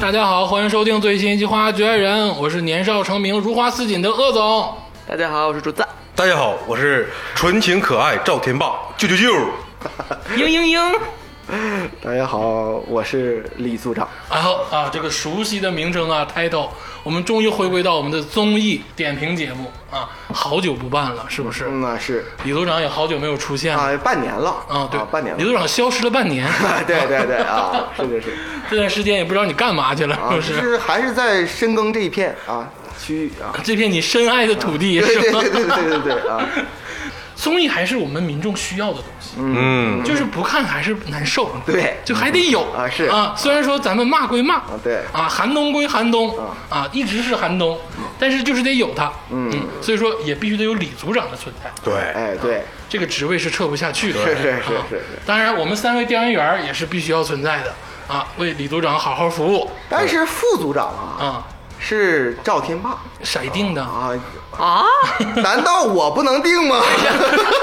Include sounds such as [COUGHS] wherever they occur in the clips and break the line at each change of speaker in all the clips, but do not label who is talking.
大家好，欢迎收听最新一期《花局爱人》，我是年少成名、如花似锦的鄂总。
大家好，我是竹子。
大家好，我是纯情可爱赵天霸，舅舅舅。
嘤嘤嘤，
大家好，我是李组长。
然后啊，这个熟悉的名称啊，title，我们终于回归到我们的综艺点评节目啊，好久不办了，是不是？
嗯，那是
李组长也好久没有出现了。
啊，半年了
啊，对，
半年
李
了。
组长消失了半年，
啊， [LAUGHS] 对对对啊，是的是的
这段时间也不知道你干嘛去了，
啊，
[LAUGHS] 是不？
就是是还是在深耕这一片啊区域啊，
这片你深爱的土地，
对
是
对
吗？
对对对对对啊，
综艺还是我们民众需要的东西，
嗯，
就是不看还是难受，
对
就还得有
啊是
啊。虽然说咱们骂归骂，
啊对嗯
啊，寒冬归寒冬啊，一直是寒冬，但是就是得有它，嗯，所以说也必须得有李组长的存在，
对，
哎对，
这个职位是撤不下去的，
是是是
啊
是是。
当然，我们三位调研员儿也是必须要存在的啊，为李组长好好服务
但是副组长啊
啊，
是赵天霸
色定的啊，
啊啊，
[LAUGHS]
难道我不能定吗？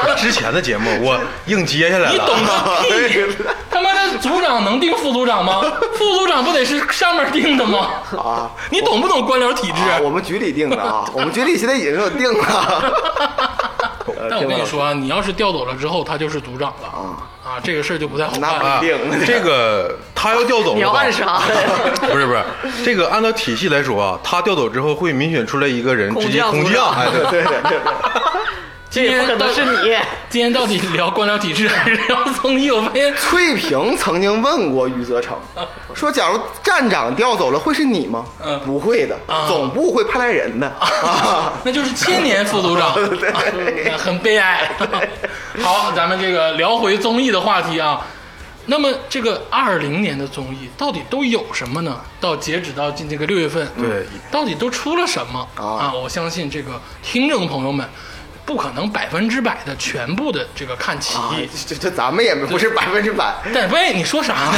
哎
之前的节目我硬接下来了。
你懂
[LAUGHS]
个
哎
屁！他妈的，组长能定副组长吗？副组长不得是上面定的吗？
啊，
你懂不懂官僚体制？
啊我们局里定的啊，我们局里现在已经有定
[LAUGHS]
了。呃
但我跟
天
你
霸
说啊，你要是调走了之后，他就是组长了
啊
啊，这个事儿就不太好
那
办了。
啊
定
这个他要调走，
你要暗示？啊？
[LAUGHS]
[LAUGHS]
不是不是，这个按照体系来说啊，他调走之后会民选出来一个人
空
直接
降
空
组
降，
长
哎，
[LAUGHS]
对，
对对对对。
这也不可能是你，
今天到底聊官僚体制还是聊综艺？我发现
翠萍曾经问过余则
[LAUGHS]
成，说：“假如站长调走了，会是你吗？”
嗯
不会的，
啊
总部会派来人的。 [LAUGHS] 啊，
[LAUGHS] 那就是千年副组
[LAUGHS]
长，啊很悲哀。好，咱们这个聊回综艺的话题啊。那么这个二零年的综艺到底都有什么呢？到截止到今这个六月份，嗯
对
到底都出了什么
啊
我相信这个听众朋友们不可能百分之百的全部的这个看齐。
啊这这咱们也不是百分之百。
[LAUGHS] 但喂，你说啥呢？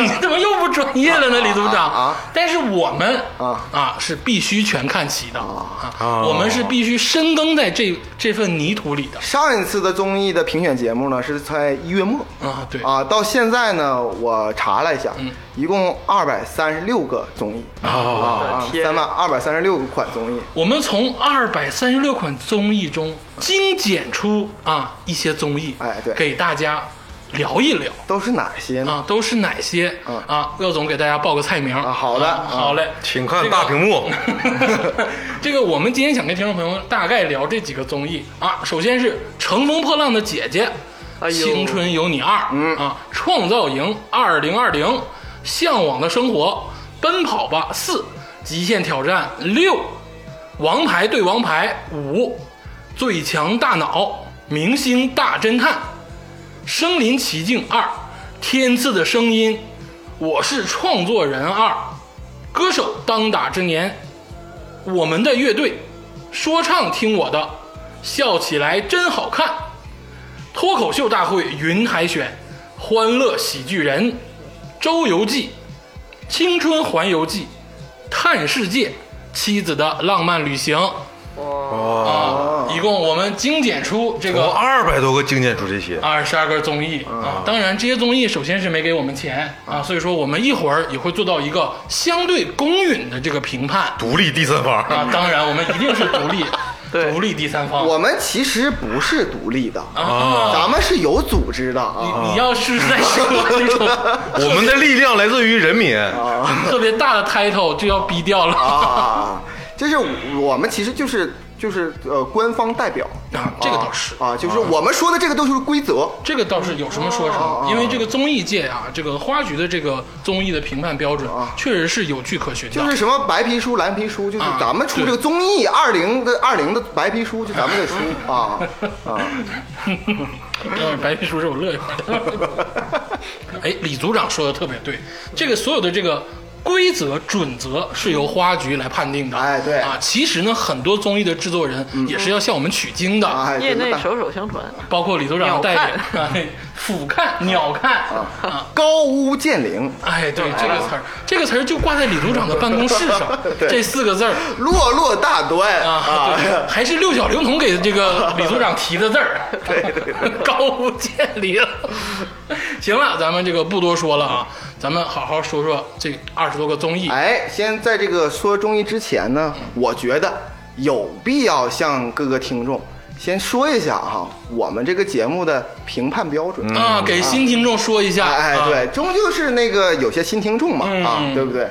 你怎么又不专业了呢，李组长？
啊啊
但是我们
啊
是必须全看齐的啊
啊
我们是必须深耕在这这份泥土里的
上一次的综艺的评选节目呢，是在一月末。
啊，对嗯
啊，到现在呢，我查了一下，一共二百三十六个综艺
哦
啊，
啊，
天
三万二百三十六个款综艺。
我们从二百三十六款综艺中精简出啊一些综艺，
哎对
给大家聊一聊。
都是哪些呢？
啊，都是哪些
嗯
啊？鄂总给大家报个菜名
啊好的
啊好嘞，
请看大屏幕，
[LAUGHS] 这个我们今天想跟听众朋友们大概聊这几个综艺啊，首先是《乘风破浪的姐姐》
哎呦嗯
青春有你二》啊，《创造营二零二零》，《向往的生活》，《奔跑吧四》，《极限挑战六》，《王牌对王牌五》，《最强大脑》，《明星大侦探》，《身临其境二》，《天赐的声音》，《我是创作人二》，《歌手当打之年》。我们的乐队，说唱听我的，笑起来真好看，脱口秀大会云海选，欢乐喜剧人，周游记，青春环游记，探世界，妻子的浪漫旅行
哇，
啊，一共我们精简出这
我
个
哦二百多个精简出这些，
二十二个综艺啊，当然这些综艺首先是没给我们钱啊，所以说我们一会儿也会做到一个相对公允的这个评判。
独立第
[LAUGHS]
三方，
[LAUGHS]
啊，当然我们一定是独立，
对
独立第三方。
我们其实不是独立的，
啊，
咱们是有组织的
你
啊。
你要是在说那
[LAUGHS]
种
我们的力量来自于
[LAUGHS]
人民，
哦
特别大的 title 就要逼掉了
啊，就是我们其实就是就是呃官方代表，
啊，这个倒是。
啊，就是我们说的这个都是规则，
这个倒是有什么说什
啊
么，因为这个综艺界啊，这个花局的这个综艺的评判标准，确实是有据可循的。[LAUGHS]
啊就是什么白皮书、蓝皮书，就是
啊
咱们出这个综艺二零的二零的白皮书，就咱们的书啊啊，
嗯，白皮书是我乐一会
[LAUGHS]
儿。哎，李组长说的特别对，这个所有的这个规则准则是由花局来判定的。
哎对嗯
啊，其实呢，很多综艺的制作人也是要向我们取经的。
哎，
业内
就是
手手相传。
包括李组长带
[LAUGHS]
领啊，俯瞰、鸟瞰啊，
高屋建瓴，
哎，对
啊
这个词儿，这个词儿就挂在李组长的办公室
[LAUGHS]
上，这四个字儿
落落大端
啊，对还是六小龄童给这个李组长提的字儿， [LAUGHS] 高屋建瓴。行了，咱们这个不多说了啊，咱们好好说说这二十多个综艺。
[LAUGHS] 哎，先在这个说综艺之前呢，我觉得有必要向各个听众先说一下哈，我们这个节目的评判标准。
啊，给新听众说一下，
嗯哎
啊
哎，，对，终究是那个有些新听众嘛，
嗯
啊，对不对？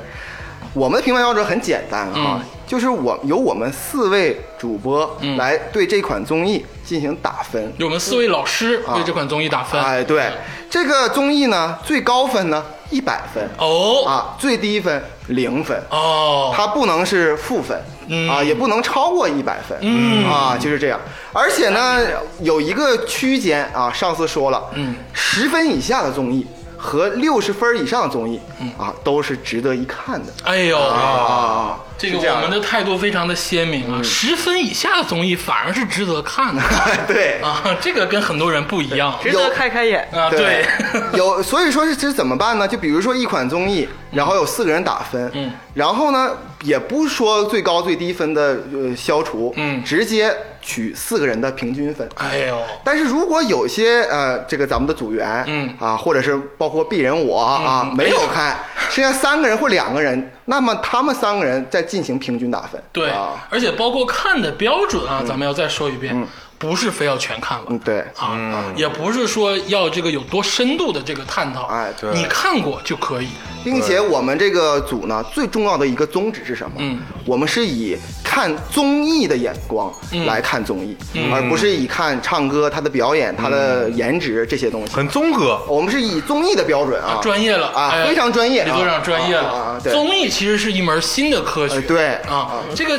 我们的评判标准很简单啊，
嗯
就是我由我们四位主播
嗯
来对这款综艺进行打分。
有我们四位老师为这款综艺打分。
哎，对，这个综艺呢，最高分呢一百分
哦
啊，最低分零分。
哦，
它不能是负分、
嗯
啊，也不能超过一百分、
嗯
啊，就是这样。而且呢，有一个区间啊，上次说了，
嗯，
十分以下的综艺和六十分以上的综艺，
嗯
啊，都是值得一看的
哎呦，
啊。
这
是
个
这样嗯
我们的态度非常的鲜明啊，十分以下的综艺反而是值得
[LAUGHS]
看的
对
啊，这个跟很多人不一样
值得开开眼。
啊，对
对， [LAUGHS] 有所以说是这怎么办呢？就比如说一款综艺，然后有四个人打分，
嗯
然后呢也不说最高最低分的呃消除，
嗯
直接取四个人的平均分，
[LAUGHS] 哎呦，
但是如果有些呃，这个咱们的组员，
嗯
啊，或者是包括鄙人我啊、
嗯
没有看，剩下三个人或两个人，那么他们三个人再进行平均打分。
对
啊，，
而且包括看的标准啊，咱们要再说一遍，不是非要全看完
嗯，对，
啊，也不是说要这个有多深度的这个探讨，
哎
对
你看过就可以，
并且我们这个组呢，最重要的一个宗旨是什么？
嗯，
我们是以看综艺的眼光
嗯
来看综艺，而不是以看唱歌、他的表演、他的
嗯
颜值这些东西。
很综合。
我们是以综艺的标准啊，
专业了
啊
哎
非常专业
李组
啊
长专业
啊啊
了
啊。对
综艺其实是一门新的科学，
呃对
啊，这个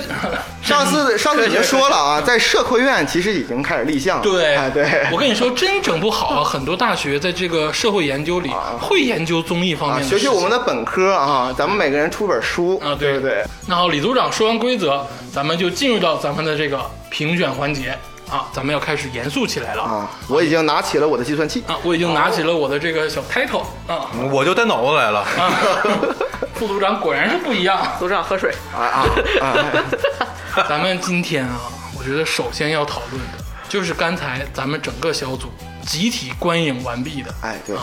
[LAUGHS]
上次上次已经说了啊，在社科院其实已经开始立项了。
对
哎，对，
我跟你说，真整不好啊，很多大学在这个社会研究里会研究综艺方面
啊，
的
学
事
学
情
我们的本科啊，咱们每个人出本书
啊，
对不对？
那好，李组长说完规则，咱们就进入到咱们的这个评选环节啊，咱们要开始严肃起来了啊
啊，我已经拿起了我的计算器，
我已经拿起了我的这个小 title 啊
我就带脑子来了，
哦
[LAUGHS]
啊，副组长果然是不一样。
组长喝水，
啊啊啊！
咱们今天啊，我觉得首先要讨论的就是刚才咱们整个小组集体观影完毕的啊
哎，对，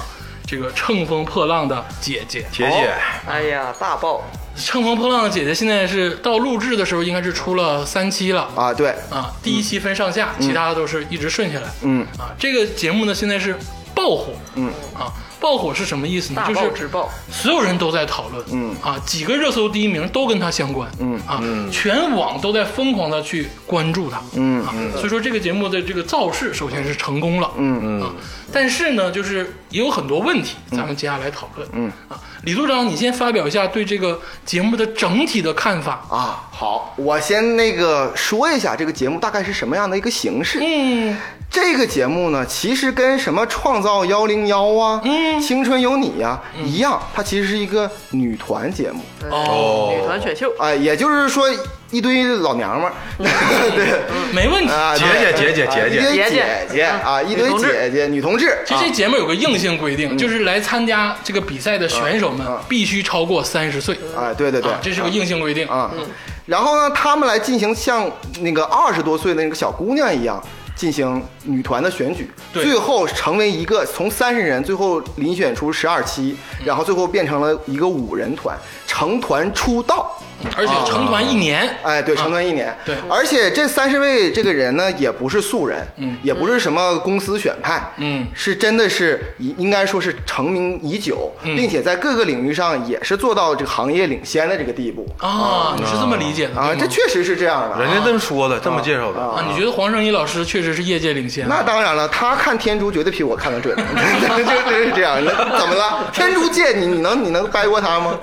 这个乘风破浪的姐姐。
姐姐，
哎呀，大爆！
乘风破浪的姐姐现在是到录制的时候，应该是出了三期了
啊对，
啊，第一期分上下，其他的都是一直顺下来。
嗯
啊，这个节目呢现在是爆火，
嗯
啊，爆火是什么意思呢？
大
就
爆
是
直爆，
所有人都在讨论，
嗯
啊，几个热搜第一名都跟它相关，
嗯
啊，全网都在疯狂的去关注它，
嗯
啊，所以说这个节目的这个造势首先是成功了，
嗯
嗯啊，但是呢，就是也有很多问题，咱们接下来讨论，嗯啊，李组长，你先发表一下对这个节目的整体的看法，
啊，好，我先那个说一下这个节目大概是什么样的一个形式。
嗯
这个节目呢，其实跟什么《创造幺零幺》啊，
嗯
青春有你》呀一样，它其实是一个女团节目。
哦，
女团选秀，
啊、也就是说一堆老娘们儿，
嗯
[LAUGHS] 对，
没问题。
啊，
姐姐，姐姐，姐
一
姐
姐，
堆
姐嗯
姐姐啊，一堆
女同志
姐姐，女同志，啊
其实这节目有个硬性规
嗯
定，就是来参加这个比赛的选手们必须超过三十岁。
啊，对对对
啊，，这是个硬性规定。
啊，
嗯
然后呢，他们来进行像那个二十多岁的那个小姑娘一样。进行女团的选举，
对
最后成为一个从三十人最后遴选出十二期，然后最后变成了一个五人团，成团出道。
而且成团一年，
哎，对，
啊
成团一年。
对
而且这三十位这个人呢，也不是素人，
嗯
也不是什么公司选派，
嗯
是真的是应应该说是成名已久，
嗯
并且在各个领域上也是做到这个行业领先的这个地步
啊，你是这么理解的
啊，
对吗
这确实是这样的啊。
人家这么说的，这么介绍
哦
的，
啊，你觉得黄圣依老师确实是业界领先？啊
那当然了，他看天珠绝对比我看的准，
[LAUGHS]
就就是这样。那怎么了？天珠界你你能你能掰过他
[LAUGHS]
吗？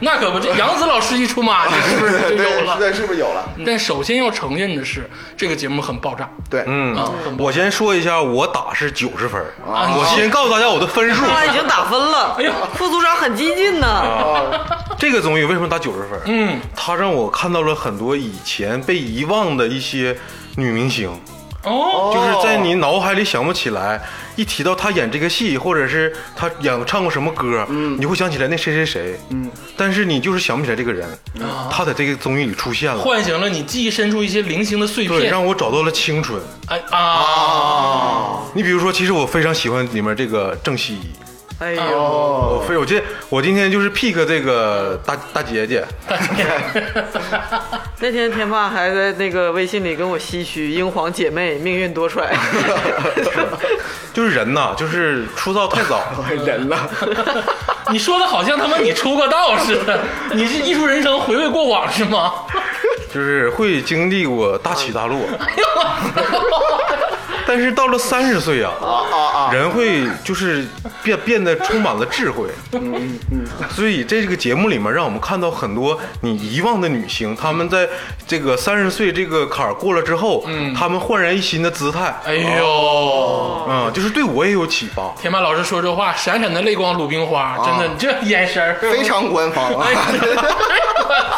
那可不，这杨紫老师一出马，这是不是就有
[LAUGHS] 对，
了？
对是不是有了？
但首先要承认的是，这个节目很爆炸
对，
嗯
啊，很爆炸。
我先说一下，我打是九十分儿，
啊
我先告诉大家我的分数
组。长已经打分了。
哎呦哦
副组长很激进呢。
这个综艺为什么打九十分？
嗯，
它让我看到了很多以前被遗忘的一些女明星，
哦，
就是在你脑海里想不起来，一提到她演这个戏，或者是她演唱过什么歌，
嗯
你会想起来那谁谁谁，嗯，但是你就是想不起来这个人，
啊
她在这个综艺里出现了，
唤醒了你记忆深处一些零星的碎
对，
片。
让我找到了青春。
哎啊，
你比如说，其实我非常喜欢里面这个郑希怡，
哎呦，
哦
我非我今我今天就是 pick 这个大大姐姐，
那天天霸还在那个微信里跟我唏嘘，英皇姐妹命运多
[LAUGHS]
舛。
就是人呐，就是出道太早，
人
[LAUGHS]
了，
[LAUGHS] 你说的好像他妈你出过道似的，你是艺术人生回味过往是吗？ [LAUGHS]
就是会经历过大起大落。
[LAUGHS]
但是到了三十岁啊，
啊啊啊！
人会就是变变得充满了智慧。嗯嗯。所以这个节目里面，让我们看到很多你遗忘的女星，她们在这个三十岁这个坎儿过了之后，嗯她们焕然一新的姿态。
哎
哦
呦，
嗯，就是对我也有启发。
天霸老师说这话，闪闪的泪光鲁冰花，真
啊
的，你这眼神儿
非。常官方啊
哎！呀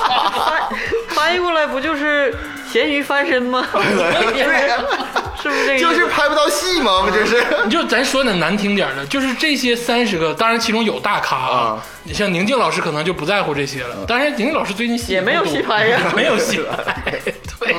翻翻译过来不就是咸鱼翻身
[LAUGHS]
吗？是不是这个？
[LAUGHS] 就是拍不到戏嘛，不就是？
[LAUGHS] 你就咱说的难听点儿的，就是这些三十个，当然其中有大咖啊
啊，
你像宁静老师可能就不在乎这些了。当然，宁静老师最近戏
也没有
不多
戏拍呀
没有戏拍，对，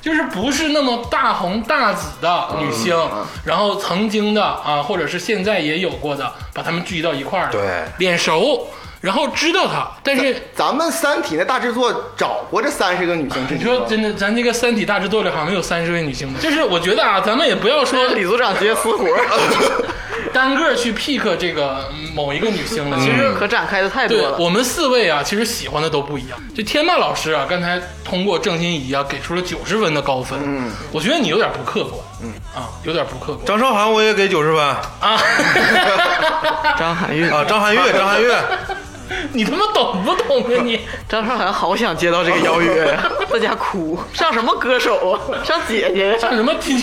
就是不是那么大红大紫的女星，然后曾经的啊，或者是现在也有过的，把他们聚集到一块儿，
对，
脸熟，然后知道她，但是。
咱们《三体》那大制作找过这三十个女性制
你
作
说
吗，
真的，咱这个《三体》大制作里好像有三十位女性吗？就是我觉得啊，咱们也不要说
[LAUGHS] 李组长接私活儿，
[LAUGHS] 单个去 pick 这个某一个女星了，其实
可展开的太多
对
了。
我们四位啊，其实喜欢的都不一样。这天霸老师啊，刚才通过郑欣宜啊，给出了九十分的高分。嗯，我觉得你有点不客观。嗯啊，有点不客观
张韶涵我也给九十分啊，
啊！
张含韵，
张含韵，张含韵，
你他妈懂不懂啊你？
张韶涵好想接到这个邀约
[LAUGHS]
呀，在家哭，上什么歌手啊？上姐姐呀，
上什么体育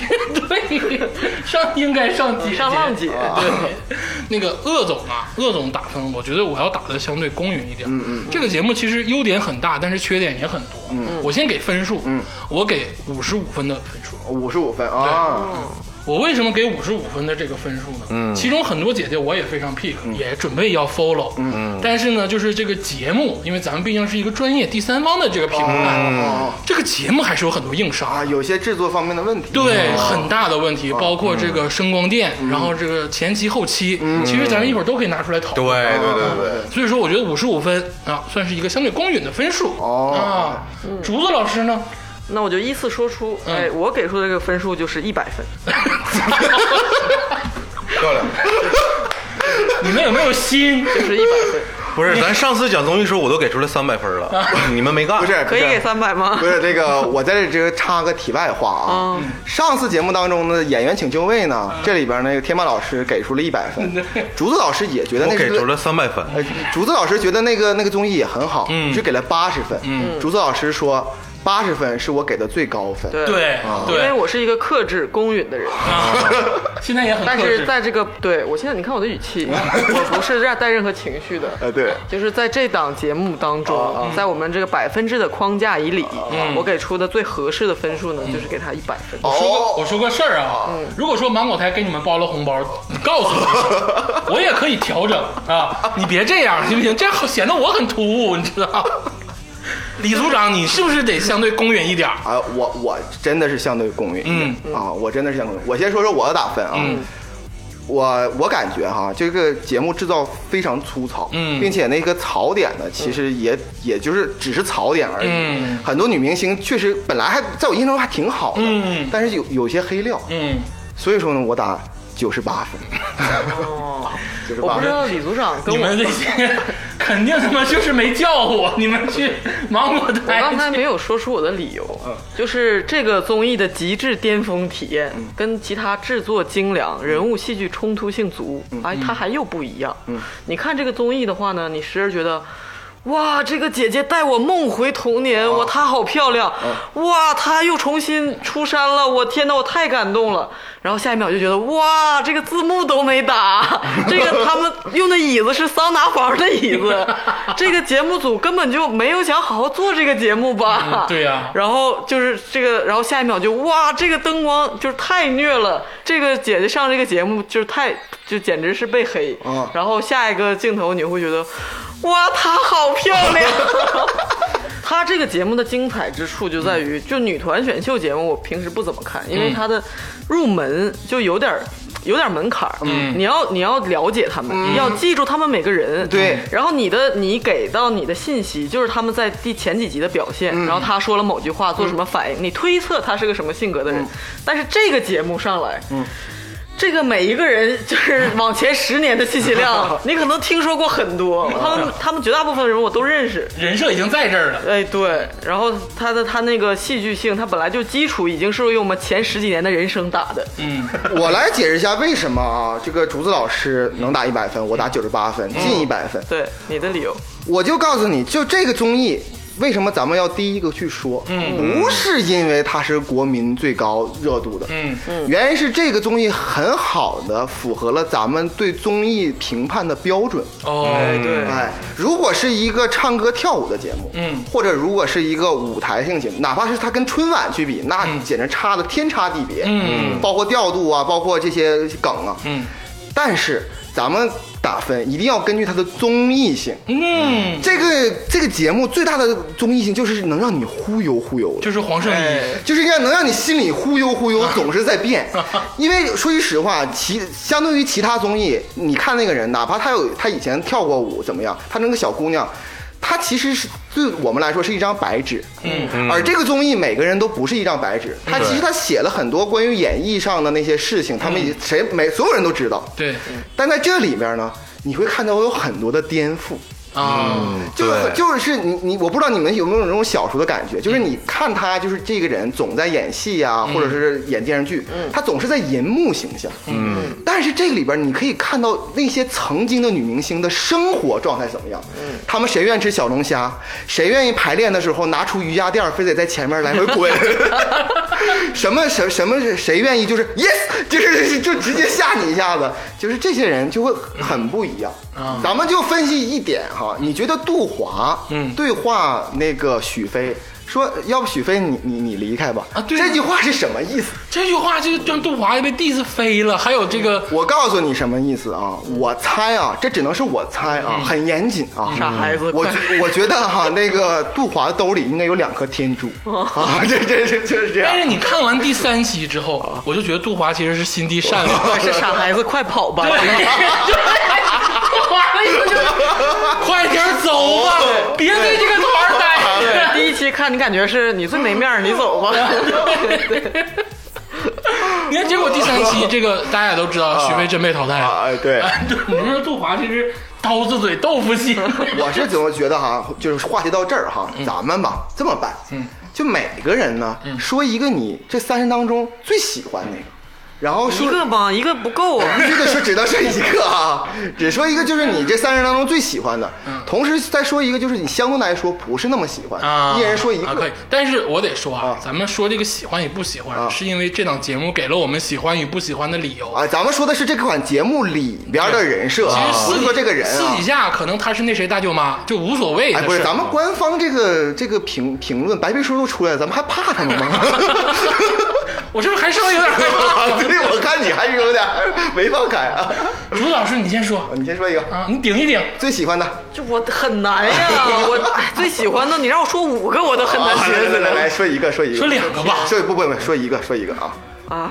队？上应该上姐姐啊
上浪姐。
对，那个鄂总啊，鄂总打分，我觉得我要打的相对公允一点。嗯嗯，这个节目其实优点很大，但是缺点也很多。嗯，我先给分数。嗯，我给五十五分的分数。
五十五分啊！
我为什么给五十五分的这个分数呢？嗯，其中很多姐姐我也非常 pick，、也准备要 follow。嗯嗯。但是呢，就是这个节目，因为咱们毕竟是一个专业第三方的这个评判，这个节目还是有很多硬伤。
啊，有些制作方面的问题。嗯
对，很大的问题，包括这个声光电，然后这个前期后期，其实咱们一会儿都可以拿出来讨
对
论。
对对对，
所以说，我觉得五十五分啊，算是一个相对公允的分数。
哦
啊，竹子老师呢？ [LAUGHS]
那我就依次说出，
嗯
哎，我给出的这个分数就是一百分。
漂亮。
你们有没有心？
就是一百分，
[LAUGHS] 不是，咱上次讲综艺的时候我都给出了三百分
[LAUGHS]
了，你们没干。
不是，不
可以
是
给三百吗
不？是这
[LAUGHS]
个，我在这这插个题外话啊。
嗯
上次节目当中的演员请就位呢，
嗯
这里边那个天霸老师给出了一百分，竹子老师也觉得
我
那
给出
个。
了三百分。
呃，竹子老师觉得那个那个综艺也很好，
嗯
只给了八十分。竹子老师说八十分是我给的最高分。
对啊
对
因为
对
我是一个克制公允的人，
啊，现在也很
但
克
是
制
在这个对我现在你看我的语气，
[LAUGHS]
我不是带任何情绪的。
呃，对，
就是在这档节目当中，在我们这个百分制的框架以里，我给出的最合适的分数呢，就是给他一百分。
我说个
哦，
我说个事儿啊，
嗯
如果说芒果台给你们包了红包，你告诉我，我也可以调整啊，你别这样行不行？这样好显得我很突兀，你知
[LAUGHS]
道？李组长，你是不是得相对公允一点儿？
啊，我我真的是相对公允，
嗯
啊，我真的是相对公允。我先说说我的打分啊，
嗯
我我感觉哈，这个节目制造非常粗糙，
嗯
并且那个槽点呢，其实也、也就是只是槽点而已。
嗯
很多女明星确实本来还在我印象中还挺好的，
嗯
但是有有些黑料，
嗯，
所以说呢，我打九十八
[LAUGHS]
分，
哦，
九十
我
八
不知
分。
道李组长跟
你
我，
们这些肯定他妈就是没叫我，你们去芒果
我
台
刚才
去
没有说出我的理由，就是这个综艺的极致巅峰体验，跟其他制作精良、人物戏剧冲突性足，哎，它还又不一样。你看这个综艺的话呢，你时而觉得。哇，这个姐姐带我梦回童年，我她好漂亮，哇，她又重新出山了，我天呐，我太感动了。然后下一秒就觉得哇，这个字幕都没打，这个他们用的椅子是桑拿房的椅子，这个节目组根本就没有想好好做这个节目吧？
嗯对呀
然后就是这个，然后下一秒就哇，这个灯光就是太虐了，这个姐姐上这个节目就是太就简直是被黑。
啊
然后下一个镜头你会觉得，哇，她好漂亮。她这个节目的精彩之处就在于，就女团选秀节目，我平时不怎么看，因为她的入门就有点儿有点门槛儿，你要你要了解他们，你要记住他们每个人，
对
然后你的你给到你的信息就是他们在第前几集的表现，然后他说了某句话做什么反应，你推测他是个什么性格的人，但是这个节目上来，嗯。这个每一个人就是往前十年的信息量，你可能听说过很多，他们他们绝大部分人我都认识，
人设已经在这儿了。
哎，对，然后他的他那个戏剧性，他本来就基础已经是用我们前十几年的人生打的，
嗯，
我来解释一下为什么啊，这个竹子老师能打一百分，我打九十八分，
嗯
近一百分。
对你的理由，
我就告诉你，就这个综艺，为什么咱们要第一个去说？嗯，不是因为它是国民最高热度的，
嗯
嗯，原因是这个综艺很好的符合了咱们对综艺评判的标准。
哦，
对
哎，如果是一个唱歌跳舞的节目，
嗯，
或者如果是一个舞台性节目，哪怕是它跟春晚去比，那简直差的天差地别，
嗯，
包括调度啊，包括这些梗啊，
嗯，
但是咱们打分一定要根据它的综艺性，
嗯，
这个这个节目最大的综艺性就是能让你忽悠忽悠的，哎
就是嗯黄圣依，
哎
就是让能让你心里忽悠忽悠，总是在变。
[LAUGHS]
因为说句实话，其相对于其他综艺，你看那个人，哪怕他有他以前跳过舞怎么样，他那个小姑娘。她其实是对我们来说是一张白纸，嗯，而这个综艺每个人都不是一张白纸，
嗯
他其实他写了很多关于演绎上的那些事情，
嗯
他们也谁每所有人都知道，
对
但在这里面呢，你会看到有很多的颠覆，
嗯
啊，
就是
对
就是你你我不知道你们有没有那种小时候的感觉，就是你看他就是这个人总在演戏呀、或者是演电视剧，他总是在银幕形象。嗯，但是这里边你可以看到那些曾经的女明星的生活状态怎么样。嗯，他们谁愿意吃小龙虾，谁愿意排练的时候拿出瑜伽垫儿，非得在前面来回 [LAUGHS] 滚。什么什什么谁愿意就是 yes，就是就直接吓你一下子，就是这些人就会很不一样。
啊
咱们就分析一点哈，你觉得杜华
嗯
对话那个许飞说，要不许飞你你你离开吧
啊对
这句话是什么意思？
这句话就让杜华被 diss 飞了。还有这个，
我告诉你什么意思啊？我猜啊，这只能是我猜
嗯
啊，很严谨啊。
傻孩子，
我
快
觉我觉得哈、那个杜华兜里应该有两颗天珠
哦
啊，这这这就是这样
但。是你看完第三期之
啊
后，我就觉得杜华其实是心地善良。
[LAUGHS]
快是傻孩子，快跑吧！
快点走吧，
哦
别在这个团儿待着。
第一期看你感觉是你最没面儿，你走吧。
你看，结果第三
[LAUGHS]
期这个大家也都知道，许飞真被淘汰了。
啊，哎对。
[LAUGHS] 对，你说杜华这是刀子嘴豆腐
[LAUGHS]
心。
我是怎么觉得哈，就是话题到这儿
嗯
哈，咱们吧这么办，嗯，就每个人呢说一个你这三人当中最喜欢那个，
嗯
然后
[LAUGHS] 一
说
个吧，一个不够啊。
这个说只能说一个啊，只说一个就是你这三人当中最喜欢的，
嗯
同时再说一个就是你相对来说不是那么喜欢，
啊，
一人说一
啊可以
个，。
但是我得说啊
啊，
咱们说这个喜欢与不喜欢，是因为这档节目给了我们喜欢与不喜欢的理由。
啊，咱们说的是这款节目里边的人设啊
其实，私
不
底
是说这个人
私
啊
底。下可能她是那谁大舅妈，就无所谓的
哎，
事。
不是，咱们官方这个这个评评论，白皮书都出来了，咱们还怕他们吗？ [LAUGHS]
我是不是还稍微有点害怕？
对，我看你还是有点儿没放开啊。哦
卢老师，你先说
你先说一个
啊，你顶一顶。
最喜欢的，
就我很难呀，我哎最喜欢的，你让我说五个我都很难
来
抉
来来来
择。
来说一个，说一个，
说两个吧
说不不不，说一个，说一个啊
哎，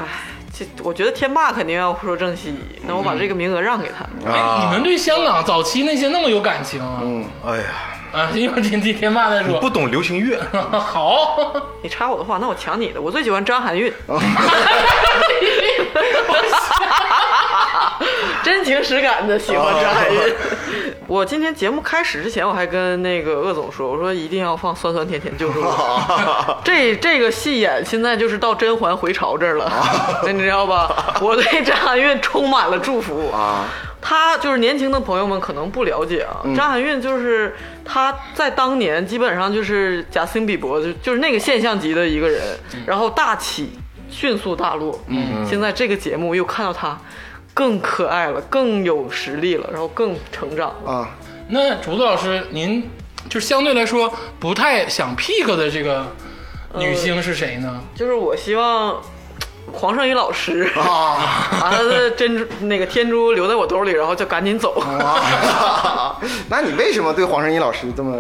这我觉得天霸肯定要说郑希怡，那我把这个名额让给他。
啊
哎，你们对香港早期那些那么有感情啊？
嗯
哎呀，
啊， [LAUGHS] 一会儿听天霸再说。
不懂流行乐，
[LAUGHS] 好，
你插我的话，那我抢你的。我最喜欢张含韵， [LAUGHS] 真情实感的喜欢张含韵。我今天节目开始之前，我还跟那个鄂总说，我说一定要放《酸酸甜甜就是我》这这个戏演现在就是到甄嬛回朝这儿
啊
了， [LAUGHS] 你知道吧？我
[LAUGHS]
对张含韵充满了祝福
啊！嗯
她就是年轻的朋友们可能不了解啊，张含韵就是她在当年基本上就是贾斯汀比伯，就就是那个现象级的一个人，
嗯
然后大起迅速大落。嗯，现在这个节目又看到她更可爱了，更有实力了，然后更成长了。
[LAUGHS] 啊！
那竹子老师，您就相对来说不太想 pick 的这个女星是谁呢？
就是我希望黄圣依老师
啊 [LAUGHS]
把她的珍珠那个天珠留在我
哦
兜里，然后就赶紧走。
啊！那你为什么对黄圣依老师这么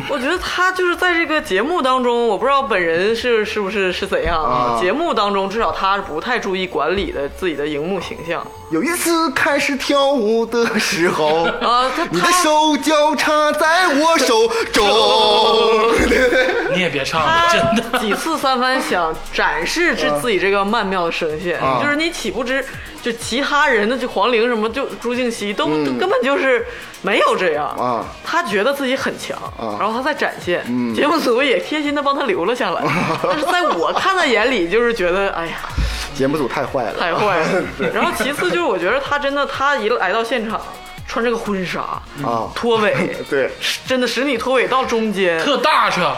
[LAUGHS] 我觉得他就是在这个节目当中，我不知道本人是是不是是怎样
啊
节目当中至少他是不太注意管理的自己的荧幕形象
有一次开始跳舞的时候，
啊。他
你的
他
手交叉在我手中，
你也别唱了，
[LAUGHS]
真的。
他几次三番想展示这自己这个曼妙的声线，
啊
就是你岂不知，就其他人的就黄龄什么，就朱静熙都、都根本就是没有这样
嗯啊。嗯
他觉得自己很强，然后他在展现，节目组也贴心的帮他留了
[LAUGHS]
下来。但是在我看在眼里，就是觉得哎呀
[LAUGHS] 节目组太坏了。
太坏
[LAUGHS]
了。然后其次就是我觉得他真的，他一来到现场穿这个婚纱
啊
拖尾，
[LAUGHS] 对，
真的使你拖尾到中间，
特大车，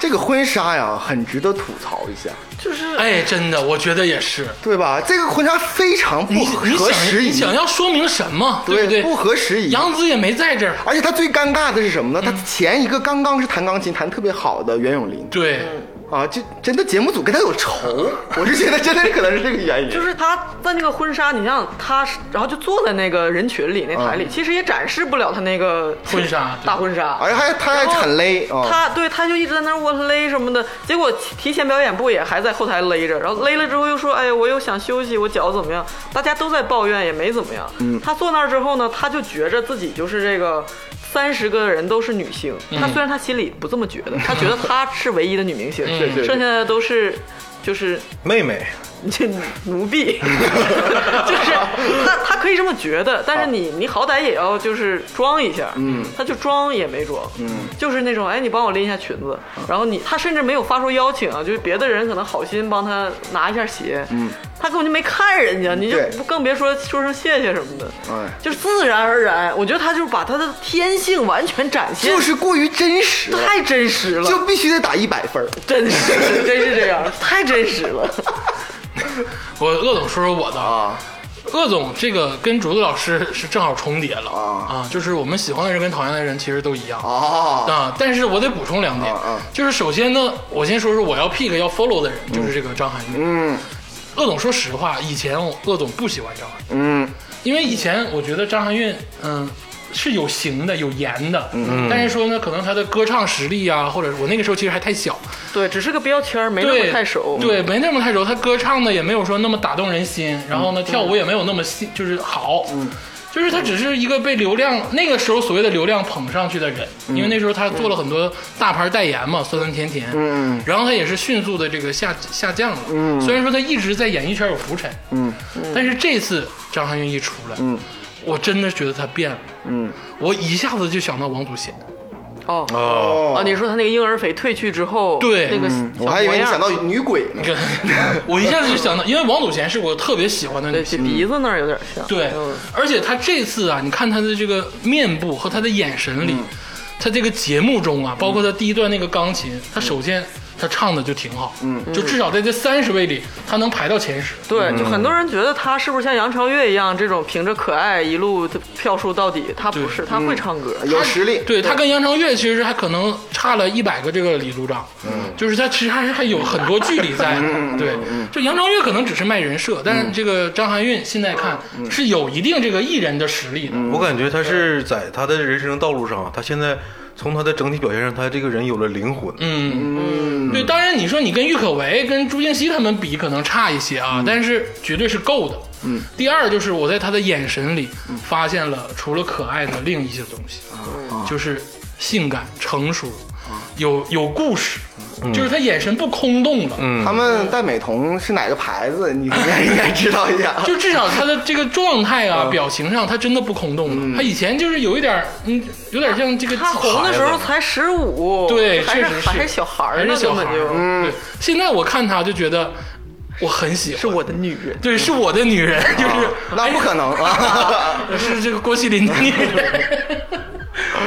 这个婚纱呀，很值得吐槽一下，
就是
哎，真的，我觉得也是。
对吧？这个婚纱非常不
你你
合
想
时
你
宜，
想要说明什么，对不对？
不合时宜。嗯
杨紫也没在这儿，
而且他最尴尬的是什么呢？他前一个刚刚是弹钢琴弹得特别好的袁咏琳
对，
啊，就真的节目组跟他有仇，我是觉得真的可能是这个原因。
就是他在那个婚纱，你像他是，然后就坐在那个人群里那台里，其实也展示不了他那个
婚纱对
大婚纱，
而且还他还
然后
哎很勒啊，
他对他就一直在那儿我勒什么的，结果提提前表演不也还在后台勒着，然后勒了之后又说，哎呀，我又想休息，我脚怎么样？大家都在抱怨，也没怎么样。
嗯
他坐那儿之后呢，他就觉着自己就是这个。三十个人都是女星，他虽然他心里不这么觉得，他觉得他是唯一的女明星，
对对
剩下的都是就是
妹
[LAUGHS]
妹，
[LAUGHS] 你这奴婢， [LAUGHS] 就是他他可以这么觉得，但是你你好歹也要就是装一下，嗯，他就装也没装，嗯，就是那种哎你帮我拎一下裙子，然后你他甚至没有发出邀请啊，就是别的人可能好心帮他拿一下鞋，嗯，他根本就没看人家，你就
对
不更别说说声谢谢什么的，
哎
就是自然而然，我觉得他就是把他的天性完全展现，
就是过于真实了，
太真实了，
就必须得打一百分儿。
真实，真是这样，太真实了， [LAUGHS]
我鄂总说说我的啊。鄂总这个跟竹子老师是正好重叠了
啊
啊，就是我们喜欢的人跟讨厌的人其实都一样
哦，
啊，但是我得补充两点
啊啊，
就是首先呢，我先说说我要 pick 要 follow 的人，就是这个张涵予。
嗯
鄂总说实话，以前我鄂总不喜欢张涵予。
嗯，
因为以前我觉得张含韵，嗯，是有型的，有颜的，嗯，但是说呢，可能她的歌唱实力啊，或者我那个时候其实还太小，
对，只是个标签儿，没那
对，
么太熟，
对，没那么太熟，她歌唱的也没有说那么打动人心，然后呢，跳舞也没有那么新，就是好，嗯。就是她只是一个被流量那个时候所谓的流量捧上去的人，因为那时候她做了很多大牌代言嘛，酸酸甜甜，嗯，然后她也是迅速的这个下下降了，嗯，虽然说她一直在演艺圈有浮沉，嗯，但是这次张含韵一出来，嗯，我真的觉得她变了，嗯，我一下子就想到王祖 [LAUGHS] 贤，
哦
哦，
啊，
哦，
你说他那个婴儿肥褪去之后，
对嗯
那个小
我还以为你
模样
想到女鬼呢。
跟我一下子就想到，因为王祖贤是我特别喜欢的
对
女
这
星。
鼻子那儿有点像，
对
嗯，
而且他这次啊，你看他的这个面部和他的眼神里，他这个节目中啊，包括他第一段那个钢琴，他首先他唱的就挺好，嗯，就至少在这三十位里，他能排到前十。
对，就
嗯
很多人觉得他是不是像杨超越一样，这种凭着可爱一路票数到底？他不是，
嗯
他会唱歌，
有实力，
对他跟杨长月其实还可能差了一百个这个李组长，嗯，就是他其实还是还有很多距离在 [LAUGHS] 的，对，就杨长月可能只是卖人设，但是这个张含韵现在看是有一定这个艺人的实力的，
我感觉他是在他的人生道路上，他现在从他的整体表现上，他这个人有了灵魂。
嗯，对，当然你说你跟郁可唯、跟朱婧汐他们比，可能差一些啊，但是绝对是够的。嗯，第二就是我在他的眼神里发现了除了可爱的另一些东西，
嗯
就是性感、成熟，有有故事，就是他眼神不空洞了。嗯，
他们戴美瞳是哪个牌子？你应该应该知道一下。
就至少他的这个状态啊、表情上，他真的不空洞了。他以前就是有一点儿，嗯，有点像这个
他红的时候才十五，
对，
还
确
是
实
还是小孩儿
还
呢，
是小
根
孩
本
儿
嗯
就
对，现在我看他就觉得嗯我啊很喜欢，
是我的女人。
对，是我的女人，就是
哦那不可能啊！
是这个郭麒麟的女人。 [LAUGHS]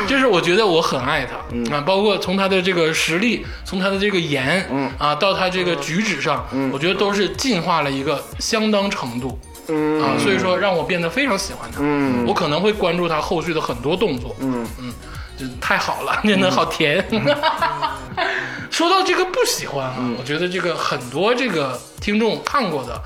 就是我觉得我很爱她、
嗯
啊，包括从她的这个实力，从她的这个颜，
嗯
啊，到她这个举止上，我觉得都是进化了一个相当程度，
嗯
啊，所以说让我变得非常喜欢她，
嗯
我可能会关注她后续的很多动作，嗯嗯，就太好了，真的好甜。
嗯
说到这个不喜欢啊，我觉得这个很多这个听众看过的，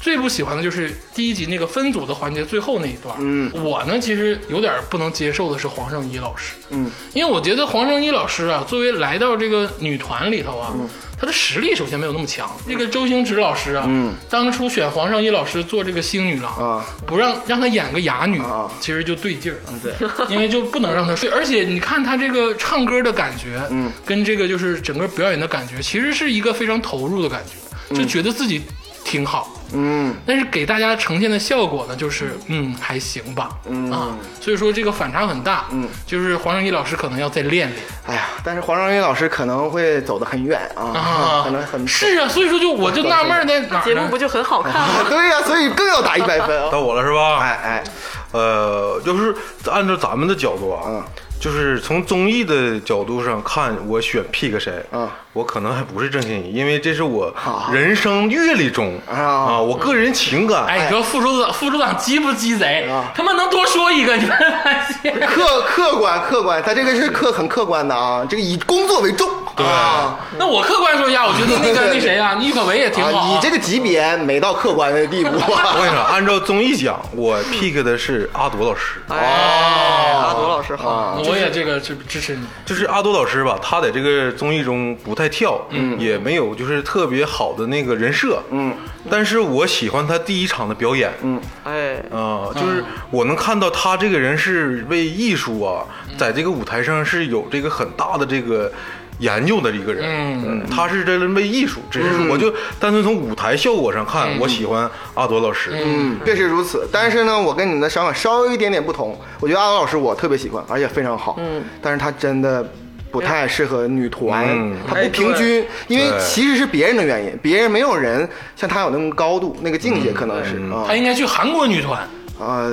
最不喜欢的就是第一集那个分组的环节最后那一段。
嗯，
我呢其实有点不能接受的是黄圣依老师。
嗯，
因为我觉得黄圣依老师啊，作为来到这个女团里头啊，
嗯
她的实力首先没有那么强。这个周星驰老师啊，
嗯
当初选黄圣依老师做这个星女郎，
啊
不让让她演个哑女，
啊嗯
其实就对劲儿了。
对，
[LAUGHS] 因为就不能让他睡，而且你看他这个唱歌的感觉，
嗯，
跟这个就是整个表演的感觉，其实是一个非常投入的感觉，就觉得自己挺好，
嗯
但是给大家呈现的效果呢，就是嗯还行吧，
嗯
啊，所以说这个反差很大，
嗯，
就是黄圣依老师可能要再练练
哎呀，但是黄圣依老师可能会走得很远啊，可能很
是啊，所以说就我就纳闷儿在哪儿
节目
呢
不？就很好看吗？
[LAUGHS] 对呀、所以更要打一百分
到
啊！
我了是吧？
哎哎，
呃，要是按照咱们的角度啊，
嗯
就是从综艺的角度上看，我选 pick 谁，
嗯
我可能还不是郑欣宜，因为这是我
好
人生阅历中
啊
啊，我个人情感，
哎，你说副组长副组长鸡不鸡贼
啊？
他妈能多说一个，你们发现？
客客观客观，他这个是客很客观的啊，这个以工作为重。对啊，
[LAUGHS] 那我客观说一下，我觉得那个那谁啊，郁可唯也挺好啊。
啊你这个级别没到客观的
[LAUGHS]
地步。
我跟你说，按照综艺讲，我 pick 的是阿朵老师，
哦
哎，阿朵老师
哦
好，
啊我也这个支支持你。
就是阿朵老师吧，她在这个综艺中不太跳，嗯，也没有就是特别好的那个人设，嗯，但是我喜欢她第一场的表演，嗯。
哎，
啊、就是我能看到他这个人是为艺术啊，在这个舞台上是有这个很大的这个研究的一个人。
嗯，
他是真人为艺术，只是说我就单纯从舞台效果上看，我喜欢阿朵老师。
嗯，确实如此。但是呢，我跟你们的想法稍微有一点点不同。我觉得阿龙老师我特别喜欢，而且非常好。嗯，但是他真的不太适合女团，
嗯
他
哎
不平均，因为其实是别人的原因，别人没有人像他有那么高度，那个境界可能是啊
哎
他应该去韩国女团。
啊，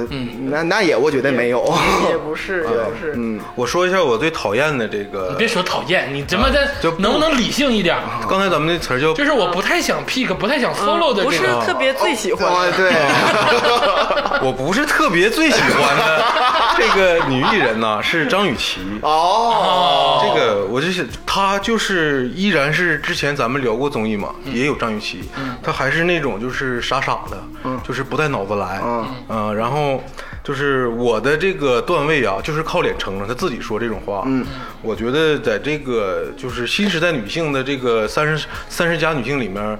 那那也我觉得没有。
嗯也
[LAUGHS]
不是，也不是，
嗯，
我说一下我最讨厌的这个
你，别说讨厌，你怎么的
呃就不
能不能理性一点？啊
刚才咱们那词儿叫
就是我不太想 pick，不太想 follow 的
嗯不
这
是
个。
特别最喜欢的。
哦
[LAUGHS]
对，
[LAUGHS] 我不是特别最喜欢的这个女艺人呐，是张雨绮。
[LAUGHS]
哦，
这个我就是她，就是依然是之前咱们聊过综艺嘛，也有张雨绮，她还是那种就是傻傻的，就是不带脑子来，
嗯
呃然后就是我的这个段位啊，就是靠脸撑着，她自己说这种话，嗯，我觉得在这个就是新时代女性的这个三十三十加女性里面，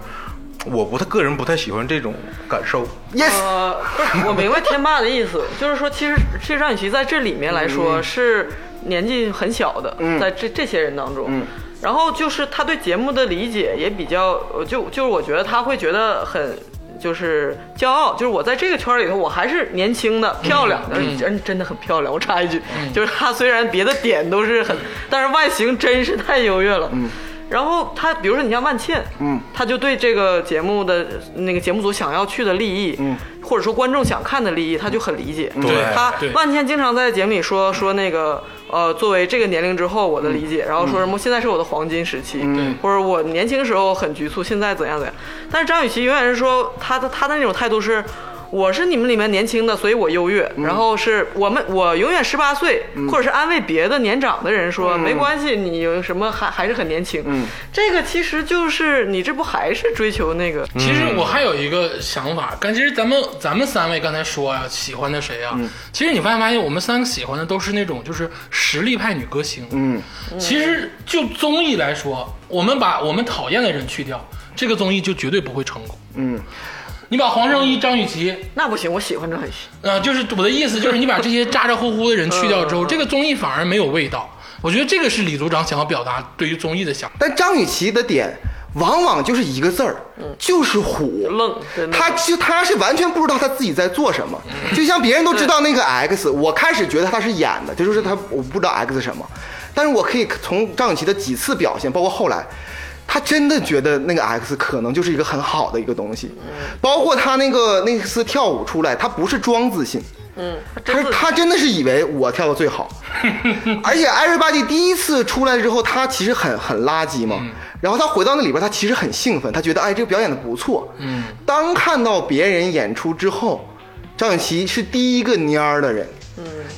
我不太个人不太喜欢这种感受，
yes，
呃，不是，我明白天霸的意思，就是说，其实其实张雨绮在这里面来说是年纪很小的，在这这些人当中。然后就是她对节目的理解也比较，呃就就是我觉得她会觉得很就是骄傲，就是我在这个圈儿里头我还是年轻的、漂亮的，真真的很漂亮。我插一句，就是她虽然别的点都是很，但是外形真是太优越了。然后他，比如说你像万茜，嗯，他就对这个节目的那个节目组想要去的利益，嗯，或者说观众想看的利益，他就很理解。
对
他
对
万茜经常在节目里说说那个，呃，作为这个年龄之后我的理解，然后说什么现在是我的黄金时期，
嗯
或者我年轻时候很局促，现在怎样怎样。但是张雨绮永远是说她的她的那种态度是。我是你们里面年轻的，所以我优越。然后是我们，我永远十八岁，或者是安慰别的年长的人说，没关系，你有什么还还是很年轻。嗯，这个其实就是你这不还是追求那个？
其实我还有一个想法，但其实咱们咱们三位刚才说啊，喜欢的谁啊？
嗯
其实你发现发现，我们三个喜欢的都是那种就是实力派女歌星。嗯，其实就综艺来说，我们把我们讨厌的人去掉，这个综艺就绝对不会成功。
嗯，
你把黄圣依、张雨绮，
那不行，我喜欢张雨绮。
呃，就是我的意思，就是你把这些咋咋呼呼的人去掉
嗯
之后，这个综艺反而没有味道。我觉得这个是李组长想要表达对于综艺的想法。
但张雨绮的点往往就是一个字儿，就是虎，
嗯愣真的
他就他是完全不知道他自己在做什么，就像别人都知道那个
嗯
X，我开始觉得他是演的，这就是他我不知道 X 是什么，但是我可以从张雨绮的几次表现，包括后来。他真的觉得那个 X 可能就是一个很好的一个东西，
嗯
包括他那个那次跳舞出来，他不是装自信，
嗯，
他他真的是以为我跳的最好，而且 Everybody 第一次出来之后，他其实很很垃圾嘛。然后他回到那里边，他其实很兴奋，他觉得哎这个表演的不错。
嗯，
当看到别人演出之后，张雨绮是第一个蔫儿的人。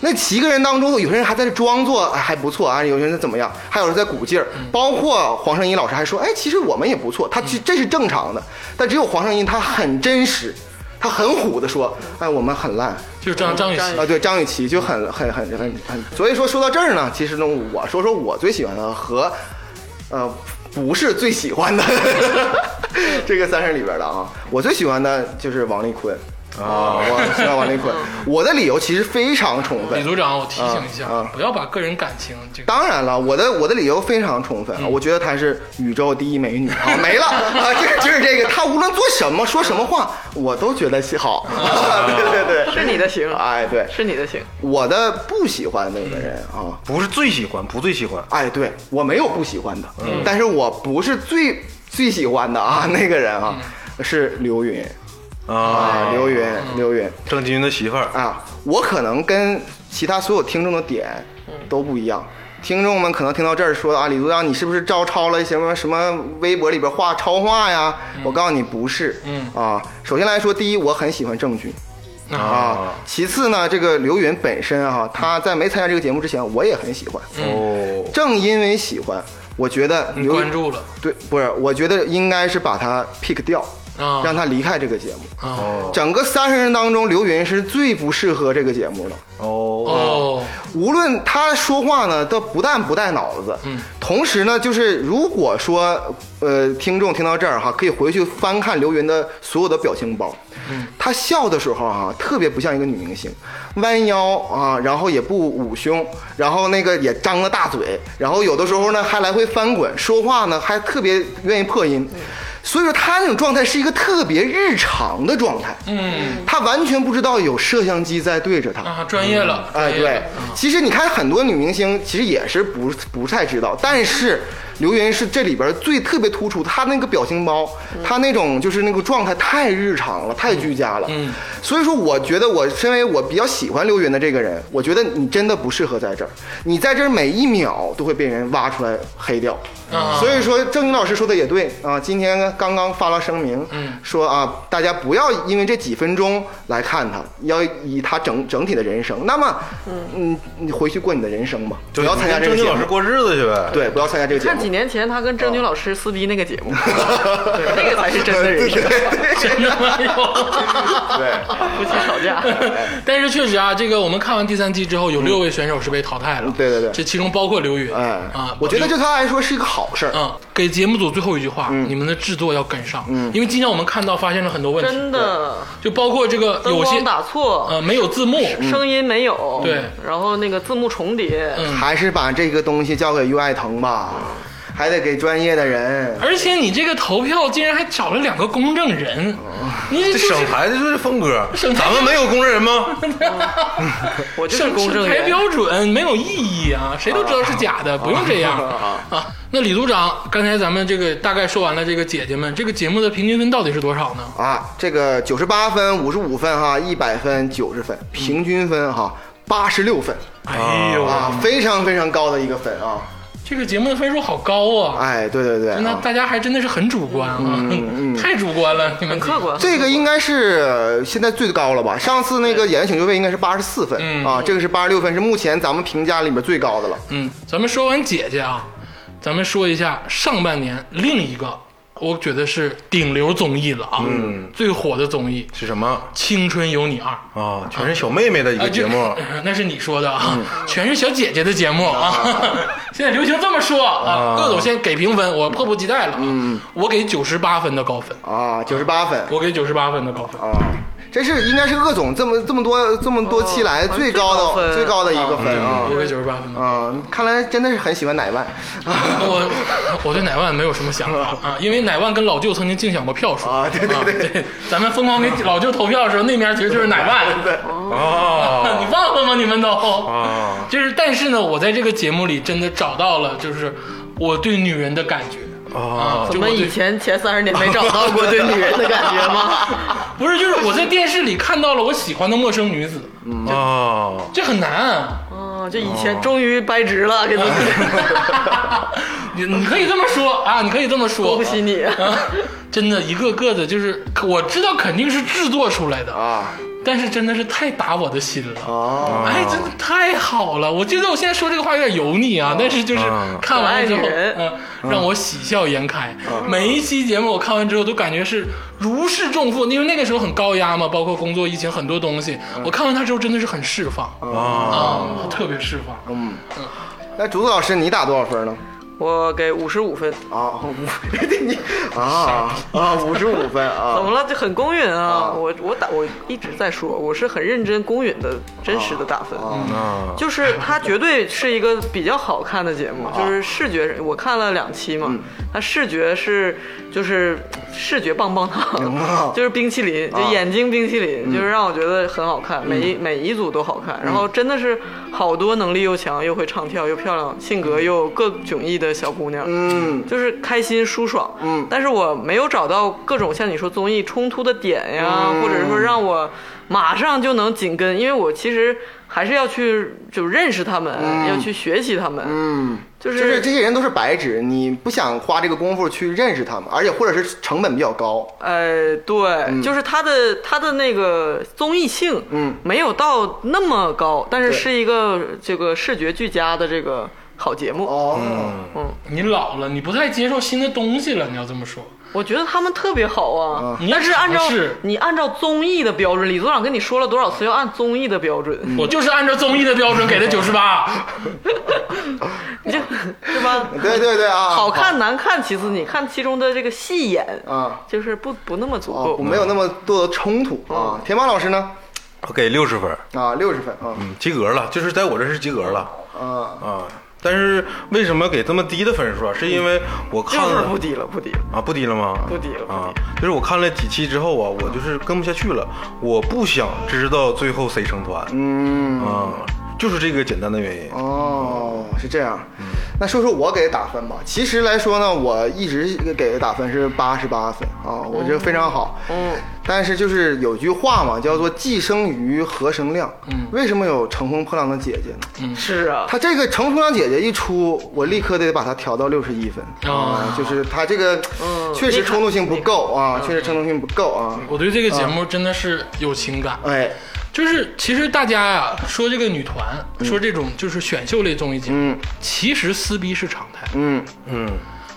那七个人当中，有些人还在这装作、哎还不错啊，有些人怎么样，还有人在鼓劲儿，包括黄圣依老师还说，哎，其实我们也不错，他这这是正常的，但只有黄圣依他很真实，他很虎的说，哎，我们很烂，
就是张张雨
嗯张雨
绮
绮
啊，对，张雨绮就很很很很很，所以说说到这儿呢，其实呢，我说说我最喜欢的和，呃，不是最喜欢的 [LAUGHS]
嗯
这个三十里边的啊，我最喜欢的就是王丽坤啊，我喜欢王丽坤， [LAUGHS] 我的理由其实非常充分
李。组长，我提醒一下
嗯
啊啊，
不要把个人感情这个。
当然了，我的我的理由非常充分啊，我觉得她是宇宙第一美女啊，没了啊，就是就是这个，她无论做什么说什么话，我都觉得好， [LAUGHS] 对对对，
是你的型，
哎对，
是你的型，
我的不喜欢那个人啊，
不是最喜欢，不最喜欢，
哎，对我没有不喜欢的，但是我不是最最喜欢的啊， [LAUGHS] 那个人啊、是刘云
啊
啊，，刘云，刘云
郑钧的媳妇儿，
啊，我可能跟其他所有听众的点都不一样。听众们可能听到这儿说啊，李组长，你是不是照抄了什么什么微博里边画超话呀？我告诉你，不是。
嗯
啊，首先来说，第一，我很喜欢郑钧啊
啊。
其次呢，这个刘云本身啊，他在没参加这个节目之前，我也很喜欢。
哦，
正因为喜欢，我觉得
你
刘
关注了
对，不是，我觉得应该是把他 pick 掉，
啊
让他离开这个节目。
哦
啊
整个三十人当中，刘云是最不适合这个节目的。
哦，
哦，
无论他说话呢，都不但不带脑子，
嗯，
同时呢，就是如果说呃，听众听到这儿哈，可以回去翻看刘云的所有的表情包，嗯，他笑的时候哈、特别不像一个女明星，弯腰啊，然后也不捂胸，然后那个也张了大嘴，然后有的时候呢还来回翻滚，说话呢还特别愿意破音。
嗯
所以说他那种状态是一个特别日常的状态，
嗯
他完全不知道有摄像机在对着他，
啊，专业了，
哎，
专 [LAUGHS] 业
对
了，
其实你看很多女明星，其实也是不不太知道，但是刘云是这里边最特别突出的，她那个表情包，
嗯
她那种就是那个状态太日常了，太居家了。
嗯嗯
所以说我觉得我身为我比较喜欢刘云的这个人，我觉得你真的不适合在这儿，你在这儿每一秒都会被人挖出来黑掉。
啊
所以说，郑钧老师说的也对啊，今天刚刚发了声明，
嗯
说啊，大家不要因为这几分钟来看他，要以他整整体的人生。那么，嗯，你回去过你的人生吧，不
对
要参加这个
你跟郑
节
钧老师
目。
过日子去呗。
对，不要参加这个节
看
目
几。年前他跟郑
哦
钧老师撕逼那
[LAUGHS]
个节目，对那个才是真的
[LAUGHS]
人生，
真的没有。
对，
夫妻吵架。
[LAUGHS] 但是确实啊，这个我们看完第三季之后，有六位选手是被淘汰了。
嗯对对对
这其中包括刘宇。
哎
嗯
啊，
我觉得
这。
对他来说是一个好事儿。
嗯，给节目组最后一句话，
嗯
你们的制作要跟上，因为今天我们看到发现了很多问题，
真的，
就包括这个
灯
有些
光打错，
呃没有字幕，
声音没有，
对
然后那个字幕重叠，
嗯，
还是把这个东西交给于爱腾吧，还得给专业的人。
而且你这个投票竟然还找了两个公证人，
哦
你这
这
就是
省台的就是风格，
省台
咱们没有公证人吗？
我就是
审
公证
审
员
台。标准没有意义啊，谁都知道是假的，不用这样啊。那李组长，刚才咱们这个大概说完了，这个姐姐们，这个节目的平均分到底是多少呢？
啊，这个九十八分、五十五分哈、一百分、九十分，平均分哈八十六分
哎呦，
啊，非常非常高的一个分啊！
这个节目的分数好高啊！
哎，对对对，
那
啊、
大家还真的是很主观啊，太主观了，你们
很客观，
这个应该是呃现在最高了吧？上次那个演员请就位应该是八十四分、
嗯
啊，这个是八十六分，是目前咱们评价里面最高的了。
嗯，咱们说完姐姐啊，咱们说一下上半年另一个，我觉得是顶流综艺了啊，嗯，最火的综艺《
是什么？
青春有你二》
啊，全是小妹妹的一
啊
个节目，
[LAUGHS] 那是你说的啊，全是小姐姐的节目啊。 [LAUGHS] 现在流行这么说啊，各种先给评分，我迫不及待了。嗯，我给九十八分的高分，
啊，九十八分
我给九十八分的高分。
啊，这是应该是鄂总这么这么多这么多期来
哦
最高
最高
的、
分
最高的一个分啊
我给九十八分的。
啊！看来真的是很喜欢奶万 [LAUGHS] 啊
我我对乃万没有什么想法啊，因为乃万跟老舅曾经竞选过票数
啊对对对
对，咱们疯狂给老舅投票的时候，那面其实就是乃万，对，
哦，
你忘了吗？你们都
啊，
[LAUGHS] 就是，但是呢，我在这个节目里真的找到了，就是我对女人的感觉啊，
怎
就我
么以
对。
前前三十年没找到过对女人的感觉吗？
[LAUGHS] 不是，就是我在电视里看到了我喜欢的陌生女子，
哦，
这很难啊。 [LAUGHS]
哦，这以前终于掰直了，给自
哦
己
你你可以这么说啊，你可以这么说，
恭喜你。
啊！真的，一个个的，就是我知道肯定是制作出来的，
啊！
但是真的是太打我的心
啊
了。哎，真的太好了！我觉得我现在说这个话有点油腻啊，但是就是
啊
看完了之后，
可爱女人啊
嗯、让我喜笑颜开。每一期节目我看完之后都感觉是如释重负，因为那个时候很高压嘛，包括工作、疫情很多东西。
啊
我看完它之后真的是很释放
啊，
啊，特别释放。
那竹子老师，你打多少分呢？
我给五十五分，
啊，五， [LAUGHS] 你啊啊，五十五分
怎
啊
么了？这很公允
哦
啊！
啊
我我打我一直在说，我是很认真公允的真实的打分，
哦
啊
就是它绝对是一个比较好看的节目，就是视觉我看了两期嘛，它视觉是就是视觉棒棒
啊
糖，就是冰淇淋，就眼睛冰淇淋，
嗯
就是让我觉得很好看，每一每一组都好看，然后真的是好多能力又强又会唱跳又漂亮，性格又各迥异的小姑娘，
嗯
就是开心舒爽，嗯，但是我没有找到各种像你说综艺冲突的点呀，
嗯
或者是说让我马上就能紧跟，因为我其实还是要去就认识他们，要去学习他们，
嗯，
就
就是
是
这些人都是白纸，你不想花这个功夫去认识他们，而且或者是成本比较高。
呃，对，就是他的他的那个综艺性，
嗯，
没有到那么高，但是
对
是一个这个视觉俱佳的这个好节目，
哦，
你老了，你不太接受新的东西了。你要这么说，
我觉得他们特别好啊，
嗯
但是按照
你是
你按照综艺的标准，李组长跟你说了多少次要按综艺的标准， [LAUGHS]
我就是按照综艺的标准给的九十八。 [LAUGHS]
你就是吧？
对对对啊，
好看难看其次，你看其中的这个戏眼，
啊，
就是不不那么足
哦，
够。
没有那么多的冲突啊。田妈老师呢？
我给六十分，
啊，六十分啊，
嗯，及格了，就是在我这是及格了
啊，
啊。但是为什么给这么低的分数啊？是因为我看
六
了
分不低了，不低了。
啊，不低了吗？
不低了不低了
啊！就是我看了几期之后啊，我就是跟不下去了，我不想知道最后谁成团，
嗯，
啊，就是这个简单的原因。嗯
哦，是这样。那说说我给的打分吧。其实来说呢，我一直给的打分是八十八分啊，我觉得非常好。
嗯，
但是就是有句话嘛，叫做“既生瑜，何生亮”。嗯，为什么有乘风破浪的姐姐呢？
嗯
是啊，
她这个《乘风破浪姐姐》一出，我立刻得把它调到六十一分
啊
啊，就是她这个
嗯
确实冲动性不够啊，确实冲动性不够啊。
我对这个节目真的是有情感。
哎，
就是其实大家呀、说这个女团，说这种就是选秀类综艺节目，
嗯
其实撕逼是常态。
嗯
嗯，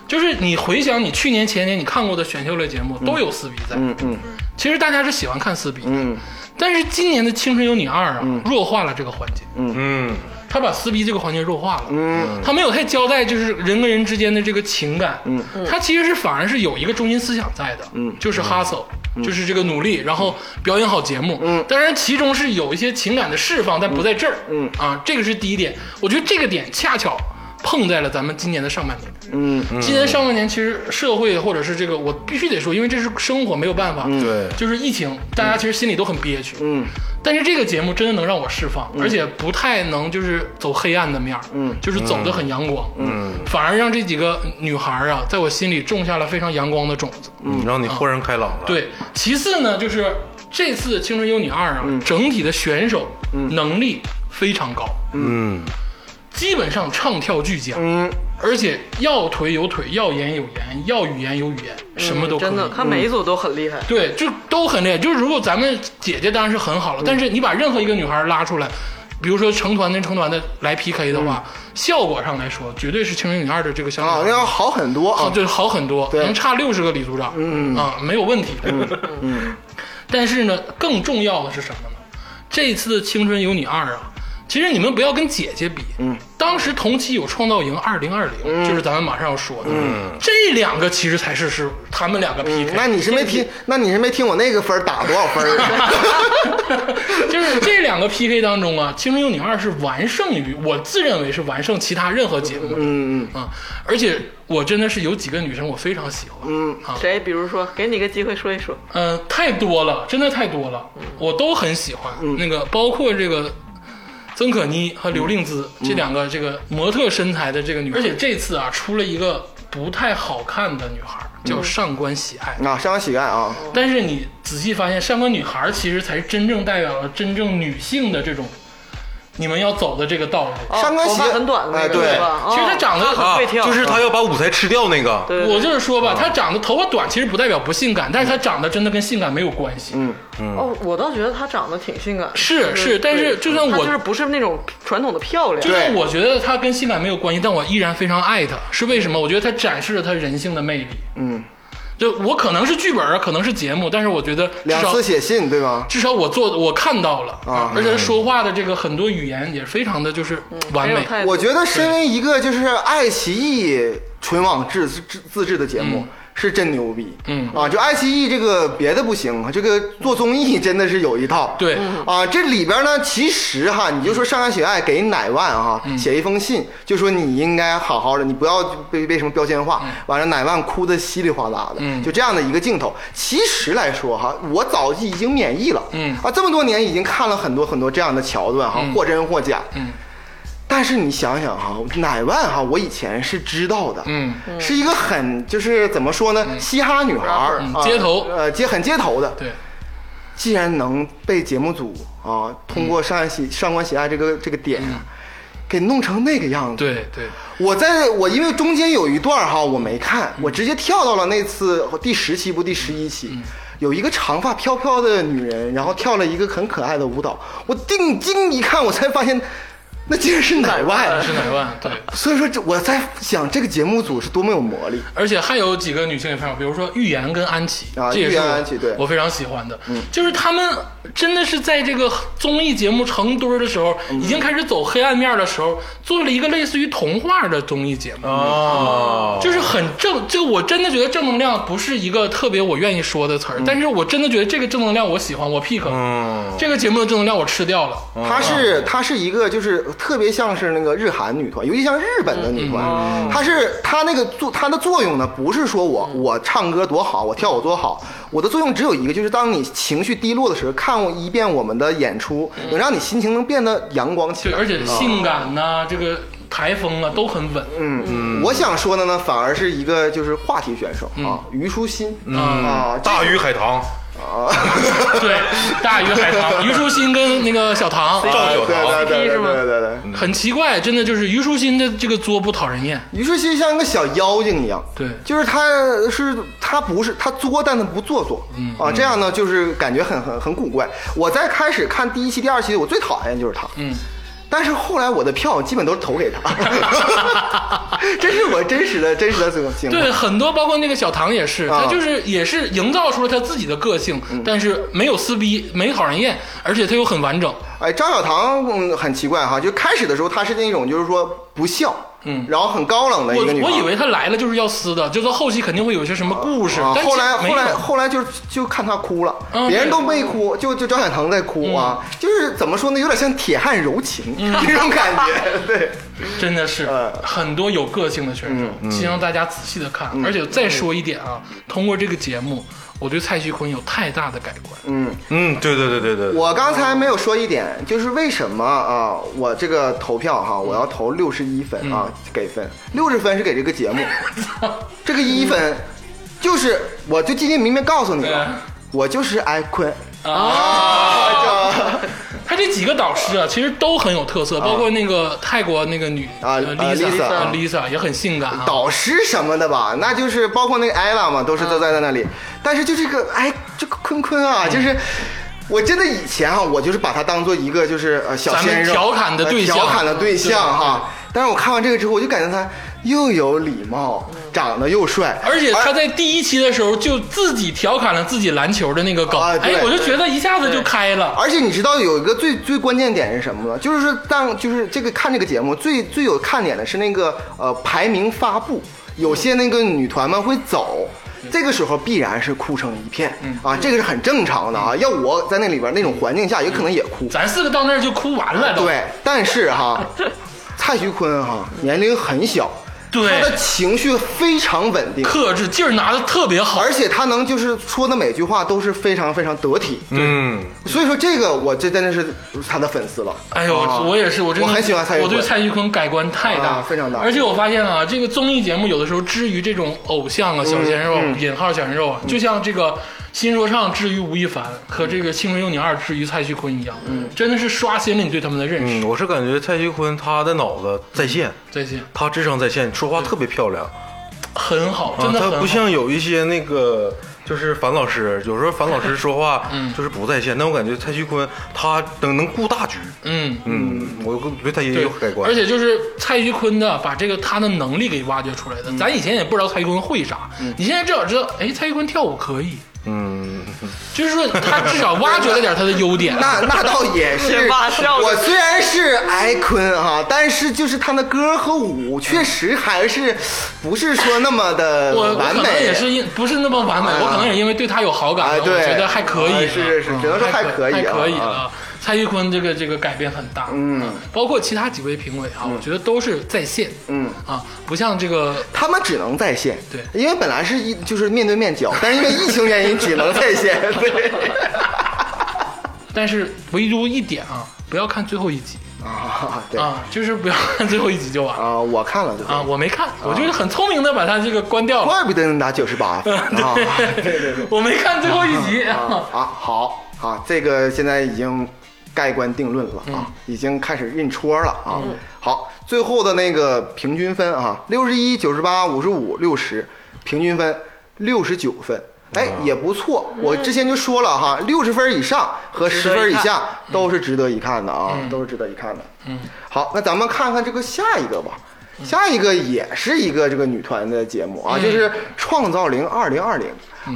就是你回想你去年前年你看过的选秀类节目，都有撕逼在。
嗯嗯
其实大家是喜欢看撕逼，
嗯
但是今年的《青春有你二》啊，弱化了这个环节，
嗯，
他把撕逼这个环节弱化了。
嗯
他没有太交代，就是人跟人之间的这个情感，
嗯，
他其实是反而是有一个中心思想在的，嗯，就是 hustle，、就是
嗯
这个努力，然后表演好节目，嗯，当然其中是有一些情感的释放，但不在这儿，
嗯
啊，这个是第一点，我觉得这个点恰巧碰在了咱们今年的上半年，
嗯
今年上半年其实社会或者是这个，我必须得说，因为这是生活，没有办法，
对
就是疫情，大家其实心里都很憋屈，
嗯
但是这个节目真的能让我释放，而且不太能就是走黑暗的面儿，嗯，就是走的很阳光，嗯，反而让这几个女孩儿啊，在我心里种下了非常阳光的种子。
嗯，让你豁然开朗了。，
哦对，其次呢，就是这次《青春有你二》啊，整体的选手能力非常高，
嗯，
基本上唱跳俱佳，
嗯，
而且要腿有腿，要眼有眼，要语言有语言，什么都可以。嗯
真的，看每一组都很厉害。
对，就都很厉害。就是如果咱们姐姐当然是很好了，但是你把任何一个女孩拉出来，比如说成团跟成团的来 PK 的话，效果上来说，绝对是《青春女二》的这个相
啊，那
比。
要好很多
好，
啊。
对，好很多，
对
能差六十个李组长，嗯啊，没有问题。嗯，但是呢，更重要的是什么呢？这次《青春有你二》啊，其实你们不要跟姐姐比，嗯，当时同期有《创造营二零二零》，就是咱们马上要说的，嗯，这两个其实才是是他们两个 PK，
那你是没听，那你是没听我那个分儿啊打多少分
[LAUGHS]
儿？
[LAUGHS] 就是这两个 PK 当中啊，《青春有你二》是完胜于我自认为是完胜其他任何节目的，
嗯嗯
啊，而且我真的是有几个女生我非常喜欢，嗯啊，
谁？比如说，给你个机会说一说，
嗯、太多了，真的太多了，我都很喜欢，
嗯
那个包括这个。曾可妮和刘令
嗯
姿、这两个这个模特身材的这个女，而且这次啊出了一个不太好看的女孩，
嗯
叫上官喜爱。
啊，上官喜爱啊，
但是你仔细发现，上官女孩其实才是真正代表了真正女性的这种你们要走的这个道路。
哦
上官
头发
鞋
很短的那
哎
个，
对啊
是吧？哦
其实他长得
他很会跳，
啊就是他要把舞台吃掉那个。
对，
嗯我就是说
嗯
吧，他长得头发短，其实不代表不性感，但是他长得真的跟性感没有关系。
嗯，
哦，我倒觉得他长得挺性感的，
是是，但是就算
他
我
就是不是那种传统的漂亮
就，
对
是我觉得他跟性感没有关系，但我依然非常爱他，是为什么？我觉得他展示了他人性的魅力。
嗯，
就我可能是剧本啊，可能是节目，但是我觉得至
两
少
次写信对吧？
至少我做我看到了
啊
而且他说话的这个很多语言也非常的就是
嗯
完
没有
美。
太
我觉得身为一个就是爱奇艺纯网制自自自制的节目。是真牛逼，
嗯
啊，就爱奇艺这个别的不行，这个做综艺真的是有一套，
对
啊，这里边呢，其实哈，你就说上官雪爱给乃万哈、
嗯
写一封信，就说你应该好好的，你不要被被什么标签化。完了，乃万哭得稀里哗啦的，
嗯
就这样的一个镜头。其实来说哈，我早就已经免疫了，
嗯
啊，这么多年已经看了很多很多这样的桥段哈，或真或假，
嗯
但是你想想哈，乃万哈，我以前是知道的，
嗯，
是一个很就是怎么说呢，嘻哈女孩儿、
嗯
啊
街头
呃，街很街头的。
对，
既然能被节目组啊通过上喜
嗯
上官喜爱这个这个点啊，给弄成那个样子，
对对，
我在我因为中间有一段哈我没看，
嗯
我直接跳到了那次第十期不第十一期，有一个长发飘飘的女人，然后跳了一个很可爱的舞蹈，我定睛一看，我才发现那竟然是乃万。
是乃万对。
所以说，这我在想这个节目组是多么有魔力。
而且还有几个女性也非常，比如说预言跟安琪，
啊
这也是
预言
我
安琪对嗯
我非常喜欢的，就是他们真的是在这个综艺节目成堆儿的时候，已经开始走黑暗面的时候，做了一个类似于童话的综艺节目。
哦，
嗯
嗯就是很正，这个我真的觉得正能量不是一个特别我愿意说的词
嗯
儿，但是我真的觉得这个正能量我喜欢，我 pick，、
嗯，
这个节目的正能量我吃掉了，
她是她是一个就是特别像是那个日韩女团，尤其像日本的女团，她是她那个作她的作用呢，不是说我我唱歌多好，我跳舞多好，我的作用只有一个，就是当你情绪低落的时候，看我一遍我们的演出，能让你心情能变得阳光起
对，
来。
而且性感呐、这个台风啊都很稳，
嗯嗯，我想说的呢，反而是一个就是话题选手啊，虞书欣啊，这
大鱼海棠，
对，大鱼海
[LAUGHS]
棠，虞书欣跟那个小唐，
赵
啊
小
对对
棠，
对
是
对
吗
对对对，
很奇怪，真的就是虞书欣的这个作不讨人厌，
虞书欣像一个小妖精一样，
对
就是她是她不是她作，但她不做作，嗯啊，这样呢就是感觉很很很古怪。我在开始看第一期、第二期，我最讨厌就是她，
嗯，
但是后来我的票基本都是投给她， [LAUGHS] 这是我真实的真实的这种情况。
对，很多包括那个小唐也是，
啊嗯
他就是也是营造出了他自己的个性，但是没有撕逼，没讨人厌，而且他又很完整，
哎，张小棠嗯很奇怪哈，就开始的时候她是那种就是说不笑，嗯，然后很高冷的
我
一个女孩。
我以为他来了就是要撕的，就到后期肯定会有些什么故事，
啊，
但
后来
其实没
后来
有
后来就就看他哭了，
嗯
别人都没哭，就就张小棠在哭啊，就是怎么说呢，有点像铁汉柔情
嗯
那种
[LAUGHS]
感觉，对，
真的是
嗯
很多有个性的选手，请让大家仔细的看。
嗯
而且再说一点啊，通过这个节目，我对蔡徐坤有太大的改观。
嗯，
嗯，对对对对对，
我刚才没有说一点，就是为什么啊，我这个投票哈，我要投六十一分
嗯
啊，给分，六十分是给这个
[LAUGHS]
节目，这个一分就是我就今天明明告诉你
对
了，我就是爱坤 [LAUGHS]
啊！
啊。
他这几个导师啊，其实都很有特色，包括那个泰国那个女呃
啊啊
Lisa
Lisa，
呃
啊
Lisa 也很性感啊。
导师什么的吧，那就是包括那个艾拉嘛，都是
嗯
都在在那里。但是就这个哎，这个坤坤啊，就是。我真的以前啊，我就是把他当做一个就是呃小
咱们
鲜肉
调侃的
呃
对象
调侃的对象哈。但是我看完这个之后，我就感觉他又有礼貌，长得又帅，
嗯而且他在第一期的时候就自己调侃了自己篮球的那个梗，
啊对啊
哎，我就觉得一下子就开了。
而且你知道有一个最最关键点是什么吗？就是说当就是这个看这个节目最最有看点的是那个呃排名发布，有些那个女团们会走。这个时候必然是哭成一片、
嗯
啊，这个是很正常的啊。要我在那里边那种环境下，也可能也哭。
咱四个到那儿就哭完了都。
对，但是
[LAUGHS]
哈，蔡徐坤哈年龄很小，
对
他的情绪非常稳定，
克制劲儿拿的特别好。
而且他能就是说的每句话都是非常非常得体。
嗯，
[LAUGHS] 所以说这个我这真的是他的粉丝了。
哎呦，
啊
我也是，我真的
我很喜欢蔡徐
我
坤
对蔡徐坤改观太大、
啊非常大
而且我发现啊，这
嗯
个综艺节目有的时候之于这种偶像啊、小鲜肉、引号小鲜肉啊，就像这个新说唱至于吴亦凡，和这个《青春有你二》至于蔡徐坤一样，嗯，真的是刷新了你对他们的认识。
嗯，我是感觉蔡徐坤他的脑子在线，
再见，
他智商在线，说话特别漂亮
很好，
啊
真，的
他
很好。
不像有一些那个。就是樊老师，有时候樊老师说话
嗯
[LAUGHS] 就是不在线，但我感觉蔡徐坤他能能顾大局，
嗯，
嗯，我觉得他也
对
有改，观，
而且就是蔡徐坤的把这个他的能力给挖掘出
嗯
来的。咱以前也不知道蔡徐坤会啥，你现在至少知道，哎，蔡徐坤跳舞可以，
嗯，
就是说他至少挖掘了点他的优点。[LAUGHS]
[LAUGHS] 那那倒也是
先挖笑，了
我虽然是艾坤啊，但是就是他的歌和舞确实还是不是说那么的
嗯我我
完
可能
美，
也是因不是那么完美，
哎呀
我可能也因为对他有好感，
哎
我
对
觉得还可以
哎
呢，
是是是只能说还
还
可以
还
啊
可以
啊
啊。蔡徐坤这个这个改变很大，嗯，包括其他几位评委啊，我觉得都是在线，
嗯
啊，不像这个
他们只能在线，
对
因为本来是一就是面对面教，但是因为疫情原因只能在线，
[LAUGHS]
对。 [LAUGHS]
但是唯独一点啊，不要看最后一集
啊，对啊
啊，就是不要看最后一集就完了
我看了，对吧？
啊。我没看，我就是很聪明的把它这个关掉了。
怪不得能打九十
[LAUGHS]
八啊！对对对，
我没看最后一集啊。
啊，好好，这个现在已经盖棺定论了
嗯
啊，已经开始认戳了啊。好，最后的那个平均分啊，六十一、九十八、五十五、六十，平均分六十九分。哎，也不错。我之前就说了哈，六十分以上和十
值得
分
一
以
看嗯
下都是值得一看的啊，都是值得一看的。嗯，好，那咱们看看这个下一个吧。下一个也是一个这个女团的节目啊，
嗯
就是《创造零二零二零》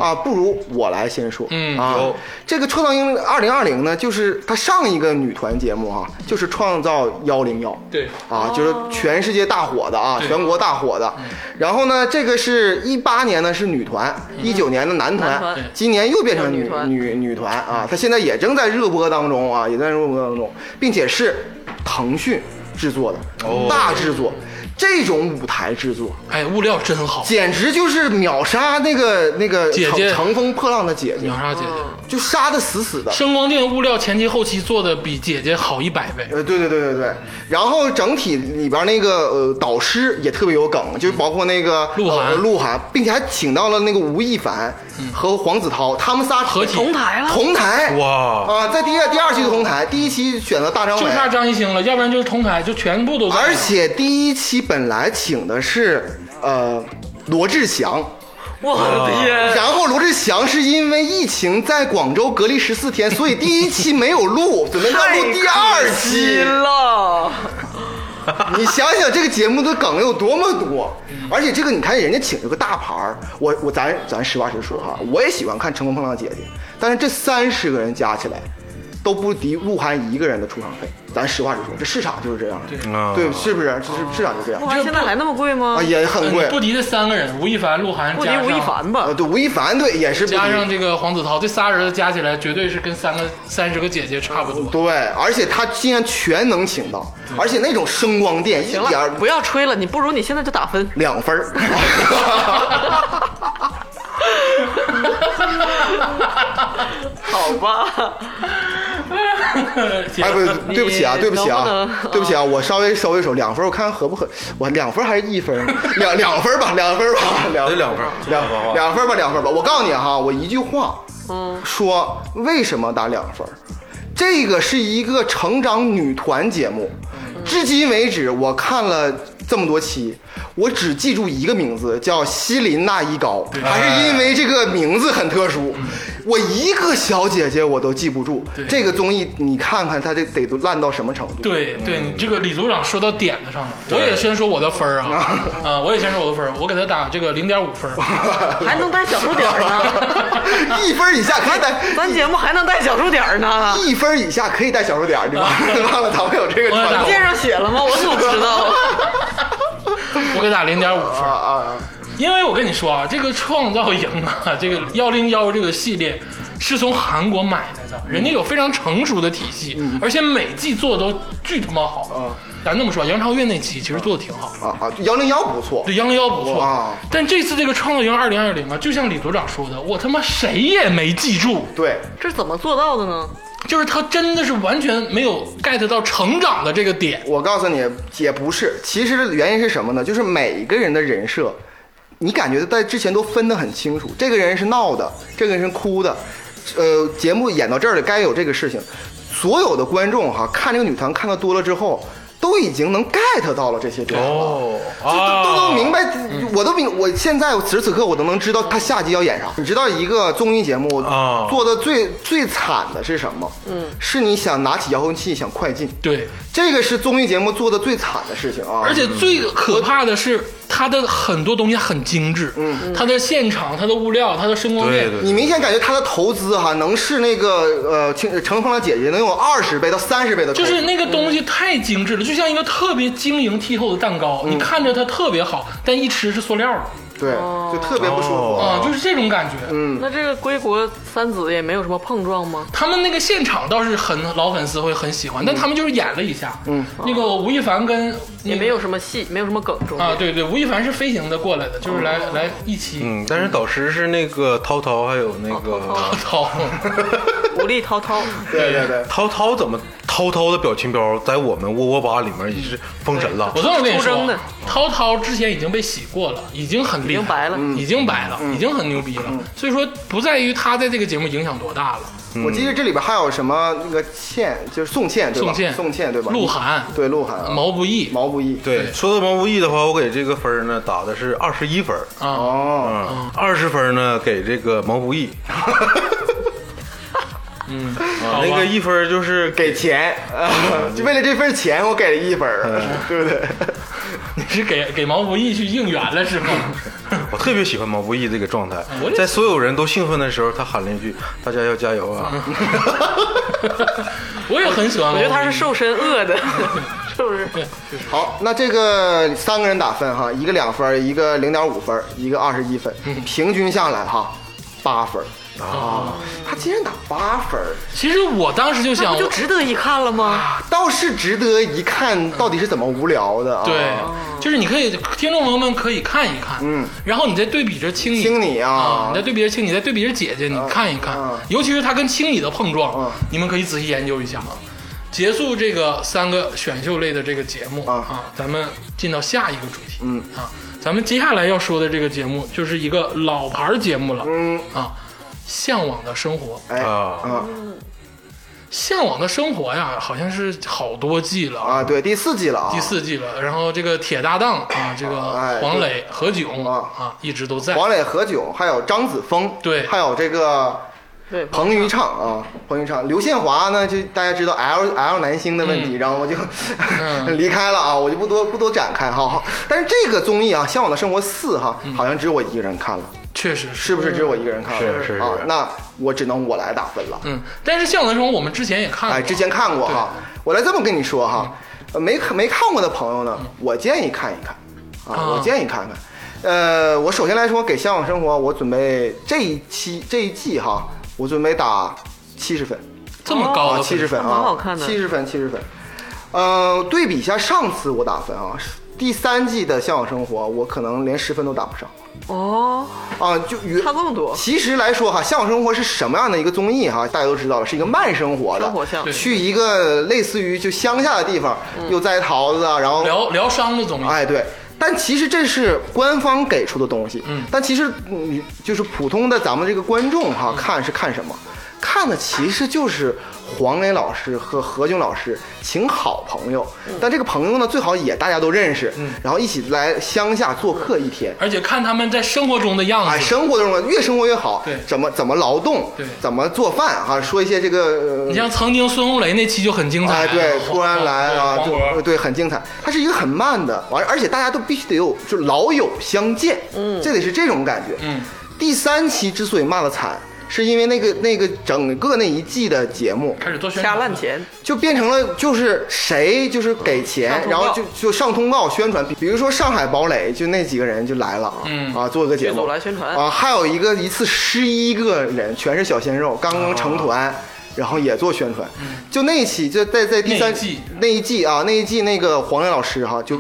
啊，不如我来先说。
嗯
啊，这个《创造营二零二零》呢，就是它上一个女团节目啊，就是《创造幺零幺》。
对，
啊，就是全世界大火的啊，
对嗯
全国大火的。然后呢，这个是一八年呢是女团，
嗯
一九年的
男
男团
团，
今年又变成
又
女
是女团
女女团啊，她现在也正在热播当中啊，也在热播当中，并且是腾讯制作的
哦
大制作，这种舞台制作。
哎，物料真好，
简直就是秒杀那个那个
姐
乘
姐
乘风破浪的姐姐
秒，杀姐姐，
就杀的死死的。
声光电物料前期后期做的比姐姐好一百倍。
呃，对对对对对，然后整体里边那个呃导师也特别有梗，就是包括那个
嗯鹿晗嗯
呃鹿晗，并且还请到了那个吴亦凡和黄子韬，他们仨
合体
同台了，
同台，
哇
啊，在第二第二期就同台，第一期选择大张
就
伟，
差张艺兴了，要不然就是同台，就全部都在。
而且第一期本来请的是呃罗志祥，
我的
呃
天，
然后罗志祥是因为疫情在广州隔离十四天，所以第一期没
[LAUGHS]
有录，准备要录第二期
心了，
[LAUGHS] 你想想这个节目的梗有多么多，而且这个你看人家请了个大牌儿，我我咱咱实话实说哈，我也喜欢看《乘风破浪姐姐》，但是这三十个人加起来，都不敌鹿晗一个人的出场费。咱实话实说，这市场就是这样的，
啊
对，是不是？这是市场就这样
哇，现在还那么贵吗
啊，？也很贵
嗯不敌这三个人，吴亦凡、鹿晗，
不敌
加上
吴亦凡吧
啊。？对，吴亦凡对也是不
加上
敌。
这个黄子韬，这仨人加起来绝对是跟三个三十个姐姐差不多。
对，而且他竟然全能请到，而且那种声光电一
行
点儿
了，不要吹了，你不如你现在就
[LAUGHS]
打分。
两分儿。
好吧，
[LAUGHS] 姐
哎，不，对不起啊，
你
对不
能
起
不嗯
啊
能，
对不起啊，我稍微收一手，两分，我看合不合，我两分还是一分？两两分吧，两分吧，两
得两分
两两分吧，两分吧。我告诉你哈，我一句话，嗯，说为什么打两分？这个是一个成长女团节目，至今为止我看了这么多期，我只记住一个名字，叫西林娜依高，还是因为这个名字很特殊，我一个小姐姐我都记不住。这个综艺你看看它这得都烂到什么程度？
对对，
嗯
你这个李组长说到点子上了。我也先说我的分儿啊，
[LAUGHS]
啊，我也先说我的分儿，我给他打这个零点五分儿。
还能带小数点呢，
一分以下可以带，
咱节目还能带小数点
[LAUGHS]
呢。
一分以下可以带小数点儿，你忘了忘了咱们有这个
我也打过
传统
电上写了吗？我怎么知
[LAUGHS]
道？
我给打零点五分
啊
儿，
啊啊！
因为我跟你说啊，这个创造营啊， [LAUGHS] 这个幺零幺这个系列是从韩国买来的，人家有非常成熟的体系，
嗯
而且每季做的都巨他妈好。咱这么说，杨超越那期其实做的挺好。
啊啊！幺零幺不错，
对，幺零幺不错
哇
但这次这个创造营二零二零啊，就像李组长说的，我他妈谁也没记住，
对，
这怎么做到的呢？
就是他真的是完全没有 get 到成长的这个点。
我告诉你也不是，其实原因是什么呢？就是每一个人的人设。你感觉在之前都分得很清楚，这个人是闹的，这个人是哭的，呃，节目演到这儿了，该有这个事情，所有的观众哈看这个女团看的多了之后。都已经能 get 到了这些点了，
哦，
就
啊
都都能明白，我都明，我现在此时此刻我都能知道他下集要演啥。你知道一个综艺节目
啊
做的最最惨的是什么？嗯，是你想拿起遥控器想快进，
对，
这个是综艺节目做的最惨的事情啊。
而且最可怕的是，它的很多东西很精致，嗯，它的现场、它的物料、它的声光电
对，对，
你明显感觉他的投资哈、能是那个呃青乘风的姐姐能有二十倍到三十倍的投
就
资，
是那个东西太精致了，就像一个特别晶莹剔透的蛋糕，你看着它特别好，但一吃是塑料的
对，就特别不舒服。
哦
啊，就是这种感觉。
[LAUGHS] 那这个归国三子也没有什么碰撞吗？
他们那个现场倒是很老粉丝会很喜欢，但他们就是演了一下，嗯，那个吴亦凡跟
也没有什么戏，没有什么梗中间
啊，对对，吴亦凡是飞行的过来的，就是来来一 [LAUGHS] 起
嗯，但是导师是那个涛涛，还有那
哦涛
个
掏，
无力
[LAUGHS]
滔滔，
对对对，
[LAUGHS] 涛涛怎么涛涛的表情包在我们窝窝吧里面也是封神了
我，这么跟你
出征
说
的，
涛涛之前已经被洗过了，已经很厉
明
害
白了。嗯
已经白了，已经很牛逼了，所以说不在于他在这个节目影响多大了。
嗯
我记得这里边还有什么那个倩，就是宋茜对吧？
宋茜
宋茜对吧？
鹿晗、
对鹿晗啊，
嗯
毛不易
毛不易
对，说到毛不易的话，我给这个分儿呢打的是二十一分儿，
啊，
哦。
嗯，二十分儿呢给这个毛不易，
好吧
那个一分儿就是
给钱，
嗯
[LAUGHS] 就为了这份钱，我给了一分儿， [LAUGHS] 对不对？
你是给给毛不易去应援了是吗？ [LAUGHS]
我特别喜欢毛不易这个状态
我，也
在所有人都兴奋的时候，他喊了一句：“大家要加油啊
我也很喜欢毛
我
不易，
觉得他是瘦身饿的， [LAUGHS] 是不是？
好，那这个三个人打分哈，一个两分儿，一个零点五分儿，一个二十一分，
嗯
平均下来哈，八分儿啊。他竟然打八分儿，
其实我啊当时就
那
想
不，就值得一看了吗？
倒是值得一看，到底是怎么无聊的啊？
对，
哦
就是你可以，听众朋友们可以看一看，嗯，然后你再对比着青你，
听你
啊
啊，
你再对比着青你，再对比着姐姐，你看一看
啊，
尤其是他跟青你的碰撞
啊，
你们可以仔细研究一下啊。结束这个三个选秀类的这个节目
啊
啊，咱们进到下一个主题，
嗯
啊，咱们接下来要说的这个节目就是一个老牌儿节目了
嗯，
啊，《向往的生活》。
哎！”
啊，
啊
向往的生活呀，好像是好多季了啊，
啊，对，第四季了啊，
第四季了。然后这个铁搭档啊，这个
哎
黄磊、何炅
啊
啊，一直都在。
黄磊、何炅，还有张子枫，
对
还有这个
对，
彭昱畅啊，彭昱畅，刘宪华呢，就大家知道 L L 男星的问题，然后我就
嗯
[LAUGHS] 离开了啊，我就不多不多展开哈。但是这个综艺啊，《向往的生活四》哈，
嗯
好像只有我一个人看了，
确实是。
是不是只有我一个人看了？
是是
啊
是，
那我只能我来打分了。
嗯，但是《向往的生活》我们之前也
嗯
看过，
哎，之前看过哈，我来这么跟你说哈，呃没看没看过的朋友呢，
嗯
我建议看一看，
啊
啊，我建议看看。呃，我首先来说给《向往生活》，我准备这一期这一季哈，我准备打七十分。
这么高
啊，
的
七十分啊，
蛮好看的
七十分，七十分。呃，对比一下上次我打分啊，第三季的《向往生活》，我可能连十分都打不上
哦，
啊，就与
差这么多，
其实来说哈，《向往生活》是什么样的一个综艺哈？大家都知道了，是一个慢生活的，
生活向嗯
去一个类似于就乡下的地方，又摘桃子啊，然后
聊疗伤的综艺，
哎，对。但其实这是官方给出的东西，
嗯
但其实你就是普通的咱们这个观众哈、
嗯
看是看什么？看的其实就是黄磊老师和何炅老师请好朋友，
嗯
但这个朋友呢最好也大家都认识，然后一起来乡下做客一天，
而且看他们在生活中的样
哎，
子。
生活中越生活越好，
嗯对
怎么怎么劳动，
对
怎么做饭哈、说一些这个、呃
你像曾经孙红雷那期就很精彩，
哎，对，
[LAUGHS]
突然来啊，
黄
就
渤
对，很精彩。它是一个很慢的，完，而且大家都必须得有，就老友相见，嗯，这得是这种感觉。
嗯，
第三期之所以骂的惨，是因为那个那个整个那一季的节目
开始做宣
掐
传
烂钱，
就变成了就是谁就是给
上
钱，
通告
然后就就上通告宣传，比比如说上海堡垒就那几个人就来了啊，
嗯
啊，做个节
剧
目
组来宣传
啊，还有一个一次十一个人全是小鲜肉，刚刚成团。然后也做宣传，就那一期，就在在第三
那一季
那一季啊，那一季那个黄磊老师哈就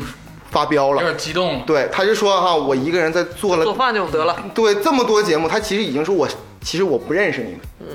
发飙
有
了，
点激动了。
对，他就说哈，我一个人在做
[LAUGHS]
了
做饭就得了。
对这么多节目，他其实已经说我其实我不认识你们。嗯，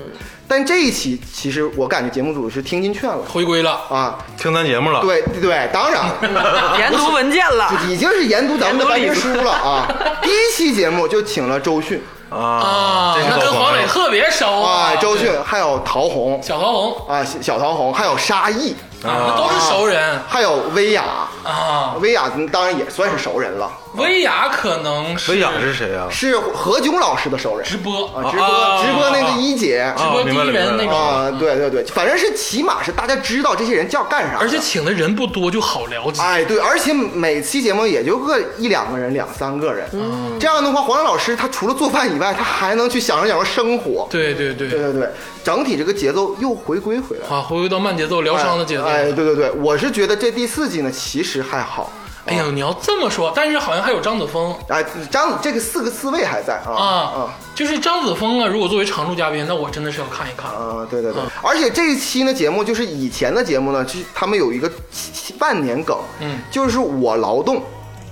但这一期其实我感觉节目组是听进劝了
回归了，
啊，
[LAUGHS] 听咱节目了，
对对，当然了
[LAUGHS]
研读文件了，
已经是研读咱们的
研读
白
理
皮书了啊。
[LAUGHS]
第一期节目就请了周迅
啊
啊，，
真是
那
老
跟
朋
黄
友
磊特别熟
啊，周迅还有陶虹
小桃红
啊，小小陶虹，还有沙溢，
啊，那都是熟人
还有薇娅，
啊。
薇娅当然也算是熟人了，
薇娅可能是
薇娅是谁啊？
是何炅老师的熟人
直播，哦
啊，直
啊
播直播那个一姐
直播第
明白
一
了
人那
明白
种，
啊，对对对，反正是起码是大家知道这些人叫干啥的，
而且请的人不多，就好了解。
哎，对，而且每期节目也就个一两个人、两三个人，
嗯
这样的话，黄磊老师他除了做饭以外，他还能去享受享受生活。
对对对
对对对，整体这个节奏又回归回来了，
啊，回归到慢节奏疗伤的节奏。
哎，哎对对对，我是觉得这第四季呢，其实还好。
哎呦，你要这么说，但是好像还有张子枫
哎，张这个四个四位还在啊
啊，就是张子枫啊，如果作为常驻嘉宾，那我真的是要看一看
啊。啊！对
嗯
对对，而且这一期呢节目就是以前的节目呢，就是他们有一个万年梗，
嗯，
就是我劳动。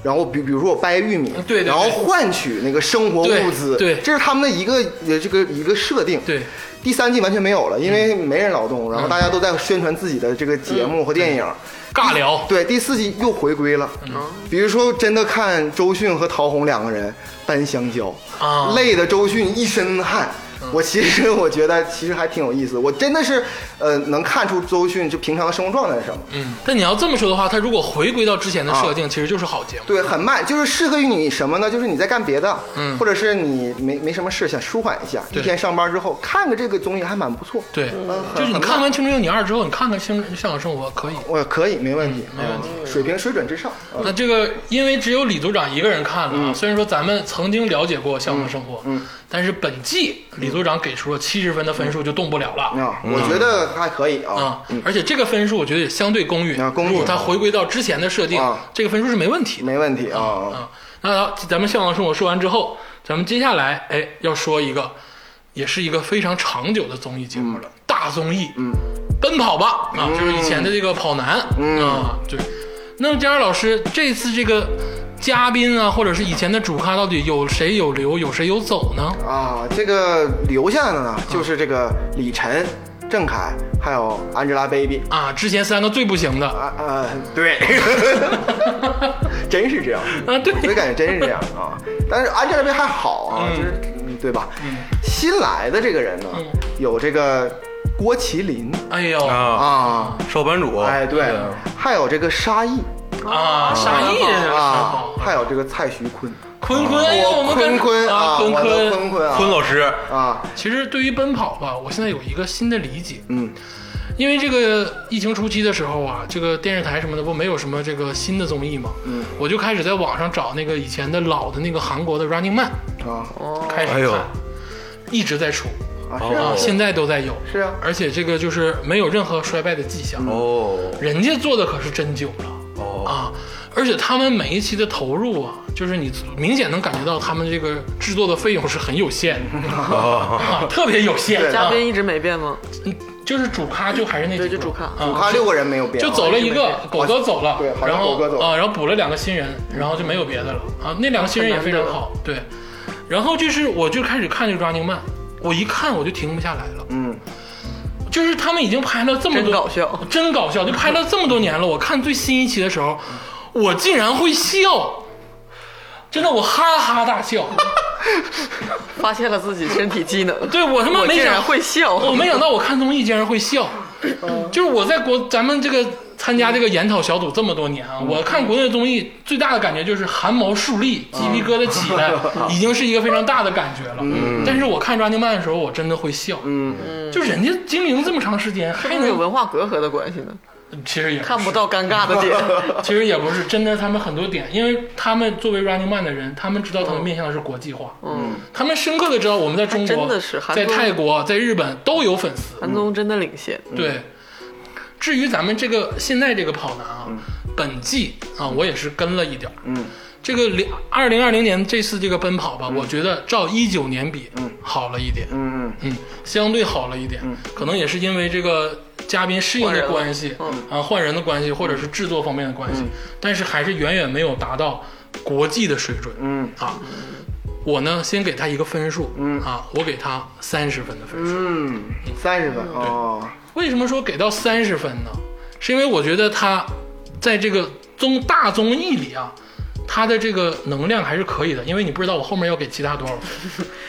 然后比比如说我掰玉米，
对对对
然后换取那个生活物资，
对对
这是他们的一个呃这个一个设定。
对，嗯
第三季完全没有了，因为没人劳动，然后大家都在宣传自己的这个节目和电影。
尬聊，嗯
[LAUGHS] 对，第四季又回归了。啊比如说，真的看周迅和陶虹两个人搬香蕉，
啊嗯
累的周迅一身汗。我其实我觉得其实还挺有意思，我真的是呃能看出周迅就平常的生活状态是什么。
嗯，但你要这么说的话，他如果回归到之前的设定，其实就是好节目。
对，很慢，就是适合于你什么呢？就是你在干别的，
嗯
或者是你没没什么事想舒缓一下，
对
一天上班之后看个这个综艺还蛮不错。
对，
嗯
就是你
很嗯
看完《青春有你二》之后，你看看《青向往生活》可以。
我可以，没问
嗯
题，没问题，水平水准之上。啊
那这个，因为只有李组长一个人看了啊，虽然说咱们曾经了解过《向往生活》
嗯嗯嗯嗯
但是本季李组长给出了七十分的分数，就动不了了。
啊，我觉得还可以啊
啊。，而且这个分数我觉得也相对公允。
啊公允
如果他回归到之前的设定，
啊
这个分数是没问题的。
没问题啊，
啊，那咱们向往生活说完之后，咱们接下来哎要说一个，也是一个非常长久的综艺节目了，大综艺，嗯，奔跑吧啊，就是以前的这个跑男，嗯啊，对。那么，佳儿老师这次这个嘉宾啊，或者是以前的主咖，到底有谁有留，有谁有走呢？
啊，这个留下的呢，
啊
就是这个李晨、郑恺还有 Angelababy
啊，之前三个最不行的，
啊啊，
[LAUGHS]
对，真是这样
啊对
我就感觉真是这样啊。但是 Angelababy 还好
嗯
啊，就是对吧？新来的这个人呢，有这个郭麒麟
哎呦啊
啊，
啊，
少班
哦
主，
哎对，还有这个沙溢
沙溢
啊
啊，，
还有这个蔡徐坤，
坤坤，哎呦，我
我
们
坤
跟
坤
啊，
啊，
坤
我的
坤
坤坤
坤
啊
老师，
啊，
其实对于奔跑吧，我现在有一个新的理解，
嗯
因为这个疫情初期的时候啊，这个电视台什么的不没有什么这个新的综艺嘛，
嗯
我就开始在网上找那个以前的老的那个韩国的 Running Man
啊
哦
开始
哎呦
看，一直在出
啊
哦
是啊
啊，现在都在有，
是啊
而且这个就是没有任何衰败的迹象，
嗯
哦
人家做的可是真久了
哦，
啊，而且他们每一期的投入啊，就是你明显能感觉到他们这个制作的费用是很有限的
啊
啊，特别有限，啊
嘉宾一直没变吗？
嗯，就是主咖就还是那几个
对就主咖
啊
五咖六个人没有变啊，
就走了一个狗哥走了，
对好像
然后
狗哥走了
啊，然后补了两个新人，然后就没有别的了啊。那两个新人也非常好，对。然后就是我就开始看这个《抓宁曼》，我一看我就停不下来了，
嗯，
就是他们已经拍了这么多，
真搞笑，
真搞笑，就拍了这么多年了。我看最新一期的时候，我竟然会笑，真的我哈哈大笑。
发现了自己身体机能，
对我他妈
我
没
竟然
想
会笑，
我哦没想到我看综艺竟然会笑，就是我在国咱们这个参加这个研讨小组这么多年啊，我看国内综艺最大的感觉就是汗毛竖立、鸡皮疙瘩起来，已经是一个非常大的感觉了。但是我看《抓尼曼》的时候，我真的会笑，
嗯，
就人家经营这么长时间，还
跟有
能嗯
文化隔阂的关系呢，
其实也
看不到尴尬的点。
[LAUGHS] 其实也不是真的，他们很多点，因为他们作为 Running Man 的人，他们知道他们面向的是国际化，
嗯，
他们深刻的知道我们在中
还
国、
真的是韩
在
国
泰国、在日本都有粉丝，
韩综真的领先，
对，至于咱们这个现在这个跑男啊，本季啊，我也是跟了一点儿。
嗯，
这个零二零二零年这次这个奔跑吧，我觉得照一九年比，好了一点，
嗯
嗯，相对好了一点，可能也是因为这个嘉宾适应
换人
的
了
关系，啊，换人的关系，或者是制作方面的关系，但是还是远远没有达到国际的水准，
嗯
啊。我呢先给他一个分数，嗯啊，我给他三十分的分数。
嗯，三十分哦，
为什么说给到三十分呢？是因为我觉得他在这个综大综艺里啊，他的这个能量还是可以的，因为你不知道我后面要给其他多少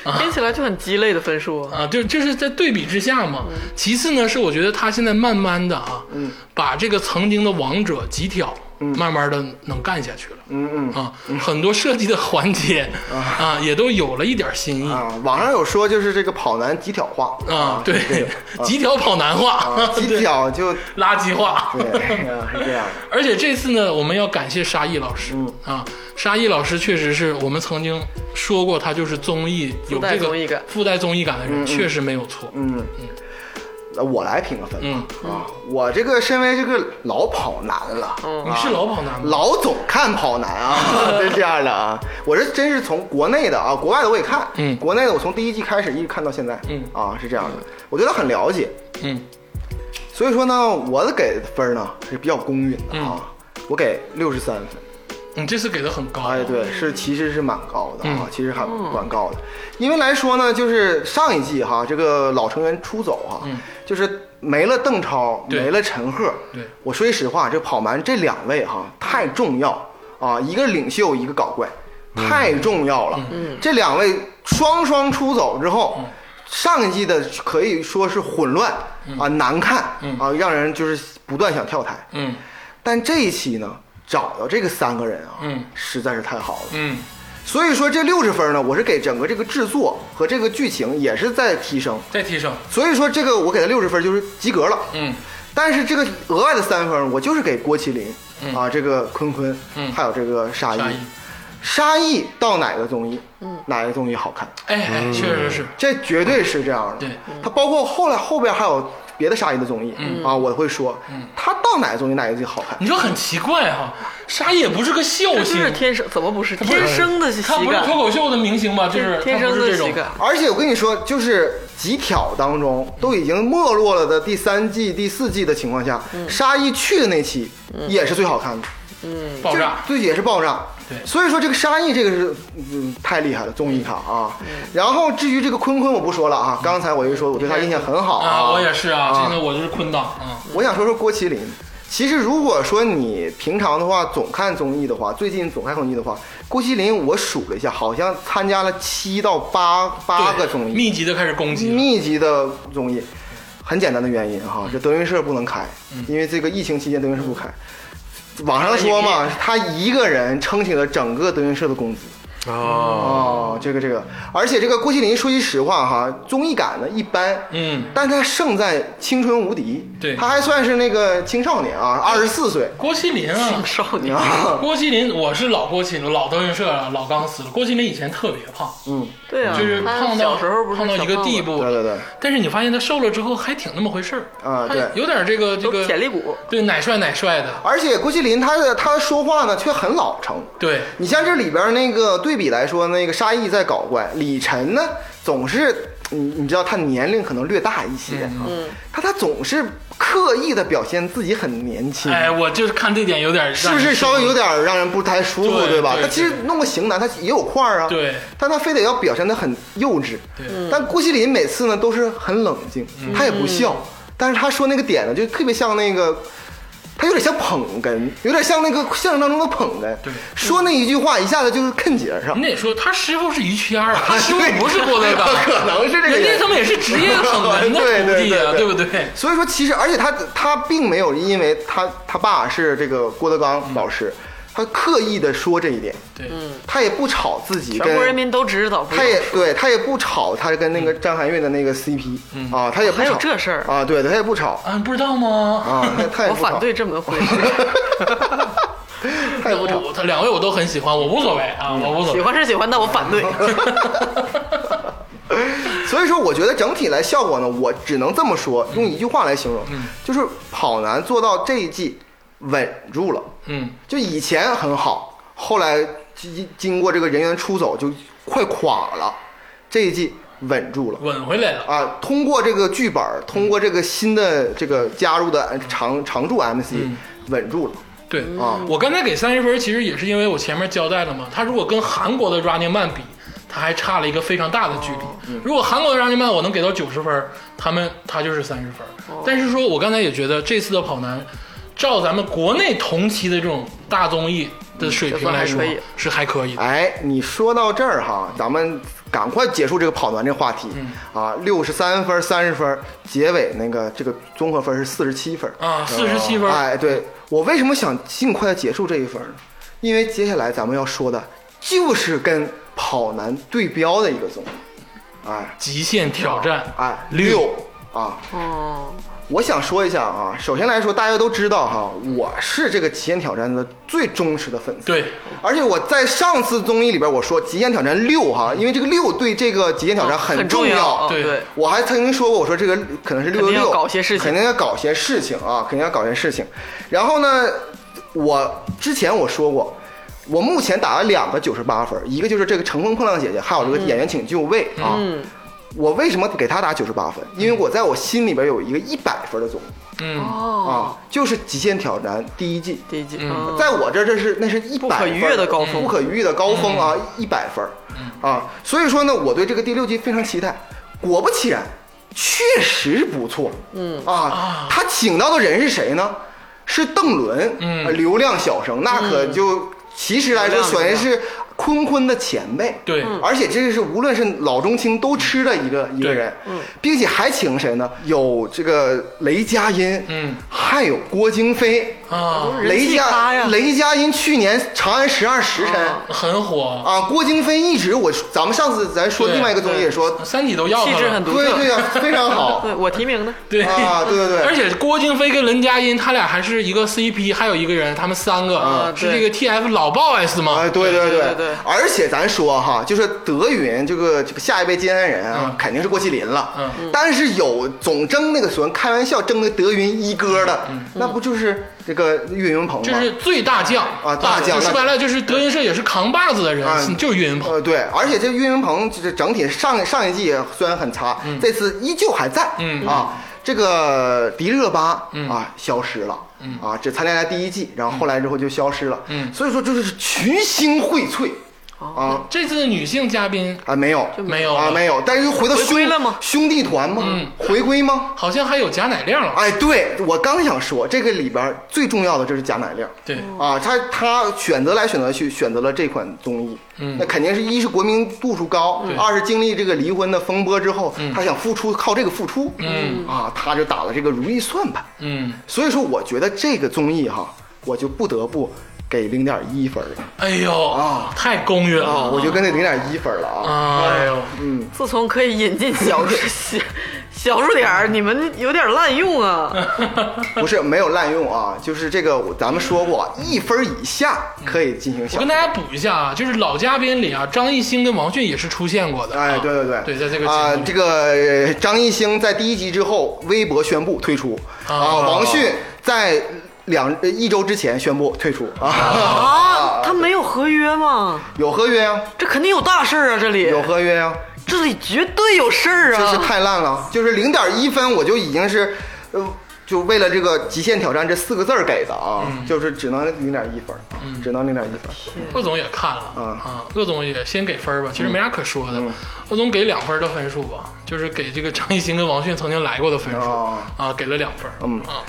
分
听起来就很鸡肋的分数啊。
啊，就这是在对比之下
嗯
嘛。其次呢，是我觉得他现在慢慢的啊，嗯，把这个曾经的王者急挑，慢慢的能干下去了。
嗯
啊，很多设计的环节啊，也都有了一点新意
嗯啊，网上有说就是这个跑男急挑化
啊。对，急挑跑男
啊，
化，
急挑就
垃圾化。
对， [LAUGHS] 啊是这样的，
而且这次呢，我们要感谢沙溢老师、
嗯
啊，沙溢老师确实是我们曾经说过，他就是综艺有
附带
这
综艺
个
感嗯
附带综艺感的人，确实没有错。
嗯。那我来评个分
嗯
吧，啊，我这个身为这个老跑男了，
你是老跑男吗？
老总看跑男啊， [LAUGHS] 是这样的啊，我这真是从国内的啊，国外的我也看，
嗯
国内的我从第一季开始一直看到现在，
嗯
啊，是这样的，我对他很了解，
嗯
所以说呢，我的给的分儿呢是比较公允的
嗯
啊，我给六十三分，
你这次给的很高。
哎，对，是其实是蛮高的啊
嗯，
其实还蛮高的，因为来说呢，就是上一季哈，这个老成员出走哈
嗯，
就是没了邓超，
对
没了陈赫，
对
我说句实话，这跑男这两位哈太重要啊，一个领袖，一个搞怪，
嗯
太重要了。嗯，这两位双双出走之
嗯
后，上一季的可以说是混乱啊，难看啊，让人就是不断想跳台。
嗯
但这一期呢，找到这个三个人啊，
嗯
实在是太好了。
嗯
所以说这六十分呢，我是给整个这个制作和这个剧情也是在提升。
再提升。
所以说这个我给他六十分就是及格了。
嗯
但是这个额外的三分，我就是给郭麒麟、啊，这个坤坤，
嗯
还有这个沙溢
沙溢。
沙溢到哪个综艺，哪个综艺好看，
哎
嗯
哎，确实是。
这绝对是这样的。
对，
他包括后来后边还有别的沙溢的综艺、
嗯
啊，我会说，他到哪个综艺哪个综艺好看。
你说很奇怪哈、沙溢也不是个
这
笑
就
星
是，天生，怎么不是
他不是
天生的喜
他不是
感
脱？口秀的明星吧？就
天
是
天
他不
生
是
的
这
喜
种。
感，
而且我跟你说，就是集挑当中都已经没落了的第三季、第四季的情况下，沙溢去的那期也是最好看的。
爆炸。
这对，也是爆炸。
对
所以说这个沙溢这个是嗯太厉害了，综艺咖啊。然后至于这个坤坤我不说了啊，刚才我就说我对他印象很好
啊，我也是啊，
啊
这个我就是坤档啊，
我想说说郭麒麟。其实如果说你平常的话总看综艺的话，最近总看综艺的话，郭麒麟我数了一下，好像参加了七到八八
对
个综艺，
密集的开始攻击了。
密集的综艺。很简单的原因哈，这德云社不能开，
嗯
因为这个疫情期间德云社不开。网上说嘛，他一个人撑起了整个德云社的工资。
啊，
哦，这个这个，而且这个郭麒麟，说句实话哈，综艺感呢一般，
嗯，
但他胜在青春无敌，
对
他还算是那个青少年啊，二十四岁
郭麒麟
[LAUGHS]
啊，
少年
啊，
[LAUGHS] 郭麒麟，我是老郭麒麟，老德云社了，老钢丝了。郭麒麟以前特别胖，
[LAUGHS] 嗯，
对啊，
就是
他
胖到
小时候不是
胖到
小
一个
胖
地
子
步
对，对对，
但是你发现他瘦了之后还挺那么回事儿
啊对
他有点这个这
都
个
潜力股，
对奶帅奶帅的，
而且郭麒麟他的他说话呢却很老成，
对
你像这里边那个对比来说，那个沙溢在搞怪，李晨呢总是，你你知道他年龄可能略大一些啊，
嗯
他他总是刻意的表现自己很年轻，
哎，我就是看这点有点让人
嗯是不是稍微有点让人不太舒服，
对
对吧？
对
他其实弄个型男，他也有块儿啊，
对
但他非得要表现得很幼稚。
对嗯
嗯
但郭麒麟每次呢都是很冷静，他也不笑，但是他说那个点呢，就特别像那个。他有点像捧哏，有点像那个相声当中的捧哏，
对嗯
说那一句话一下子就是坑节上
你，得说他师傅是于谦
[LAUGHS]
儿，啊他师傅不是郭德纲，
可能是这个
人家
原因
他们也是职业捧哏
[LAUGHS] 对
的徒
对
弟啊，
对
对
对
不对？
所以说，其实而且他他并没有因为他他爸是这个郭德纲老师，他刻意的说这一点，
嗯对，
嗯
他也不炒自己，
全国
跟
人民都知道，不
他
是
也对他也不吵，他跟那个张含韵的那个 CP、啊，他也不吵
嗯还有这事儿
啊，对对，他也不吵
啊，你不知道吗？
啊，他他也
我
不吵，
反对这么回事，
他也不嗯吵。
我他两位我都很喜欢，我无所谓啊，我无所
喜
谓。
欢是喜欢，但我反对。
所以说，我觉得整体来效果呢，我只能这么说，用一句话来形容，
嗯
就是跑男做到这一季稳住了，
嗯，
就以前很好，后来经经过这个人员出走就快垮了，这一季稳住了。
嗯
稳回来了。
啊，通过这个剧本儿，通过这个新的这个加入的
嗯
常常驻 MC，、稳住了。
对
啊
嗯
我刚才给三十分，其实也是因为我前面交代了嘛，他如果跟韩国的 Running Man 比，他还差了一个非常大的距
哦嗯
离。如果韩国的让尼曼我能给到九十分，他们他就是三十分。
哦
但是说我刚才也觉得这次的跑男，照咱们国内同期的这种大综艺的水平来说
这算还可以，啊
是还可以的。
哎，你说到这儿哈，咱们赶快结束这个跑男这话题、
嗯
啊！六十三分，三十分，结尾那个这个综合分是四十七分
啊，四十七分，
哎，对我为什么想尽快结束这一分呢？因为接下来咱们要说的就是跟跑男对标的一个综艺，哎
极限挑战，
啊
哎
六
啊，
哦，
我想说一下啊，首先来说，大家都知道哈，我是这个《极限挑战》的最忠实的粉丝。
对，
而且我在上次综艺里边我说《极限挑战六》哈，因为这个六对这个《极限挑战》
很
重
要，嗯哦
对
对，
我还曾经说过，我说这个可能是六
肯
六
定
六，
要搞些事情
肯定要搞些事情啊，肯定要搞些事情。然后呢，我之前我说过，我目前打了两个九十八分，一个就是这个《乘风破浪姐姐》，还有这个《演员请就位》啊。
嗯，
我为什么给他打九十八分？因为我在我心里边有一个一百分的总
嗯，
哦，
啊，就是《极限挑战》第一季，
第一季，
嗯
嗯
在我这儿这是那是一百
不可逾越的高峰嗯
不可逾越的高峰啊，一百分儿啊，所以说呢，我对这个第六季非常期待。果不其然，确实不错。嗯啊
啊，
他请到的人是谁呢？是邓伦，
嗯
呃流量小生，那可就其实来说，
嗯流量
选的是坤坤的前辈。
对，
而且这是无论是老中青都吃的一个一个人，
嗯
并且还请谁呢？有这个雷佳音，
嗯，
还有郭京飞，
啊，
人
雷
气咖
佳
呀
雷佳音去年《长安十二时辰》
很火，
啊，郭京飞一直我咱们上次咱说
对
另外一个综艺也说，
三体都要
气
他
质
了，
很独特，
对呀、非常好
对我提名的，
对
啊，对对对，
而且郭京飞跟任嘉欣，他俩还是一个 CP，还有一个人，他们三个、
啊
是这个
对
TF 老 boss 吗？
哎，对对
对
对
对对
而且咱说哈，就是德云这个这个下一辈接班人啊
嗯，
肯定是郭麒麟了。
嗯，
但是有总争那个什么开玩笑争那德云一哥的，那不就是这个岳云鹏吗？
这是最大将
啊大将
就说
那
白了就是德云社也是扛把子的人，
啊
就是岳云鹏。
呃，对，而且这岳云鹏这整体上上一季虽然很差，这次依旧还在，
嗯
啊，这个迪热巴、啊消失了，啊，只参加了第一季，然后后来之后就消失了，
嗯
所以说就是群星荟萃，
哦
啊
这次的女性嘉宾
啊没有，
没有
啊，
了
没有，但是又回到
回归
兄
了吗
兄弟团吗？
嗯
回归吗？
好像还有贾乃亮了。
哎，对我刚想说，这个里边最重要的就是贾乃亮。
对，
啊，他他选择来选择去，选择了这款综艺，
嗯
那肯定是一是国民度数高，二是经历这个离婚的风波之后，他想付出，靠这个付出，
嗯
啊，他就打了这个如意算盘，
嗯，
所以说我觉得这个综艺哈，我就不得不给零点一分了
哎呦，
啊
太公允了，
啊，我就跟那零点一分了啊，
哎呦，
自从可以引进小数小小数点儿，你们有点滥用啊！
嗯
不是没有滥用啊，就是这个我咱们说过，一分以下可以进行
我
小
跟，大家补一下啊，就是老嘉宾里啊，张艺兴跟王迅也是出现过的。
哎，对对
啊
对，
对，在这个
啊
节，目
这
里，
个呃张艺兴在第一集之后微博宣布退出
啊
啊，王迅在两呃一周之前宣布退出啊，
啊，他没有合约吗？
有合约呀，
这肯定有大事儿啊！这里
有合约呀，
这里绝对有事儿
真是
啊！
太烂了，就是零点一分我就已经是，呃，就为了这个极限挑战这四个字儿给的啊，
嗯
就是只能零点一分儿，只能零点一分儿。
鄂总也看了
嗯
啊，鄂总也先给分儿吧，其实没啥可说的
嗯。
鄂总给两分儿的分数吧，就是给这个张艺兴跟王迅曾经来过的分数
哦
啊，给了两分儿。
嗯
啊，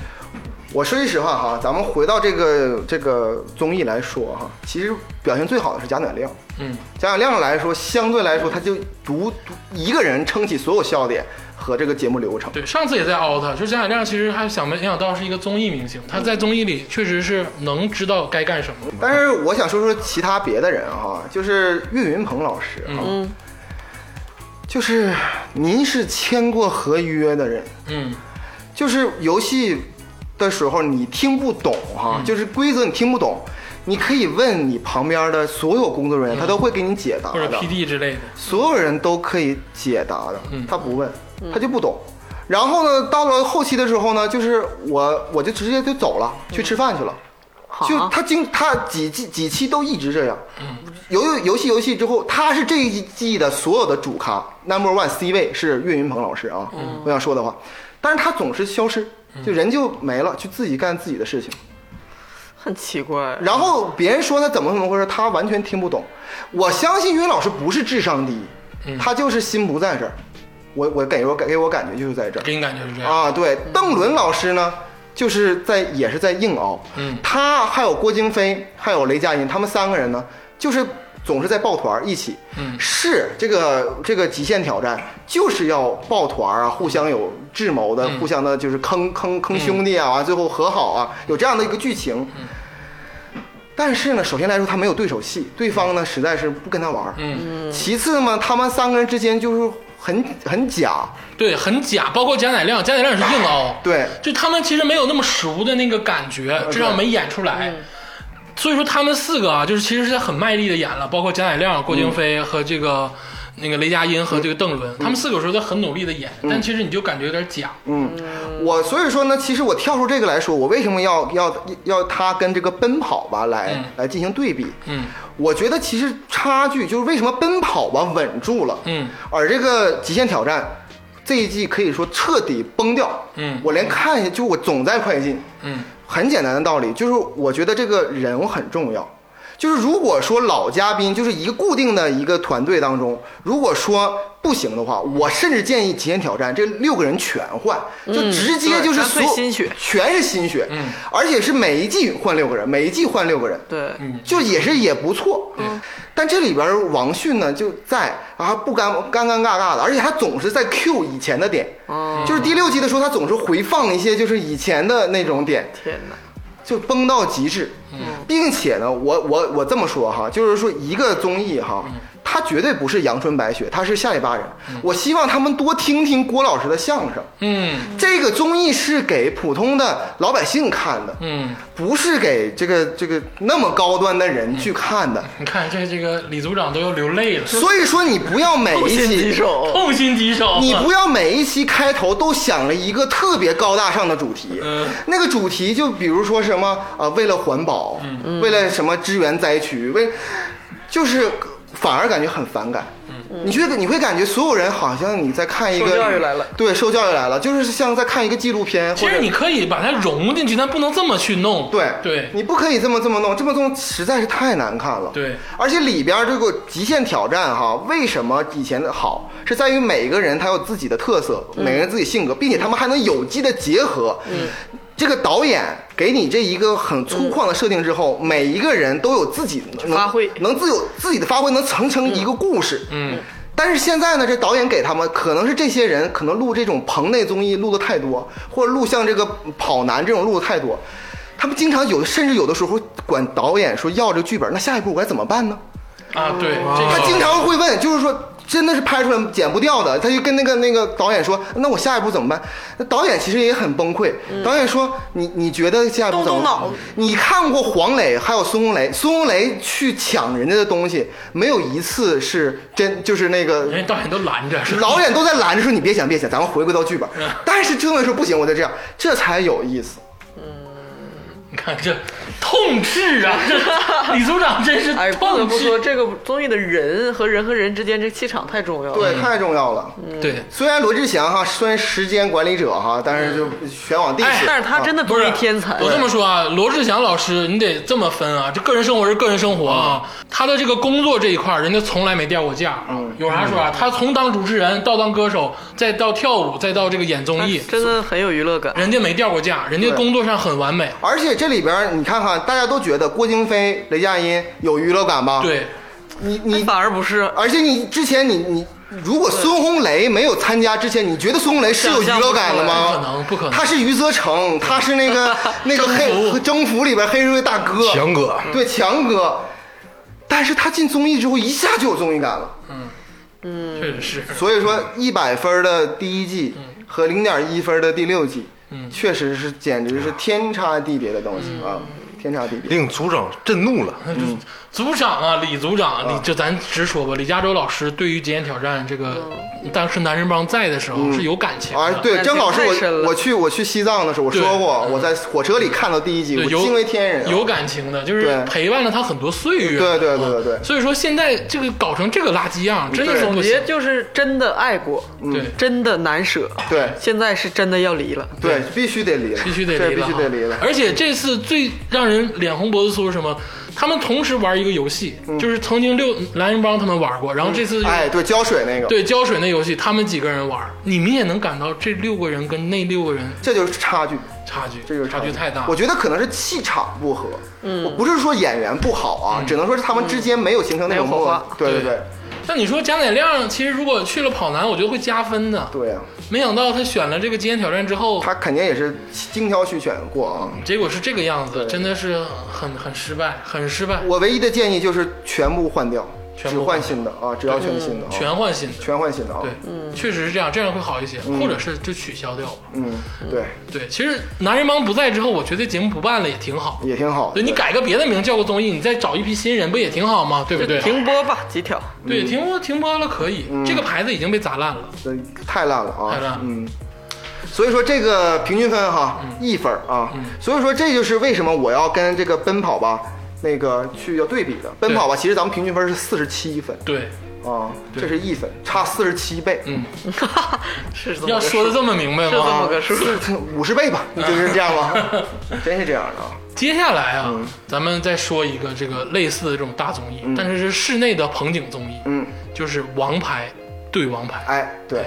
我说句实话哈，咱们回到这个这个综艺来说哈，其实表现最好的是贾乃亮。
嗯，
贾乃亮来说，相对来说，他就独独一个人撑起所有笑点和这个节目流程。
对，上次也在凹他，就是贾乃亮其实还想没想到是一个综艺明
嗯
星，他在综艺里确实是能知道该干什么。
但是我想说说其他别的人哈，就是岳云鹏老师哈，
嗯
就是您是签过合约的人，
嗯，
就是游戏的时候你听不懂哈、
嗯
就是规则你听不懂，你可以问你旁边的所有工作人员，他都会给你解答
嗯或者
的。
PD 之类的。
所有人都可以解答的，他不问，他就不懂。然后呢，到了后期的时候呢，就是我我就直接就走了，去吃饭去了。就
好，
他经他几季几期都一直这样，游游戏游戏之后，他是这一季的所有的主咖 number one C 位是岳云鹏老师啊，我想说的话，但是他总是消失，就人就没了，就自己干自己的事情。
很奇怪。
然后别人说他怎么怎么回事，他完全听不懂。我相信于老师不是智商低，他就是心不在这儿。我我给我给我感觉就是在这
给
儿
你感觉是这样。
啊。对，邓伦老师呢，就是在也是在硬凹。
嗯
他还有郭京飞，还有雷佳音，他们三个人呢，就是总是在抱团儿一起。
嗯
是这个这个极限挑战，就是要抱团儿啊，互相有智谋的，
嗯
互相的就是坑坑坑兄弟啊，完最后和好啊，有这样的一个剧情。
嗯
但是呢，首先来说他没有对手戏，对方呢实在是不跟他玩儿。
嗯，
其次嘛，他们三个人之间就是很很假，
对，很假，包括贾乃亮，贾乃亮也是硬凹。
对
就他们其实没有那么熟的那个感觉，至少没演出
嗯
来。所以说他们四个啊，就是其实是很卖力的演了，包括贾乃亮、郭
嗯
京飞和这个、那个雷佳音和这个邓伦，他们四个有时候都很努力的演，但其实你就感觉有点假。
嗯，我所以说呢，其实我跳出这个来说，我为什么要要要他跟这个奔跑吧来、
嗯
来进行对比？
嗯
我觉得其实差距就是为什么奔跑吧稳住了，
嗯，
而这个极限挑战这一季可以说彻底崩掉，
嗯
我连看一下就我总在快进，
嗯
很简单的道理，就是我觉得这个人很重要。就是如果说老嘉宾就是一个固定的一个团队当中，如果说不行的话，我甚至建议《极限挑战》这六个人全换，就直接就是
嗯对
所有
干脆新血
全是新血，
嗯
而且是每一季换六个人，每一季换六个人，嗯
对，
就也是也不错。嗯，但这里边王迅呢就在啊不尴尴尴尬尬的，而且他总是在 Q 以前的点，
哦，
就是第六季的时候，他总是回放一些就是以前的那种点，
天哪，
就崩到极致，
嗯
并且呢，我我我这么说哈，就是说一个综艺哈，
嗯
它绝对不是阳春白雪，它是下里巴人。我希望他们多听听郭老师的相声，
嗯
这个综艺是给普通的老百姓看的，
嗯，
不是给这个这个那么高端的人
嗯
去看的。
你看这这个李组长都要流泪了，
所以说，你不要每
不
一
心
期
棘手，
痛心疾首。啊
你不要每一期开头都想了一个特别高大上的主题，
嗯
那个主题就比如说什么呃，为了环保，
嗯
为了什么支援灾区，为就是反而感觉很反感。
嗯
你觉得你会感觉所有人好像你在看一个
受教育来了
对，受教育来了，就是像在看一个纪录片，
其
或者
实你可以把它融进去，但不能这么去弄。
对嗯
对
你不可以这么这么弄，这么弄实在是太难看了。
对，
而且里边这个极限挑战哈，为什么以前的好，是在于每个人他有自己的特色，
嗯
每个人自己性格，并且他们还能有机的结合。嗯。这个导演给你这一个很粗犷的设定之
嗯
后，每一个人都有自己能
发挥
能自有自己的发挥，能层成一个故事。
嗯，
但是现在呢，这导演给他们可能是这些人可能录这种棚内综艺录的太多，或者录像这个跑男这种录的太多，他们经常有的甚至有的时候管导演说要这个剧本，那下一步我该怎么办呢？
啊，对，这个
他经常会问，就是说。真的是拍出来剪不掉的，他就跟那个那个导演说：“那我下一步怎么办？”那导演其实也很崩溃。导演说：“你你觉得下一步怎么
动动脑
办
子？
你看过黄磊还有孙红雷，孙红雷去抢人家的东西，没有一次是真，就是那个
嗯
人家导演都拦着，是吧
导演都在拦着说你别想别想，咱们回归到剧本。
嗯
但是郑文说不行，我再这样，这才有意思。
你看这痛斥啊！这李组长真是
[LAUGHS] 哎，不得
痛
不说，
斥。
这个综艺的人和人和人之间这气场太重要了。
对，太重要了。
对，
虽然罗志祥哈，虽然时间管理者哈，但是就啊全网第一。
哎
但是他真的
不
综
是
艺天才，
我这么说啊，罗志祥老师，你得这么分啊，这个人生活是个人生活啊，
嗯
他的这个工作这一块儿，人家从来没掉过价啊。有啥说
嗯
啥，他从当主持人到当歌手，再到跳舞，再到这个演综艺，
真的很有娱乐感。
人家没掉过价，人家
对
工作上很完美。
而且这里边你看看，大家都觉得郭京飞、雷佳音有娱乐感吧？，
对，哎
你你
反而不是，
而且你之前你你，如果孙红雷没有参加之前，你觉得孙红雷是有娱乐感的吗？
想象不出来不可能不可能
他是余则成，他是那个
[LAUGHS]
那个
征服
黑征服里边黑社会大哥
强哥
对强哥。但是他进综艺之后，一下就有综艺感了。
确实是。
所以说，一百分的第一季
嗯
和零点一分的第六季，确实是简直
嗯
是天差地别的东西啊，天差地别。
令组长震怒了。
组长啊，李组长，
嗯
李就咱直说吧，李嘉洲老师对于《极限挑战》这个
嗯
当时男人帮在的时候是有感情
啊，
的，
对，
感
郑
情
老师，
太深
我
了
我去我去西藏的时候，我
对嗯
说过，我在火车里看到第一集，
对
我
有
惊为天人啊。
有感情的，就是
对
陪伴了他很多岁月。啊
对对对对对
所以说现在这个搞成这个垃圾样，真的是
总
不
结
行。
就是真的爱过，
对，
真的难舍。
嗯对
现在是真的要离了。
对，必须得离了，
必须得离
这
了，啊
必须得离了。
而且这次最让人脸红脖子粗是什么？他们同时玩一个游戏，就是曾经六蓝人帮他们玩过，然后这次又
嗯哎，对，浇水那个，，
对浇水那游戏，他们几个人玩，你们也能感到这六个人跟那六个人
这就是差距，
差距，
这就是
差距太大
我。觉得可能是气场不合，嗯，我不是说演员不好
嗯
啊，只能说是他们之间没有形成那种
没有火花
默契对对对
那你说贾乃亮，其实如果去了跑男，我觉得会加分的。
对啊，
没想到他选了这个极限挑战之后，
他肯定也是精挑细选过啊。
结果是这个样子，真的是很很失败，很失败，
哦
我唯一的建议就是全部换掉，
全
只
部换嗯
换新的啊，只要全新的啊，
全换新的。
全换新的啊。
对，，
嗯
确实是这样，这样会好一些，或者是就取消掉吧。
嗯，对，
对，其实男人帮不在之后，我觉得节目不办了也挺
嗯
好。
也挺好。
对你
对
改个别的名，叫个综艺，你再找一批新人，不也挺好吗？对不对？
停播吧，几条。
对，停播停播了可以，
嗯
这个牌子已经被砸烂了。
这太烂了啊！
太烂了嗯
嗯。所以说这个平均分哈、一分儿啊，所以说这就是为什么我要跟这个奔跑吧那个去要对比的。奔跑吧，其实咱们平均分是四十七分
对，
啊，
对
这是一分，差四十七倍，
嗯，
是这么
要
个
说的这么明白
是这
吗？啊
么个数。
[LAUGHS] 五十倍吧，就是这样吧， [LAUGHS] 真是这样的啊。
接下来啊，
嗯
咱们再说一个这个类似的这种大综艺，但是是室内的棚景综艺，
嗯，
就是《王牌对王牌》。
哎，对，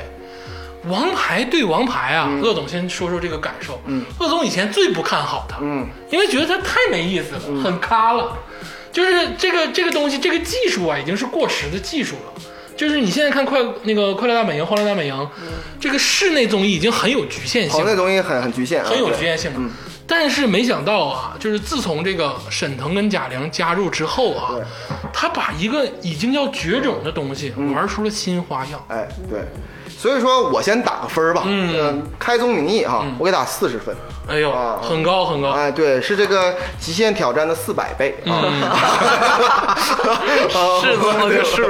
王牌对王牌啊，
嗯
鄂总先说说这个感受。嗯，鄂总以前最不看好他，
嗯，
因为觉得他太没意思了，很咖了。就是这个这个东西，这个技术啊，已经是过时的技术了。就是你现在看快那个《快乐大本营》《欢乐大本营》这个室内综艺已经很有局限性
嗯好，
了，
那东西很很局限啊，
很有
对
局限性了。但是没想到啊，就是自从这个沈腾跟贾玲加入之后啊
对，
他把一个已经要绝种的东西
嗯
玩出了新花样。
哎，对，所以说我先打个分儿吧，
嗯
呃，开宗明义哈，我给打四十分。
哎呦
啊，
很高很高。
哎，对，是这个《极限挑战》的四百倍
嗯
啊，
是这么个数，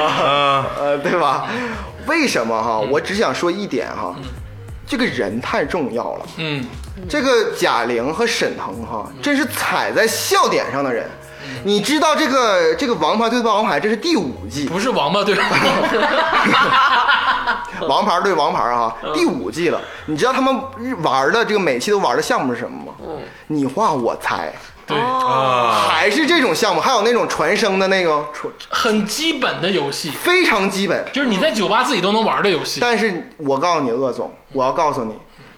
啊，
[LAUGHS] 呃，对吧？为什么
嗯
哈？我只想说一点哈，这个人太重要了。
嗯，
这个贾玲和沈腾哈，真是踩在笑点上的人。
嗯
你知道这个这个《王牌对王牌》这是第五季，
不是王八对
[LAUGHS]
吧？
《王牌对王牌》啊，
嗯
第五季了。你知道他们玩的这个每期都玩的项目是什么吗？
嗯
你画我猜，
对，
哦
啊，
还是这种项目，还有那种传声的那个，传
很基本的游戏，
非常基本。
就是你在酒吧自己都能玩的游戏。
但是我告诉你，鄂总，我要告诉你，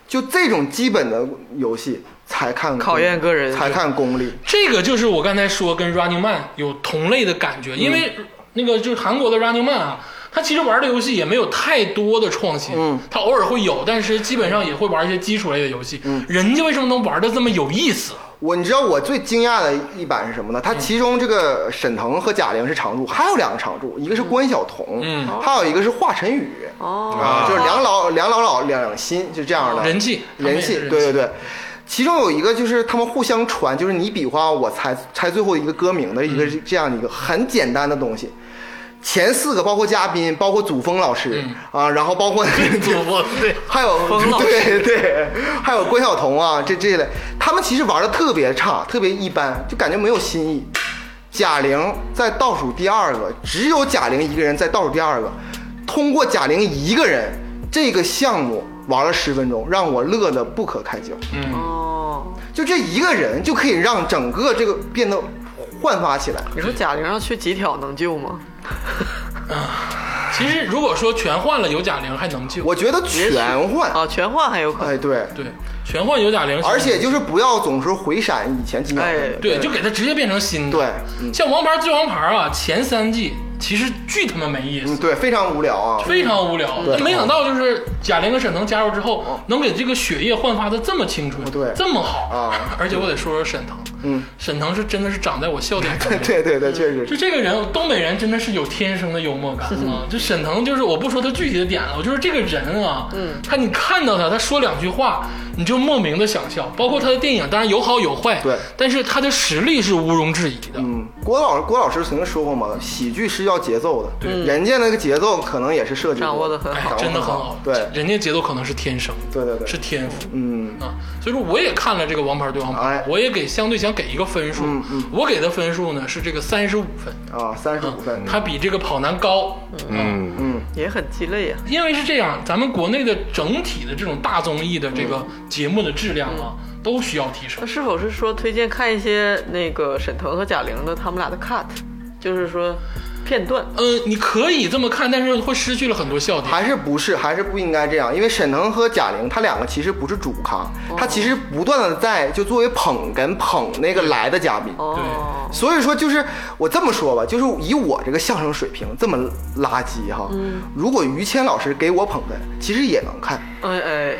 就这种基本的游戏才看功
考验个人
才看功力。
这个就是我刚才说跟 Running Man 有同类的感
嗯
觉，因为那个就是韩国的 Running Man 啊，他其实玩的游戏也没有太多的创新，嗯，他偶尔会有，但是基本上也会玩一些基础类的游戏。嗯，人家为什么能玩的这么有意思？啊
我你知道我最惊讶的一版是什么呢？
嗯
它其中这个沈腾和贾玲是常驻，还有两个常驻，一个是关晓彤，
嗯，
还有一个是华晨宇，
哦
啊，就是梁老梁老老两新，就这样的
人气他们也
人
是
气，
人
对
气
对对。其中有一个就是他们互相传，就是你比划我猜猜最后一个歌名的一个
嗯
这样一个很简单的东西。前四个包括嘉宾，包括祖峰老师、啊，然后包括
嗯祖峰对，
还有
[LAUGHS] 峰老
对对，还有关晓彤啊，这这类，他们其实玩的特别差，特别一般，就感觉没有新意。贾玲在倒数第二个，只有贾玲一个人在倒数第二个，通过贾玲一个人这个项目玩了十分钟，让我乐得不可开交。
嗯，
哦，
就这一个人就可以让整个这个变得焕发起来。
你说贾玲要去几挑能救吗？
其实如果说全换了有贾玲还能救，
我觉得全换，
啊，全换还有可能。
哎对，
对，全换有贾玲，
而且就是不要总是回闪以前几秒钟。
哎
对，就给他直接变成新的。
对，嗯
像王牌对王牌啊，前三季其实巨他妈没意思
嗯，。对，非常无聊啊。
非常无聊。没想到就是贾玲跟沈腾加入之后，能给这个血液焕发的这么青春，
嗯对
这么好
啊！
[LAUGHS] 而且我得说说沈腾，
嗯，
沈腾是真的是长在我笑点
[LAUGHS]
上面。
对对对，确实
就这个人，东北人真的是有天生的幽默感
[LAUGHS]
啊！就沈腾，就是我不说他具体的点了，我就是这个人啊，
嗯
他你看到他，他说两句话，你就莫名的想笑。包括他的电影，当然有好有坏，
对
但是他的实力是毋庸置疑的。
嗯，郭老郭老师曾经说过嘛，喜剧是要节奏的，人家那个节奏可能也是设计过
掌握得很
嗯哎
好
掌，握
真的
很
很好，
对，
人家节奏可能是天生的，
对对对
是天赋，
嗯，
啊，所以说我也看了这个《王牌对王牌》
哎
我也给相对小想给一个分数，
嗯嗯
我给的分数呢是这个三十五分，
啊，三十五分，
它比这个跑男高。啊
嗯，
嗯
也很鸡肋啊。
因为是这样，咱们国内的整体的这种大综艺的这个
嗯
节目的质量啊，都需要提升
那。是否是说推荐看一些那个沈腾和贾玲的他们俩的 cut，就是说片段？
嗯，你可以这么看，但是会失去了很多笑点。
还是不是，还是不应该这样，因为沈腾和贾玲他两个其实不是主咖，
哦
他其实不断的在就作为捧哏捧那个来的嘉宾，
哦，
所以说就是我这么说吧，就是以我这个相声水平这么垃圾哈，
嗯
如果于谦老师给我捧哏，其实也能看，
哎哎，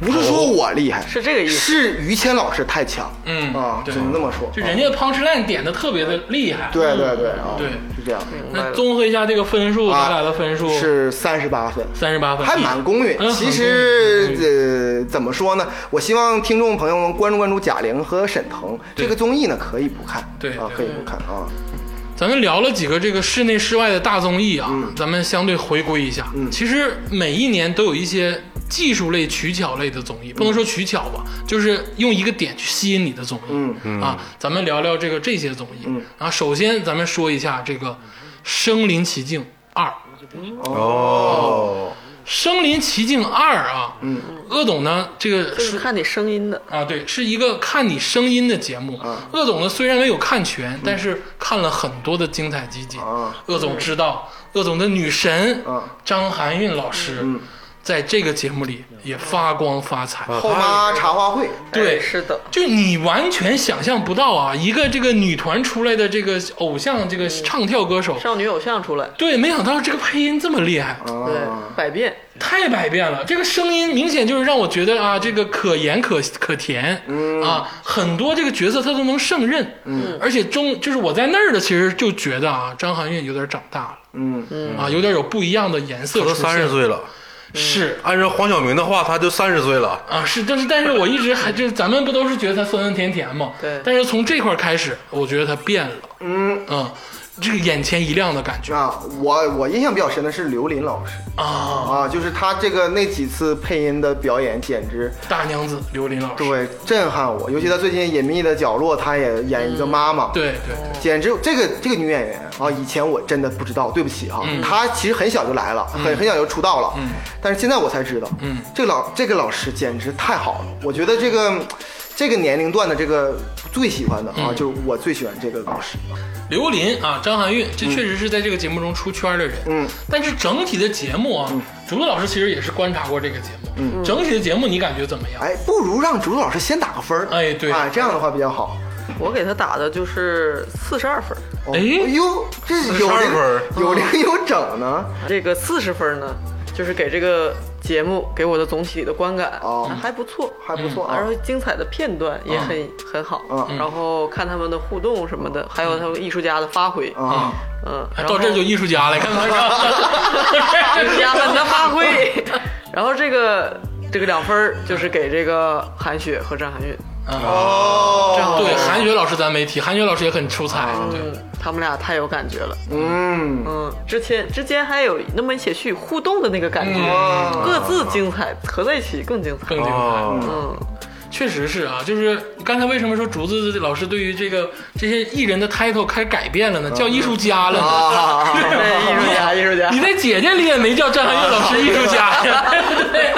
不是说我厉害，
是这个意思。
是于谦老师太强，
嗯
啊，
对
只能这么说，
就人家 punchline 点的特别的厉害。，
对对对啊，
对
是这样，
明白
那
了
综合一下这个分数，
啊
咱俩的分数
是三十八分，
三十八分，
还蛮公允
嗯。
其
很公嗯
实呃，怎么说呢？我希望听众朋友们关注关注贾玲和沈腾
对
这个综艺呢，可以不看，
对
啊
对，
可以不看啊。
咱们聊了几个这个室内室外的大综艺啊，咱们相对回归一下。其实每一年都有一些技术类、取巧类的综艺，不能说取巧吧，就是用一个点去吸引你的综艺。
嗯
啊，咱们聊聊这个这些综艺。嗯啊，首先咱们说一下这个《身临其境二》。《
哦，
身临其境二》啊，嗯，鄂总呢，这个
就是
是
看你声音的，
啊，对，是一个看你声音的节目。
啊
鄂总呢，虽然没有看全，但是看了很多的精彩集锦。
嗯啊
鄂总知道，鄂总的女神
啊嗯
张含韵老师，在这个节目里也发光发财。
后
啊
妈茶话会，
对
哎，是的，
就你完全想象不到啊，一个这个女团出来的这个偶像，这个唱跳歌
嗯
手，
少女偶像出
啊
来，
对，没想到这个配音这么厉害。
对，百变，
太百变了，这个声音明显就是让我觉得啊，这个可盐可可甜，啊，很多这个角色他都能胜任，嗯，而且中就是我在那儿的，其实就觉得啊，张含韵有点长大了，
嗯，
啊，有点有不一样的颜色
我
出
都
现，
三十岁了，
是
按照黄晓明的话，他就三十岁了。
啊是，但是但是我一直还就是咱们不都是觉得他酸酸甜甜嘛，
对
但是从这块儿开始，我觉得他变了，嗯这个眼前一亮的感觉
啊，我我印象比较深的是刘琳老师
啊，
啊，就是她这个那几次配音的表演，简直
大娘子刘琳老师，
对震撼我。尤其她最近《隐秘的角落》，她也演一个妈妈，
嗯对对对
简直这个这个女演员啊，以前我真的不知道，对不起哈、她其实很小就来了，很很小就出道了，
嗯
但是现在我才知道，
嗯
这个老这个老师简直太好了，我觉得这个这个年龄段的这个最喜欢的
嗯
啊，就是我最喜欢这个老师，
刘琳啊，张含韵，这确实是在这个节目中出圈的人。
嗯，但
但是整体的节目啊，竹子老师其实也是观察过这个节目。嗯，整体的节目你感觉怎么样？
哎，不如让竹子老师先打个分儿，
哎对
啊，这样的话比较好。
我给他打的就是四十二分。
哦
哎
呦，这有
42
零
分儿
嗯
有零有整呢，
这个四十分呢，就是给这个节目给我的总体的观感
哦
还不错。嗯
还不错啊
然。后精彩的片段也很、很好、
嗯
然后看他们的互动什么的，还有他们艺术家的发挥，
啊，
嗯，然后
哎到这儿就艺术家了，看看
[LAUGHS] 艺术家
看。
们的发挥，然后这个这个两分儿就是给这个韩雪和张含韵，
哦，
嗯对，韩雪老师咱没提，韩雪老师也很出彩。对，
嗯，他们俩太有感觉了，
嗯，
嗯，之前之间还有那么些许互动的那个感觉，
嗯
各自精彩，合在一起更精彩
更，精彩。
哦，
嗯，
确实是啊，就是刚才为什么说竹子老师对于这个这些艺人的 title 开始改变了呢？叫艺术家了呢？
啊，
对，艺术家，艺术家
[LAUGHS] 你，在姐姐里也没叫张含韵老师艺术家呀，对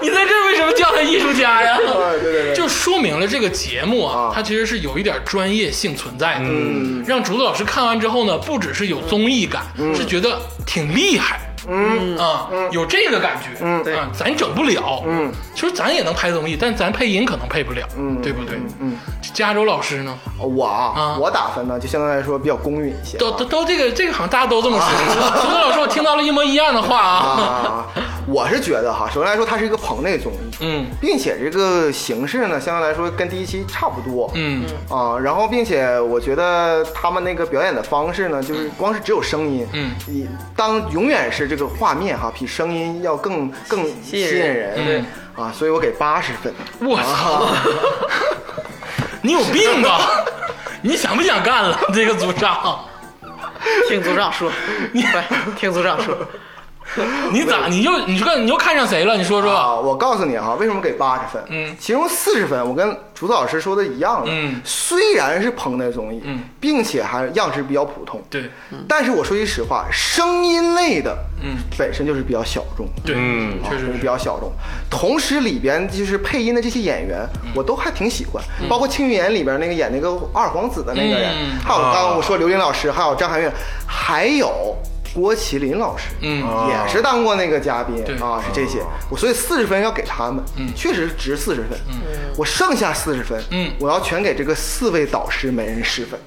你在这儿为什么叫他艺术家呀？
对对对对，
就说明了这个节目啊
啊，
它其实是有一点专业性存在的。嗯，让竹子老师看完之后呢，不只是有综艺感，是觉得挺厉害。嗯啊，有这个感觉。嗯
对
啊，咱整不了。嗯，其实咱也能拍综艺，但咱配音可能配不了。嗯，对不对？嗯，加州老师呢？
我啊
啊，
我打分呢就相对来说比较公允一些啊。
都都都这个这个好像大家都这么说。竹子老师，我听到了一模一样的话啊。
啊，我是觉得哈，首先来说它是一个棚内综艺，
嗯
并且这个形式呢相对来说跟第一期差不多。
嗯
啊，然后并且我觉得他们那个表演的方式呢，就是光是只有声音，
嗯
你当永远是这个画面哈，比声音要更更吸
引人
引人，
嗯
啊，所以我给八十分。啊
我操！你有病吧？ [LAUGHS] 你想不想干了？这个组长，
听组长说，你听组长说，
你咋你就你看你又看上谁了？你说
啊，
说，
我告诉你哈，为什么给八十分？
嗯
其中四十分我跟竹子老师说的一样的。
嗯
虽然是彭的综艺，
嗯
并且还样式比较普通，
对
但是我说句实话，声音类的，
嗯
本身就是比较小众，
对，
嗯
确
就是
实
比
是，
较小众。同时里边就是配音的这些演员，
嗯
我都还挺喜欢，包括《庆余年》里边那个演那个二皇子的那个人，
嗯
还有刚
啊
刚我说刘琳老师，还有张含韵，还有郭麒麟老师，
嗯
啊
也是当过那个嘉宾
对
啊，是这些。我所以四十分要给他们，
嗯
确实值四十分。我剩下四十分，
嗯
我要全给这个四位导师每人十分。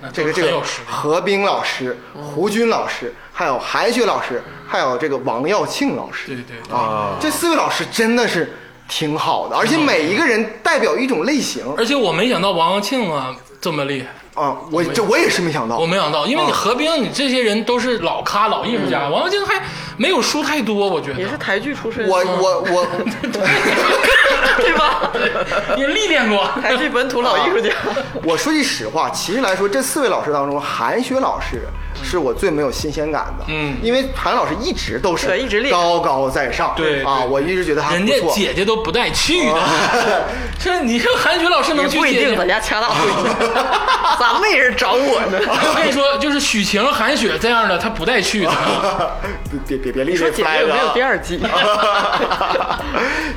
那
这个
都
这
很
个
有实力。嗯
何冰老师、胡军老师，还有韩雪老师，还有这个王耀庆老师，
对对对
啊，这四位老师真的是挺好的，而且每一个人代表一种类型
而且我没想到王庆啊这么厉害，
啊，我这我也是没想
我
到。
没想到，因为
啊
你何冰，你这些人都是老咖、老艺术
嗯
家，王庆还没有输太多，我觉
也是
得
台剧出身，
我我我，
[LAUGHS]
对吧？
也历练过。
台剧本土老艺术家，
我说句实话，其实来说，这四位老师当中，韩雪老师是我最没有新鲜感的，
嗯
因为韩老师一直都是
对一直练
高高在上，
对
啊，
对
我一直觉得他
人
不
家
错，啊
姐姐都不带去的，这你这韩雪老师能
也
去
不一
姐
定，
姐
咱？家掐大不一定，咋没人找我呢？
我跟你说，就是许晴、韩雪这样的，她不带去
啊
的。
[LAUGHS] 别别别别立
说
这
姐
flag
姐有没有
啊
第二季？
[LAUGHS]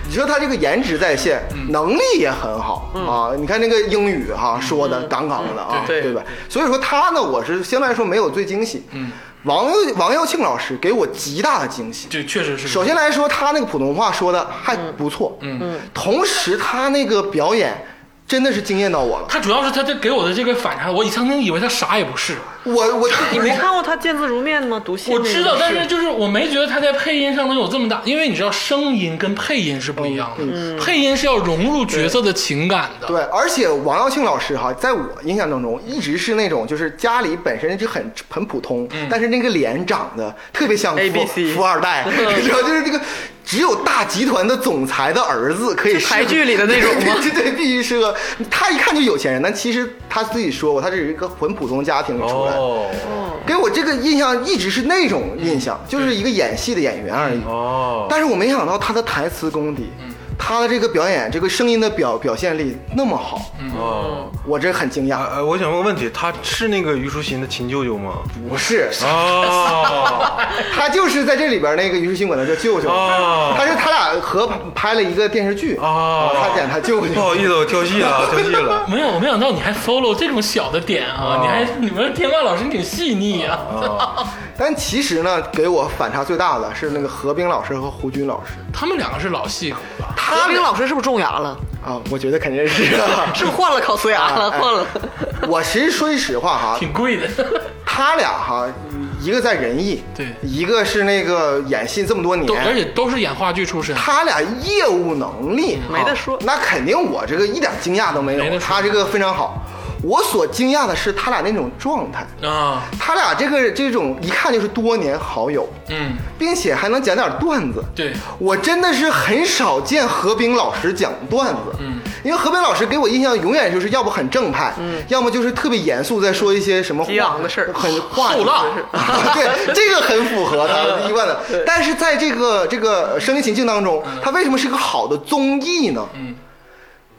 你说他这个颜值在线，能力也很好啊。你看那个英语哈说的杠杠的啊，
对
对吧？所以说他呢，我是相对来说没有最惊喜。王王耀庆老师给我极大的惊喜。
这确实是。
首先来说，他那个普通话说的还不错，嗯，同时他那个表演真的是惊艳到我了。
他主要是他这给我的这个反差，我以曾经以为他啥也不是，
我我
[LAUGHS] 你没看过他见字如面吗？读心
我
那个
知道，但是就是我没觉得他在配音上能有这么大，因为你知道声音跟配音是不一样的，配音是要融入角色的情感的。
对，而且王耀庆老师哈，在我印象当中，一直是那种就是家里本身就很很普通，但是那个脸长得特别像
嗯 A B
富
C
富
[LAUGHS]
二代，你知道，就是这个只有大集团的总裁的儿子可以
是台
适合
剧里的那
[LAUGHS]
种吗
对对，必须适合。他一看就有钱人，但其实他自己说过，他是一个很普通家庭出来的。
哦
给我这个印象一直是那种印象，
嗯
就是一个演戏的演员而已。
哦，
但是我没想到他的台词功底，他的这个表演，这个声音的表表现力那么好，
哦，
我这很惊讶。
啊，呃我想问个问题，他是那个虞书欣的亲舅舅吗？
不是，
哦，
[LAUGHS] 他就是在这里边那个虞书欣管他叫舅舅，
哦
他是他俩合拍了一个电视剧，
哦
他演他舅
不好
舅。
意 [LAUGHS] 思，我跳戏了，跳戏
[LAUGHS]
了。
没有，我没想到你还 follow 这种小的点啊！
哦
你还你们天霸老师你挺细腻啊，
但其实呢，给我反差最大的是那个何冰老师和胡军老师
他们两个是老戏骨了。
何冰老师是不是种牙了？
啊，我觉得肯定是。
是不是换了烤瓷牙了？换了。
我其实说句实话哈，
挺贵的，
他俩哈，一个在仁义，
对
一个是那个演戏这么多
都而
年。
且都是演话剧出身，
他俩业务能力哈
没得说
那肯定我这个一点惊讶都没有。
没得说
他这个非常好，我所惊讶的是他俩那种状态，
啊，
他俩这个这种一看就是多年好友，
嗯，
并且还能讲点段子。
对，
我真的是很少见何冰老师讲段子，嗯，因为何冰老师给我印象永远就是要不很正派，嗯，要么就是特别严肃，在说一些什么
激昂的事儿
很话
后浪
[LAUGHS]
嗯
对，这个很符合他的
[LAUGHS]
一贯的。但是在这个这个声临其境当中，他为什么是个好的综艺呢？
嗯。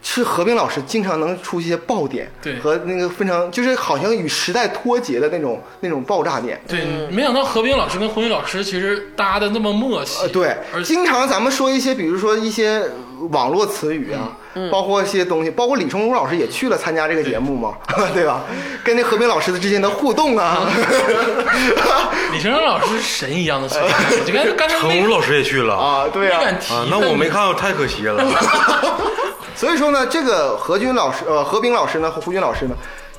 是何冰老师经常能出一些爆点，
对
和那个非常就是好像与时代脱节的那种那种爆炸点，
对，没想到何冰老师跟胡云老师其实搭的那么默契，
呃，对，
而且
经常咱们说一些，比如说一些网络词语啊，
嗯
包括一些东西，包括李成儒老师也去了参加这个节目嘛， [LAUGHS] 对吧？跟那何冰老师之间的互动啊，
李成儒老师是神一样的存在，就跟刚才
程
那
儒
个
老师也去了啊，
啊，对呀、
没敢提，
那我没看过，太可惜了。 [LAUGHS]
所以说呢，这个何军老师，呃，何冰老师呢，和胡军老师呢，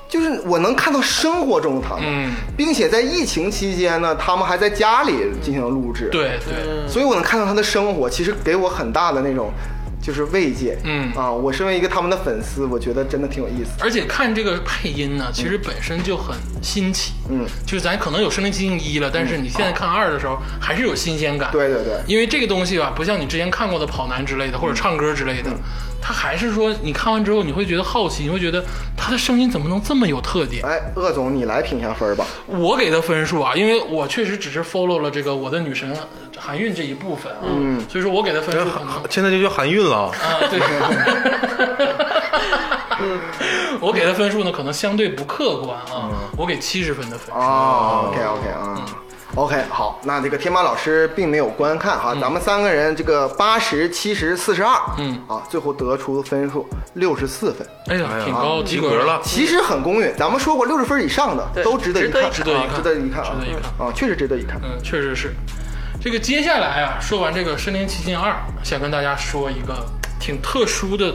就是我能看到生活中的他们，
嗯
并且在疫情期间呢，他们还在家里进行录制，
对对，
所以我能看到他的生活，其实给我很大的那种就是慰藉。
嗯
啊，我身为一个他们的粉丝，我觉得真的挺有意思的。
而且看这个配音呢，其实本身就很新奇。
嗯，
就是咱可能有身临其境一了，但是你现在看二的时候，还是有新鲜感。
对对对嗯
因为这个东西吧，不像你之前看过的跑男之类的，或者唱歌之类的，它还是说你看完之后，你会觉得好奇，你会觉得他的声音怎么能这么有特点？
哎，鄂总，你来评一下分儿吧。
我给的分数啊，因为我确实只是 follow 了这个我的女神韩韵这一部分啊，嗯，所以说我给的分数可能
现在就叫韩运了，
啊，对。 [LAUGHS] 我给的分数呢，可能相对不客观啊，我给七十分的分数。
哦，OK OK 啊、o k 好，那这个天马老师并没有观看哈，咱们三个人这个八十七十四十二，
嗯
啊，最后得出分数六十四分，
哎呀，挺高，及格
了。
其实很公允。咱们说过六十分以上的
对
都值得一看，
值得一看
啊值得一看啊，
值得一看
啊，确实值得一
[LAUGHS]
看。
嗯，确实是。这个接下来啊，说完这个《身临其境二》，想跟大家说一个挺特殊的，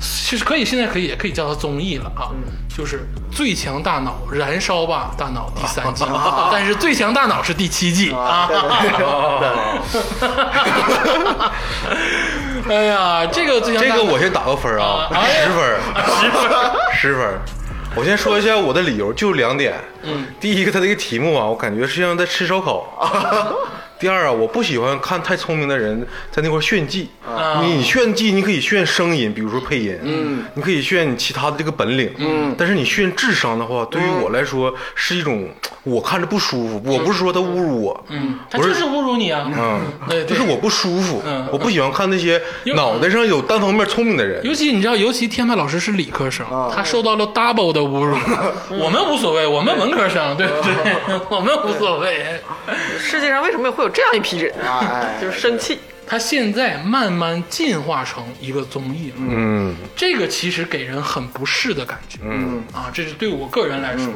其实可以现在可以也可以叫它综艺了啊，就是《最强大脑燃烧吧大脑》第三季，但是《最强大脑》是第七季啊。
对对对
[LAUGHS] 哎呀，这个最强
[LAUGHS] 这
大
个
脑
我先打个分啊，
啊
[LAUGHS] 十分，十分， [LAUGHS] 十分。我先说一下我的理由，就两点。嗯，第一个，它这个题目啊，我感觉是像在吃烧烤。 [LAUGHS] 第二啊，我不喜欢看太聪明的人在那块儿炫技。
啊
你炫技，你可以炫声音，比如说配音，嗯，你可以炫你其他的这个本领，嗯。但是你炫智商的话，对于
嗯
我来说是一种我看着不舒服。我不是说他侮辱我，
嗯，他
我
就是是侮辱你啊！
嗯，
对，
就
对
是我不舒服
嗯，
我不喜欢看那些脑袋上有单方面聪明的人。
尤其你知道，尤其天派老师是理科生，
啊
他受到了 double 的侮辱。
嗯
我们无所谓，我们文科生，对不对？ [LAUGHS] 我们无所谓。
世界上为什么会有这样一批人？
哎
就是生气，
他现在慢慢进化成一个综艺了，
嗯，
这个其实给人很不适的感觉。嗯啊，这是对我个人来说，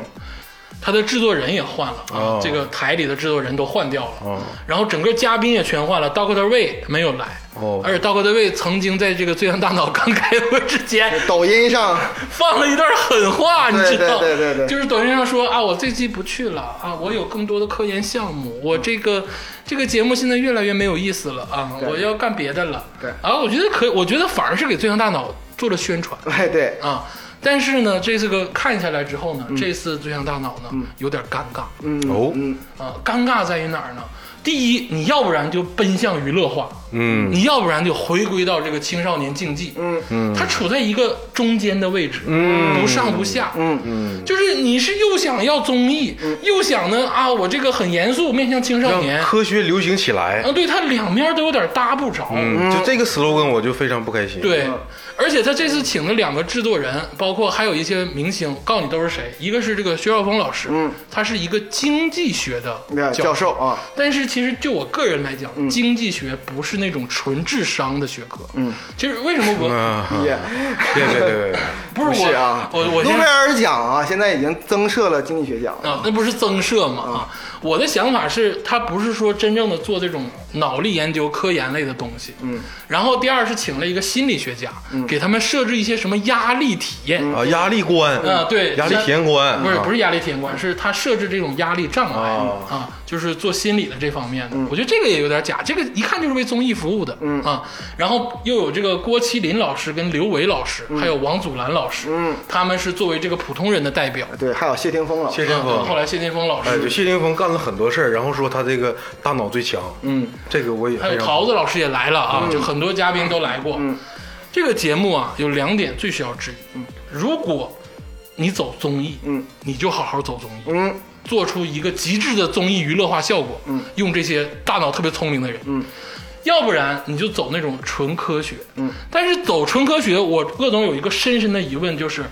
他的制作人也换了啊
嗯哦，
这个台里的制作人都换掉了，然后整个嘉宾也全换了，Doctor Wei 没有来。
哦
而且 Doctor Wei 曾经在这个《最强大脑》刚开播之
[LAUGHS]
前，
抖音上
放了一段狠话，你
对
知道？
对对对对
就是抖音上说啊，我这季不去了啊，我有更多的科研项
嗯
目，我这个、这个节目现在越来越没有意思了啊，我要干别的了。
对
啊，我觉得可以，我觉得反而是给最强大脑做了宣传
哎对，
啊。但是呢，这次个看下来之后
嗯
呢，这次最强大脑呢、有点尴尬
哦，
啊，尴尬在于哪儿呢？第一，你要不然就奔向娱乐化，
嗯
你要不然就回归到这个青少年竞技，
嗯
嗯，它处在一个中间的位置，嗯，不上不下，
嗯
嗯，就是你是又想要综艺，又想呢啊，我这个很严肃面向青少
让
年，
科学流行起来
啊，。对，它两面都有点搭不着，
嗯，就这个 slogan 我就非常不开心。，
对，而且他这次请了两个制作人，包括还有一些明星，告诉你都是谁，一个是这个薛兆丰老师，
嗯，
他是一个经济学的
那
教
教授啊，
但是其实就我个人来讲，
嗯
经济学不是那种纯智商的学科。嗯，就是为什么我、
啊，
也
对对对对，
不是我
不是啊，
我我
诺
先
贝尔奖啊，现在已经增设了经济学奖了。
啊，那不是增设
嗯
吗？啊，我的想法是，他不是说真正的做这种脑力研究、科研类的东西。嗯，然后第二是请了一个心理学家，
嗯
给他们设置一些什么压力体验。
啊，压力观
啊对
压力体验观，啊
不是不
是，
是压力体验观，是他设置这种压力障碍、
哦
啊，就是做心理的这方面的。
嗯
我觉得这个也有点假，这个一看就是为综艺服务的、啊。然后又有这个郭麒麟老师跟刘维老师，
嗯
还有王祖蓝老师，
嗯
他们是作为这个普通人的代表。
对，还有谢霆锋老师，
谢霆
啊后
锋。
来谢霆锋老
哎，就
师，
谢霆锋干了很多事儿，然后说他这个大脑最强，嗯，这个我也
还
非
有
常
桃子老师也来了啊，
嗯
就很多嘉宾都来过。这个节目啊，有两点最需要质疑：
嗯
如果你走综艺，
嗯，
你就好好走综艺，
嗯，
做出一个极致的综艺娱乐化效果，嗯，用这些大脑特别聪明的人，嗯，要不然你就走那种纯科学，嗯，但是走纯科学，我鄂总有一个深深的疑问，就是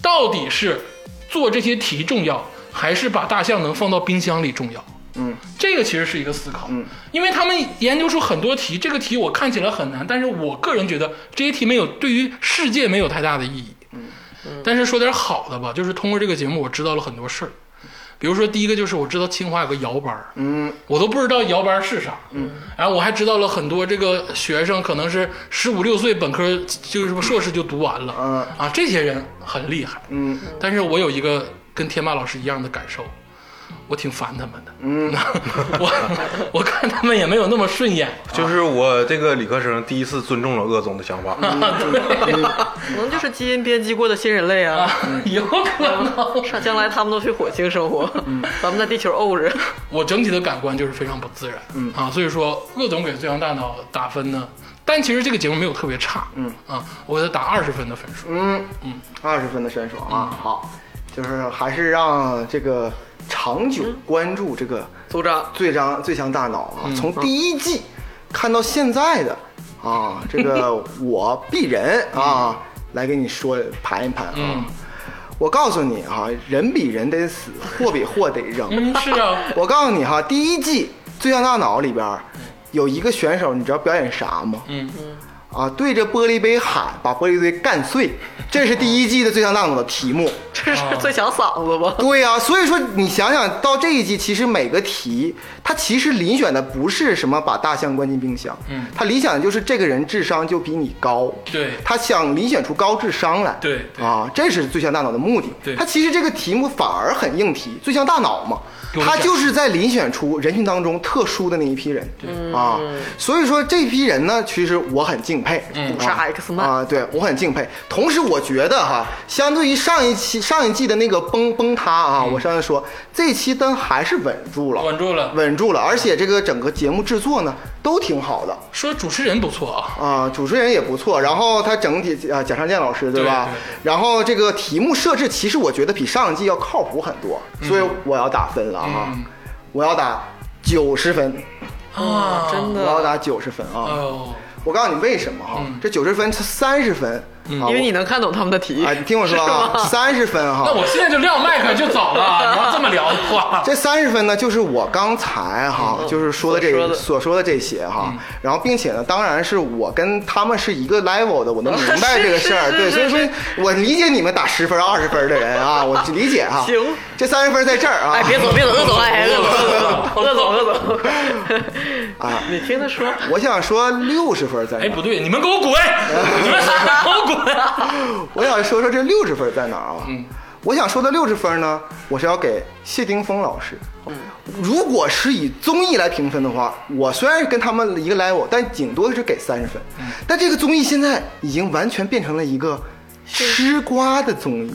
到底是做这些题重要，还是把大象能放到冰箱里重要？
嗯，
这个其实是一个思考，嗯，因为他们研究出很多题，这个题我看起来很难，但是我个人觉得这些题没有对于世界没有太大的意义，但是说点好的吧，就是通过这个节目，我知道了很多事儿。比如说，第一个就是我知道清华有个摇班，嗯，我都不知道摇班是啥，嗯，然后我还知道了很多这个学生可能是十五六岁本科就是什么硕士就读完了，
嗯
啊，这些人很厉害，
嗯，
但是我有一个跟天霸老师一样的感受，我挺烦他们的，嗯， [LAUGHS] 我 [LAUGHS] 我看他们也没有那么顺眼，
就是我这个理科生第一次尊重了鄂总的想法，
嗯
可能就是基因编辑过的新人类 [LAUGHS] 啊。
[LAUGHS] 有可能。
上将来他们都去火星生活，咱们在地球沤着。
我整体的感官就是非常不自然，嗯啊，所以说鄂总给《最强大脑》打分呢，但其实这个节目没有特别差，嗯啊，我给他打二十分的分数，
嗯嗯，二十分的选手
嗯
啊，好，就是还是让这个长久关注这个
嗯
组长，
最张最强大脑啊，从第一季看到现在的啊，这个我鄙人啊，来给你说盘一盘啊。
嗯
我告诉你啊，人比人得死，货比货得扔。
嗯，是
[LAUGHS]
啊，
我告诉你哈，第一季《最强大脑》里边儿有一个选手，你知道表演啥吗？
嗯
啊，对着玻璃杯喊，把玻璃杯干碎，这是第一季的《最强大脑》的题目。
这是最强嗓子吧？
对呀、所以说你想想到这一季，其实每个题它其实遴选的不是什么把大象关进冰箱，
嗯
它遴选的就是这个人智商就比你高，
对
他想遴选出高智商来，
对对
啊，这是最强大脑的目的。
对
它其实这个题目反而很硬题，最强大脑嘛，
有
它
点
就是在遴选出人群当中特殊的那一批人，啊，所以说这批人呢，其实我很敬佩，
嗯
五杀 X 曼，
啊，对我很敬佩。同时，我觉得哈，相对于上一期、上一季的那个崩崩塌啊，我上次说这一期灯还是稳住了，
嗯稳住了。
稳住了，而且这个整个节目制作呢都挺好的。
说主持人不错啊，
啊，主持人也不错，然后他整体啊，贾尚健老师对吧？
对对
然后这个题目设置，其实我觉得比上一季要靠谱很多，所以我要打分了啊，
嗯
我要打九十分，
啊，
[LAUGHS] 真
我要
的，
打九十分啊！
哎呦，
我告诉你为什么哈、
嗯
这九十分是三十分，啊
因为你能看懂他们的题
啊，你听我说啊，三十分哈、
那我现在就撂麦克就走了。你要这么聊的话，
[LAUGHS] 这三十分呢，就是我刚才哈，就是说的这
嗯所说的嗯
所说的这些哈，然后并且呢，当然是我跟他们是一个 level 的，
[LAUGHS]
我能明白这个事儿，
是是
对，
是
所以说我理解你们打十分、二十分的人啊，我理解哈。
行
这三十分在这儿啊。
哎，别走，别走，饿走，哎，饿走，饿走，饿走， [LAUGHS]
啊！
你听他说，
我想说六十分在哪
哎，
儿？
不对，你们给我滚！ [LAUGHS] 你们仨给我
[LAUGHS]
滚！
我想说说这六十分在哪儿啊？
嗯
我想说的六十分呢，我是要给谢霆锋老师。
嗯
如果是以综艺来评分的话，我虽然是跟他们一个 level，但顶多是给三十分。
嗯
但这个综艺现在已经完全变成了一个吃瓜的综艺，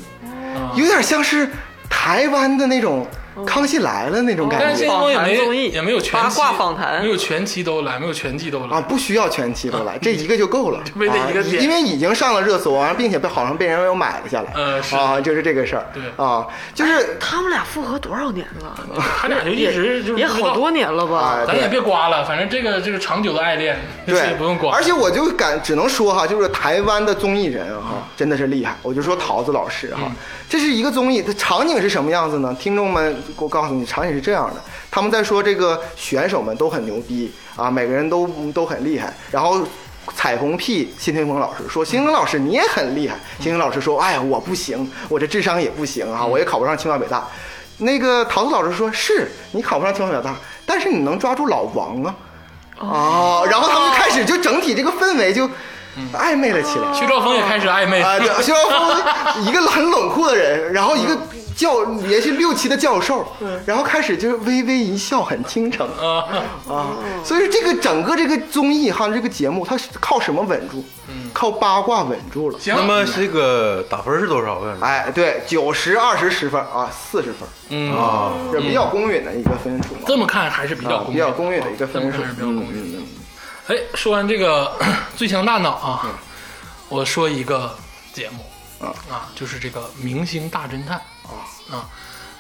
有点像是台湾的那种《康熙来了》那种
但
感
是谢
觉。
霆锋也
访谈综艺
没也没有全
八
期
卦访谈
没有全期都来，没有全季都
啊，
来。
不需要全期都来，这一个就
[LAUGHS]
够了。
啊为那一个
啊
点
因为已经上了热搜，完了，并且被好像被人又买了下来。
呃是
啊，就是这个事儿。
对
啊，就是
他们俩复合多少年了？
他俩就哎一直就是
也
不知道
好多，年了吧？
咱也
对
别刮了，反正这个就是长久的爱恋，这
对
也，不用刮。
而且我就敢只能说哈，就是台湾的综艺人
嗯
哈，真的是厉害。我就说桃子老师哈，这是一个综艺，它场景是什么样子呢？听众们，我告诉你，场景是这样的。他们在说这个选手们都很牛逼啊，每个人都都很厉害，然后。彩虹屁谢霆锋老师说：“谢霆锋老师你也很厉害。”谢霆锋老师说：“哎呀，我不行，我这智商也不行啊，
嗯
我也考不上清华北大。”那个桃子老师说：“是你考不上清华北大，但是你能抓住老王啊。”哦，然后他们就开始就整体这个氛围就
嗯
暧昧了起来。
徐兆峰也开始暧昧， [LAUGHS]
啊，对，薛兆丰一个很冷酷的人，然后一
嗯
个教连续六期的教授，然后开始就是微微一笑，很倾城
啊，
啊。所以这个整个这个综艺哈，这个节目它是靠什么稳住？
嗯
靠八卦稳住了。
行
那，么这个打分是多少啊个？
哎，对，九十、二十、十分啊，四十分，
嗯，
啊，
这比较公允的一个分数嘛，
这么看还是比较
啊
公
比
平
较。公允的一个嗯
这么
分数
看。是比较公允的。哎，说完这个 [COUGHS] 最强大脑啊，我说一个节目
嗯啊
就是这个《明星大侦探》啊啊，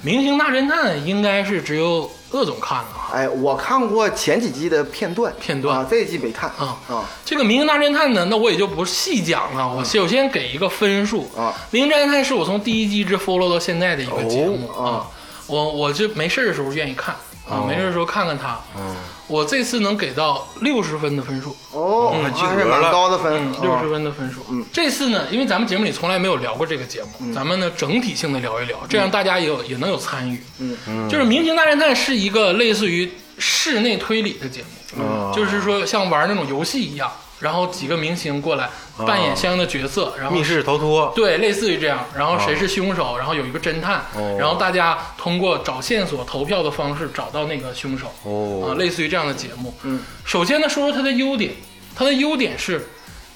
《明星大侦探》应该是只有鄂总看了啊。
哎，我看过前几季的片段，
片段
啊，这一季没看
啊
啊。
这个《明星大侦探》呢，那我也就不细讲了。我首先给一个分数
嗯啊哦
明星大侦探》是我从第一季一直 follow 到现在的一个节目、啊。我我就没事儿的时候愿意看啊，没事儿的时候看看它。嗯，我这次能给到六十分的分数。
哦，
嗯
还是蛮高的分
嗯，，六十分的分数。嗯，这次呢，因为咱们节目里从来没有聊过这个节目，咱们呢整体性的聊一聊，这样大家也有也能有参与。嗯嗯，就是《明星大侦探》是哦
啊
一个类似于室内推理的节目，就是说像玩那种游戏一样然后几个明星过来扮演相应的角色，然后
密室逃脱，
对，类似于这样。然后谁是凶手，然后有一个侦探，
啊哦
然后大家通过找线索、投票的方式找到那个凶手。啊，
哦
类似于这样的节目。嗯，首先呢，说说它的优点，它的优点是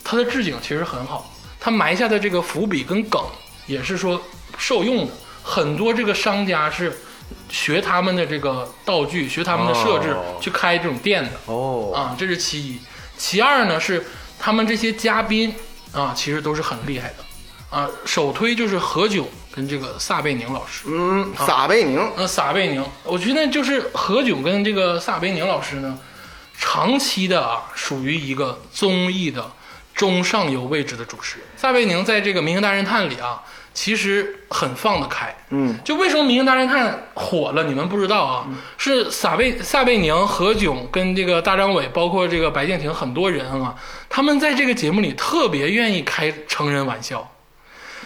它的置景其实很好，它埋下的这个伏笔跟梗也是说受用的。很多这个商家是学他们的这个道具，学他们的设置、
哦
去开这种店的。
哦，
啊，这是其一。其二呢是他们这些嘉宾啊，其实都是很厉害的啊。首推就是何炅跟这个撒贝宁老师。
嗯，撒贝宁，
呃，撒贝宁，我觉得就是何炅跟这个撒贝宁老师呢，长期的啊，属于一个综艺的中上游位置的主持人。撒贝宁在这个《明星大侦探》里啊，其实很放得开。
嗯，
就为什么《明星大侦探》火了，你们不知道啊？是撒贝撒贝宁、何炅跟这个大张伟，包括这个白敬亭很多人啊，他们在这个节目里特别愿意开成人玩笑。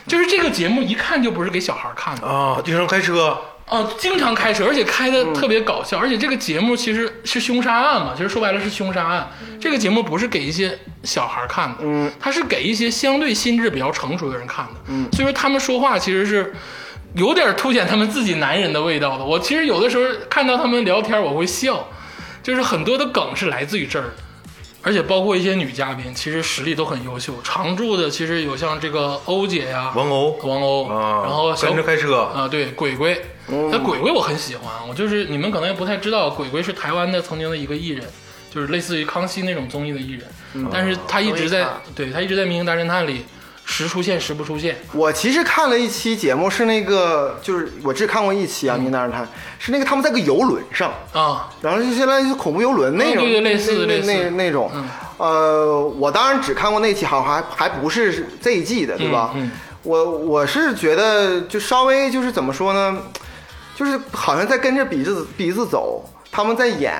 就是这个节目一看就不是给小孩看的，
啊，经常开车，
啊，经常开车，而且开的特别搞笑，而且这个节目其实是凶杀案嘛，其实说白了是凶杀案。这个节目不是给一些小孩看的，嗯，它是给一些相对心智比较成熟的人看的，嗯，所以说他们说话其实是有点凸显他们自己男人的味道的。我其实有的时候看到他们聊天，我会笑，就是很多的梗是来自于这儿的。而且包括一些女嘉宾，其实实力都很优秀。常驻的其实有像这个欧姐呀、
王鸥
王鸥，
啊，
哦然后小
跟着开车，
啊，对，鬼鬼，
嗯
那鬼鬼我很喜欢，我就是你们可能也不太知道，鬼鬼是台湾的曾经的一个艺人，就是类似于康熙那种综艺的艺人，
嗯
但是他一直在
综艺咖，
对他一直在《明星大侦探》里时出现时不出现，
我其实看了一期节目，是那个，就是我只看过一
嗯
期啊，《明大侦探》，是那个他们在个游轮上，
啊，
然后就现在是恐怖游轮那种，
对对类似
那
类似
那那种
嗯，
呃，我当然只看过那期，好像还还不是这一季的，对吧？
嗯嗯
我我是觉得就稍微就是怎么说呢，就是好像在跟着鼻子鼻子走，他们在演。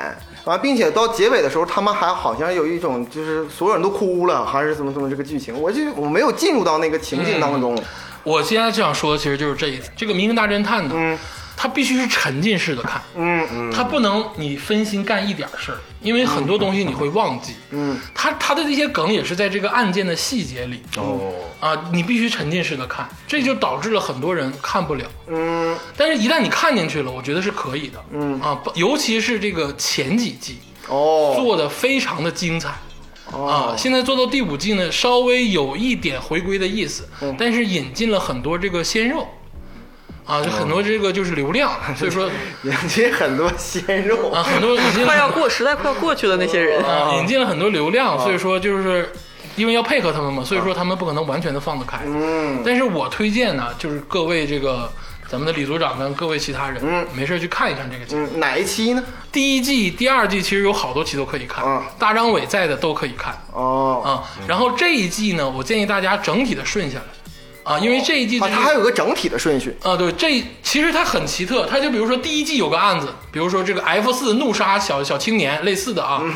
完，并且到结尾的时候，他们还好像有一种就是所有人都哭了，还是怎么怎么这个剧情，我就我没有进入到那个情境当中。
我现在想说的其实就是这一点，这个《明星大侦探》呢，它必须是沉浸式的看，
嗯
它不能你分心干一点事儿，因为很多东西你会忘记，嗯，它它的这些梗也是在这个案件的细节里，
哦，
啊，你必须沉浸式的看，这就导致了很多人看不了。
嗯，
但是，一旦你看进去了，我觉得是可以的。嗯啊，不尤其是这个前几季
哦，
做的非常的精彩。啊
哦，
现在做到第五季呢，稍微有一点回归的意思，
嗯
但是引进了很多这个鲜肉，啊，就
哦
很多这个就是流
[LAUGHS]
量，所以说
引进很多鲜肉
啊，很多引进了
[LAUGHS] 快要过哦时代快要过去的那些
哦
人，
啊，引进了很多流量，所以说就是因为要配合他们嘛，
哦
所以说他们不可能完全的放得开。
嗯，
但是我推荐呢，就是各位这个咱们的李组长跟各位其他人，
嗯
没事去看一看这个节目。
嗯，哪一期呢？
第一季、第二季其实有好多期都可以看，
嗯
大张伟在的都可以看
哦，
啊。然后这一季呢，我建议大家整体的顺下来啊，因为这一季
啊，
就是
它还有个整体的顺序。
啊，对，这其实它很奇特，它就比如说第一季有个案子，比如说这个 F 四怒杀小小青年类似的啊，
嗯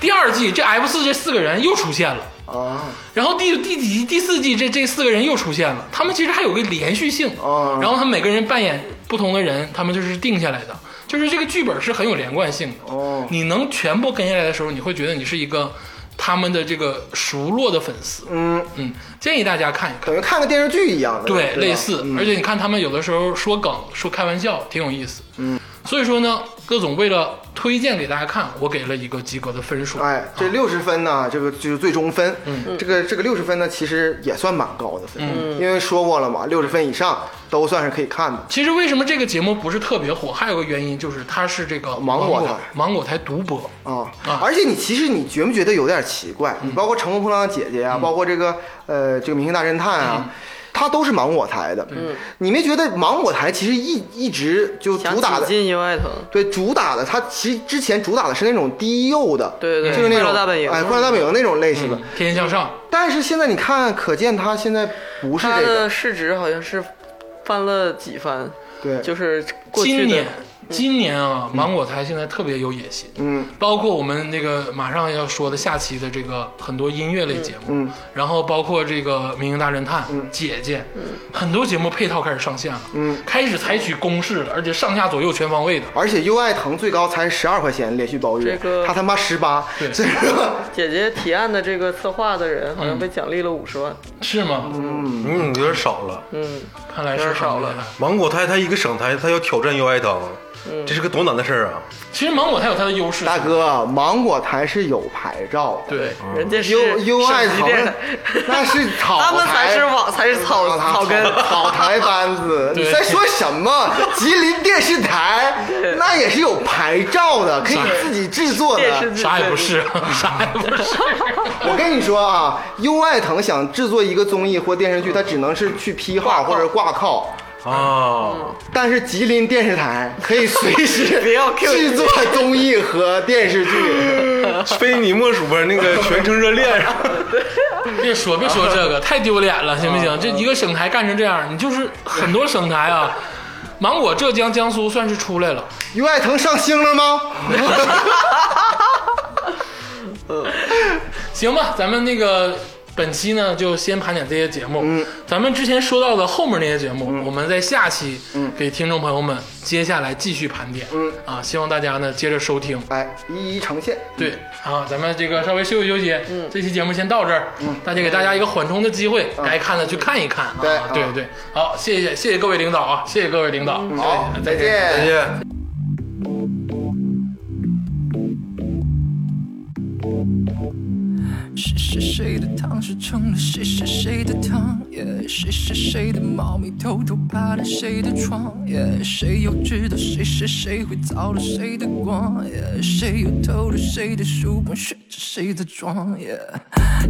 第二季这 F 四这四个人又出现了。
啊，
然后第第几季、第四季这这四个人又出现了，他们其实还有个连续性，
哦
然后他们每个人扮演不同的人，他们就是定下来的，就是这个剧本是很有连贯性的。
哦
你能全部跟下来的时候，你会觉得你是一个他们的这个熟络的粉丝。
嗯，啊
嗯，建议大家看一看，
等于看个电视剧一样的，
对，
吧
类似，
嗯
而且你看他们有的时候说梗、说开玩笑，挺有意思。嗯，所以说呢，各总为了推荐给大家看，我给了一个及格的分数。
哎，这六十分呢，这个就是最终分。嗯，这个这个六十分呢，其实也算蛮高的分，
嗯
因为说过了嘛，六十分以上都算是可以看的。
其实为什么这个节目不是特别火，还有个原因就是它是这个
芒果
果
台
芒果台独播。
啊
啊，
而且你其实你觉不觉得有点奇怪？
嗯
你包括《乘风破浪的姐姐》啊，包括这个呃这个《明星大侦探》啊，
嗯
它都是芒果台的。嗯，你没觉得芒果台其实一一直就
想
主打
挤
的
进尤爱腾，
对，主打的它其实之前主打的是那种低幼的，
对对对
就是那种
快乐大本营嗯
哎，快乐大本营那种类型的。
天天向上，
但是现在你看，可见它现在不是
它
这个
的，市值好像是翻了几番，
对，
就是过去
今
的
年今年啊，芒果台现在特别有野心，
嗯，
包括我们那个马上要说的下期的这个很多音乐类节目，
嗯嗯
然后包括这个《民营大侦探》姐姐，很多节目配套开始上线了，
嗯，
开始采取公式了，而且上下左右全方位的，
而且优爱腾最高才十二块钱连续包月，
这个
他他妈十八，
对
这个
姐姐提案的这个策划的人
嗯
好像被奖励了五十万，
哦
是吗？
嗯，有点少了。
嗯，
看来是
少了
很厉害
芒果台它一个省台，它要挑战 U I 堂，这是个多难的事儿啊！
其实芒果台有它的优势，
大哥，啊芒果台是有牌照的。
对，
人家是
优优爱
省级
腾
电台，
那是
[LAUGHS]
草台，
他们才是网才是草
啊
草根
草台班
[LAUGHS]
子。
对
你在说什么？吉林电视台那也是有牌照的，可以自己制作
电视
的。
剧
啥也不是，啥也不是，
我跟你说啊，优爱腾想制作一个综艺或电视剧，它只能是去批号或者挂靠。
啊，
但是吉林电视台可以随时
[LAUGHS] 不要 Q
制作综艺和电视剧。
啊 [LAUGHS] 非你莫属吧？那个全程热恋，
[LAUGHS] 别说别说这个，太丢脸了，行不行？这一个省台干成这样，你就是很多省台啊，芒果、浙江、江苏算是出来了。
优爱腾上星了吗？
行吧，咱们那个本期呢就先盘点这些节目。嗯，咱们之前说到的后面那些节目，我们在下期给听众朋友们接下来继续盘点。嗯啊，希望大家呢接着收听。
哎，一一呈现。
对啊，咱们这个稍微休息休息，嗯，这期节目先到这儿，嗯，大家给大家一个缓冲的机会，该看的去看一看，
嗯对
啊，对
嗯
对，好，谢谢谢谢各位领导啊，谢谢各位领导，
好，再见
哎
再见。
谁谁谁的糖是盛了谁谁谁的糖，耶、谁谁谁的猫咪偷偷爬到谁的床，耶、谁又知道谁谁谁会遭了谁的光，耶、谁又偷了谁的书本，学着谁的妆，耶、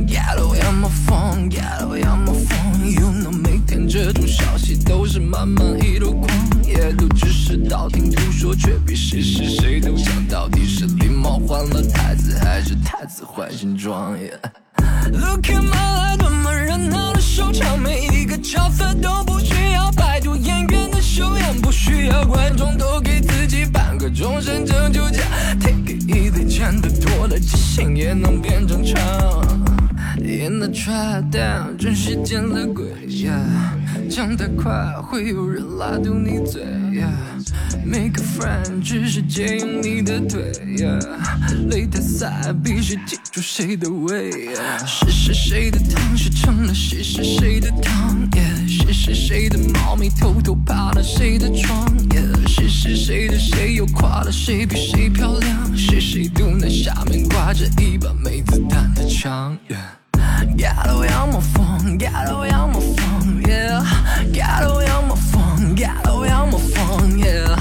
Get away my phone, get away my phone, you know 每天这种消息都是满满一箩筐，也都只是道听途说，却比谁是谁都强，到底是狸猫换了太子，还是太子换新装耶 Look at my life，多么热闹的收场，每一个角色都不需要摆渡演员的修养，不需要观众都给自己半个终身拯救奖，Take it easy，见得多了，即兴也能变正常。In the trap down，真是见了鬼呀！长得快会有人拉住你嘴呀。Make a friend，只是借用你的腿呀。擂台赛必须记住谁的胃呀。谁是谁的糖是成了谁是谁的糖呀？谁是谁的猫咪偷偷爬了谁的床呀？谁是谁的谁又夸了谁比谁漂亮？谁谁肚腩下面挂着一把没子弹的枪呀？Get away on my phone, get away on my phone, yeah. Get away on my phone, get away on my phone, yeah.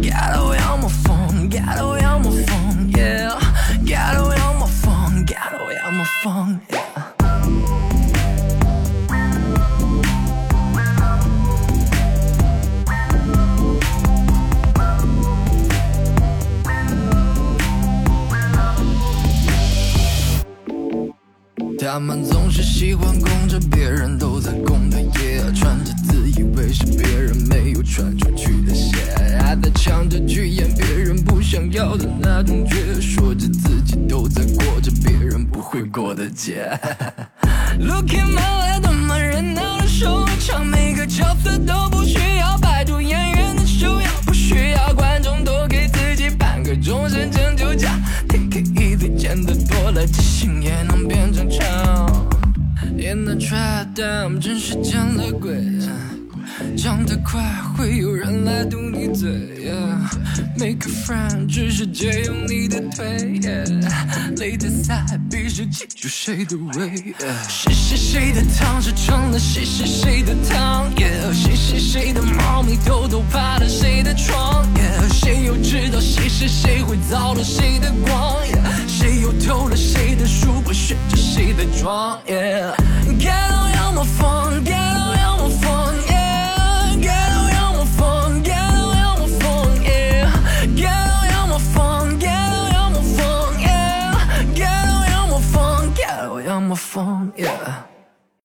Get away on my phone, get away on my phone, yeah. Get away on my phone, get away on my phone, yeah.他们总是喜欢供着别人都在供的夜，穿着自以为是别人没有穿出去的鞋，还在抢着去演别人不想要的那种角，说着自己都在过着别人不会过的 [LAUGHS] 节。Look at my life，多么热闹的收场，每个角色都不需要摆渡演员的修养，不需要观众多给自己半个终身拯救奖。Take it easy，见得多了，即兴也能变正常。In the trap down，真是见了鬼。长得快会有人来堵你嘴，yeah。Make a friend，只是借用你的腿，yeah。擂台赛必须记住谁的胃，yeah。谁是谁的糖是成了谁是谁的糖，yeah。谁是谁的猫咪偷偷爬了谁的床，yeah。谁又知道谁是谁会遭了谁的光，yeah。谁又偷了谁的书包，学着谁的妆，yeah。Get on your phone。